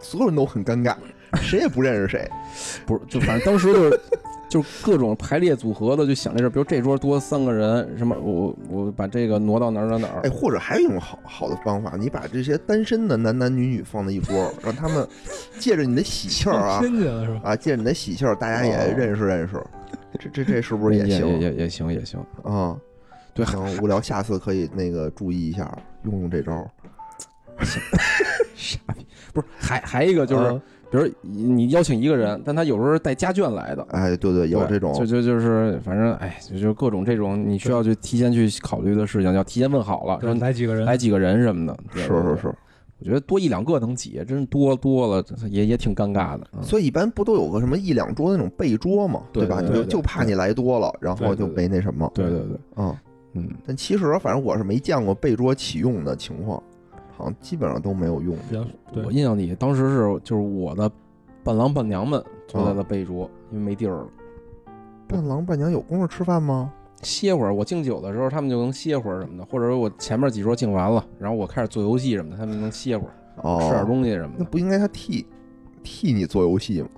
所有人都很尴尬，谁也不认识谁。不是，就反正当时就是。就是各种排列组合的，就想这事儿，比如这桌多三个人，什么我我我把这个挪到哪儿哪儿哪哎，儿，或者还有一种好好的方法，你把这些单身的男男女女放在一桌，让他 [laughs] 们借着你的喜气儿啊亲戚了是吧？啊，借着你的喜气儿，大家也认识认识。这这这是不是哦也也行也也行也行，啊？对行，无聊，下次可以那个注意一下，用用这招儿。傻逼，不是还还一个 [laughs] 就是，啊，比如你你邀请一个人，但他有时候是带家眷来的，哎，对对，有对这种就就就是反正哎，就就各种这种你需要去提前去考虑的事情，要提前问好了，对说来几个人来，几个人什么的，对是对是对是，我觉得多一两个能挤，真是多多了也也挺尴尬的，嗯所以一般不都有个什么一两桌那种备桌嘛，对吧？对你就对就怕你来多了，然后对就对没那什么。对对对，嗯，嗯。但其实反正我是没见过备桌起用的情况，好像基本上都没有用。比较对我印象里当时是就是我的伴郎伴娘们啊坐在了背桌，因为没地儿了。伴郎伴娘有功夫吃饭吗？歇会儿，我敬酒的时候，他们就能歇会儿什么的，或者说我前面几桌敬完了，然后我开始做游戏什么的，他们能歇会儿，哦，吃点东西什么那的。不应该他替替你做游戏吗？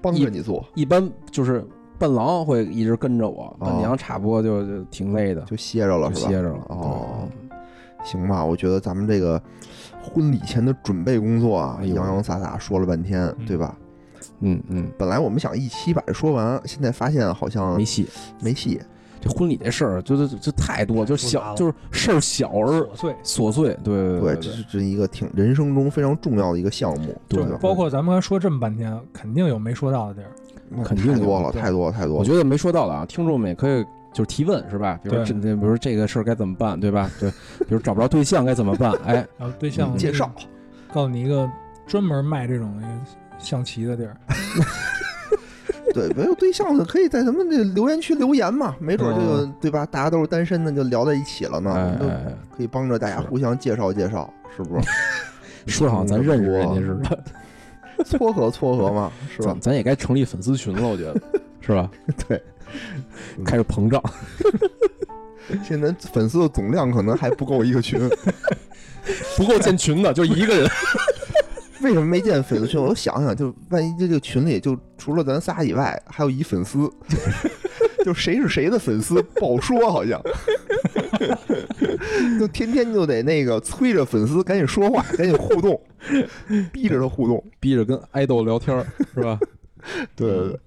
帮着你做，一般就是伴郎会一直跟着我，伴娘差不多就就挺累的，就歇着了就是吧？歇着了。哦对，行吧，我觉得咱们这个婚礼前的准备工作啊，哎呦洋洋洒洒说了半天，嗯对吧？嗯嗯，本来我们想一期把这说完，现在发现好像没戏。没戏。这婚礼这事儿，就就就太多，就复杂小了就是事儿小而琐碎。琐碎。对，对对这是这是一个挺人生中非常重要的一个项目，对吧？包括咱们刚才说这么半天，啊肯定有没说到的地儿。那肯定嗯太多有了，对太多了，太多我了。觉得没说到的啊，听众们也可以就是提问是吧？比如说这，对比如说这个事儿该怎么办，对吧？对，比如找不着对象该怎么办？哎，然后对象嗯介绍，告诉你一个专门卖这种那个象棋的地儿，对，没有对象的可以在咱们这留言区留言嘛，没准这个、嗯对吧？大家都是单身的，就聊在一起了呢，哎我哎们哎都可以帮着大家互相介绍介绍，是 [laughs] 不是？说得好咱认识人家似的，撮合撮合嘛，是吧咱？咱也该成立粉丝群了，我觉 [laughs] 得是吧？ [laughs] 对，开始膨胀。现在粉丝的总量可能还不够一个 [laughs] 群，不够建群的，就一个人。为什么没建粉丝群？我想想，就万一这个群里就除了咱仨以外，还有一粉丝，就谁是谁的粉丝不好说，好像，就天天就得那个催着粉丝赶紧说话，赶紧互动，逼着他互动。 [laughs] 逼着跟爱豆聊天儿是 [laughs] 吧？对对对，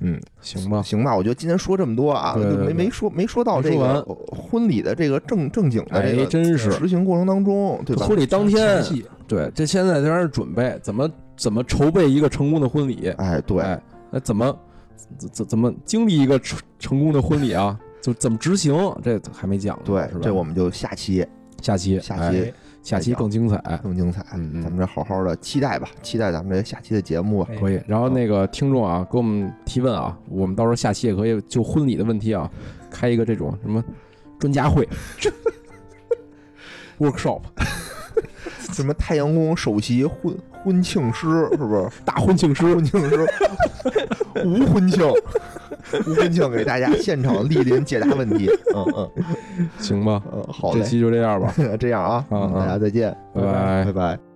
嗯，行吧，行吧，我觉得今天说这么多啊，对对就没对没说没说到没这说个完呃婚礼的这个正正经的这哎个真是执行过程当中，对吧？婚礼当天前，戏对，这现在在那儿准备，怎么怎么筹备一个成功的婚礼？哎，对，哎，那怎么怎怎怎么经历一个成成功的婚礼啊？就怎么执行？这还没讲呢，对是吧？，这我们就下期下期下哎期哎哎下期更精彩，更精彩，嗯嗯咱们这好好的期待吧，期待咱们这下期的节目吧。啊哎可以。然后那个听众啊，给我们提问啊，我们到时候下期也可以就婚礼的问题啊，开一个这种什么专家会 workshop 什么太阳宫首席婚婚庆师是 [laughs] 不是？大婚庆师，婚庆师 [laughs] 无婚庆， [laughs] 无婚庆给大家现场莅临解答问题。嗯嗯行吧？嗯，好这嘞，期就这样吧， [laughs] 这样啊，嗯嗯嗯大家再见，拜拜拜拜。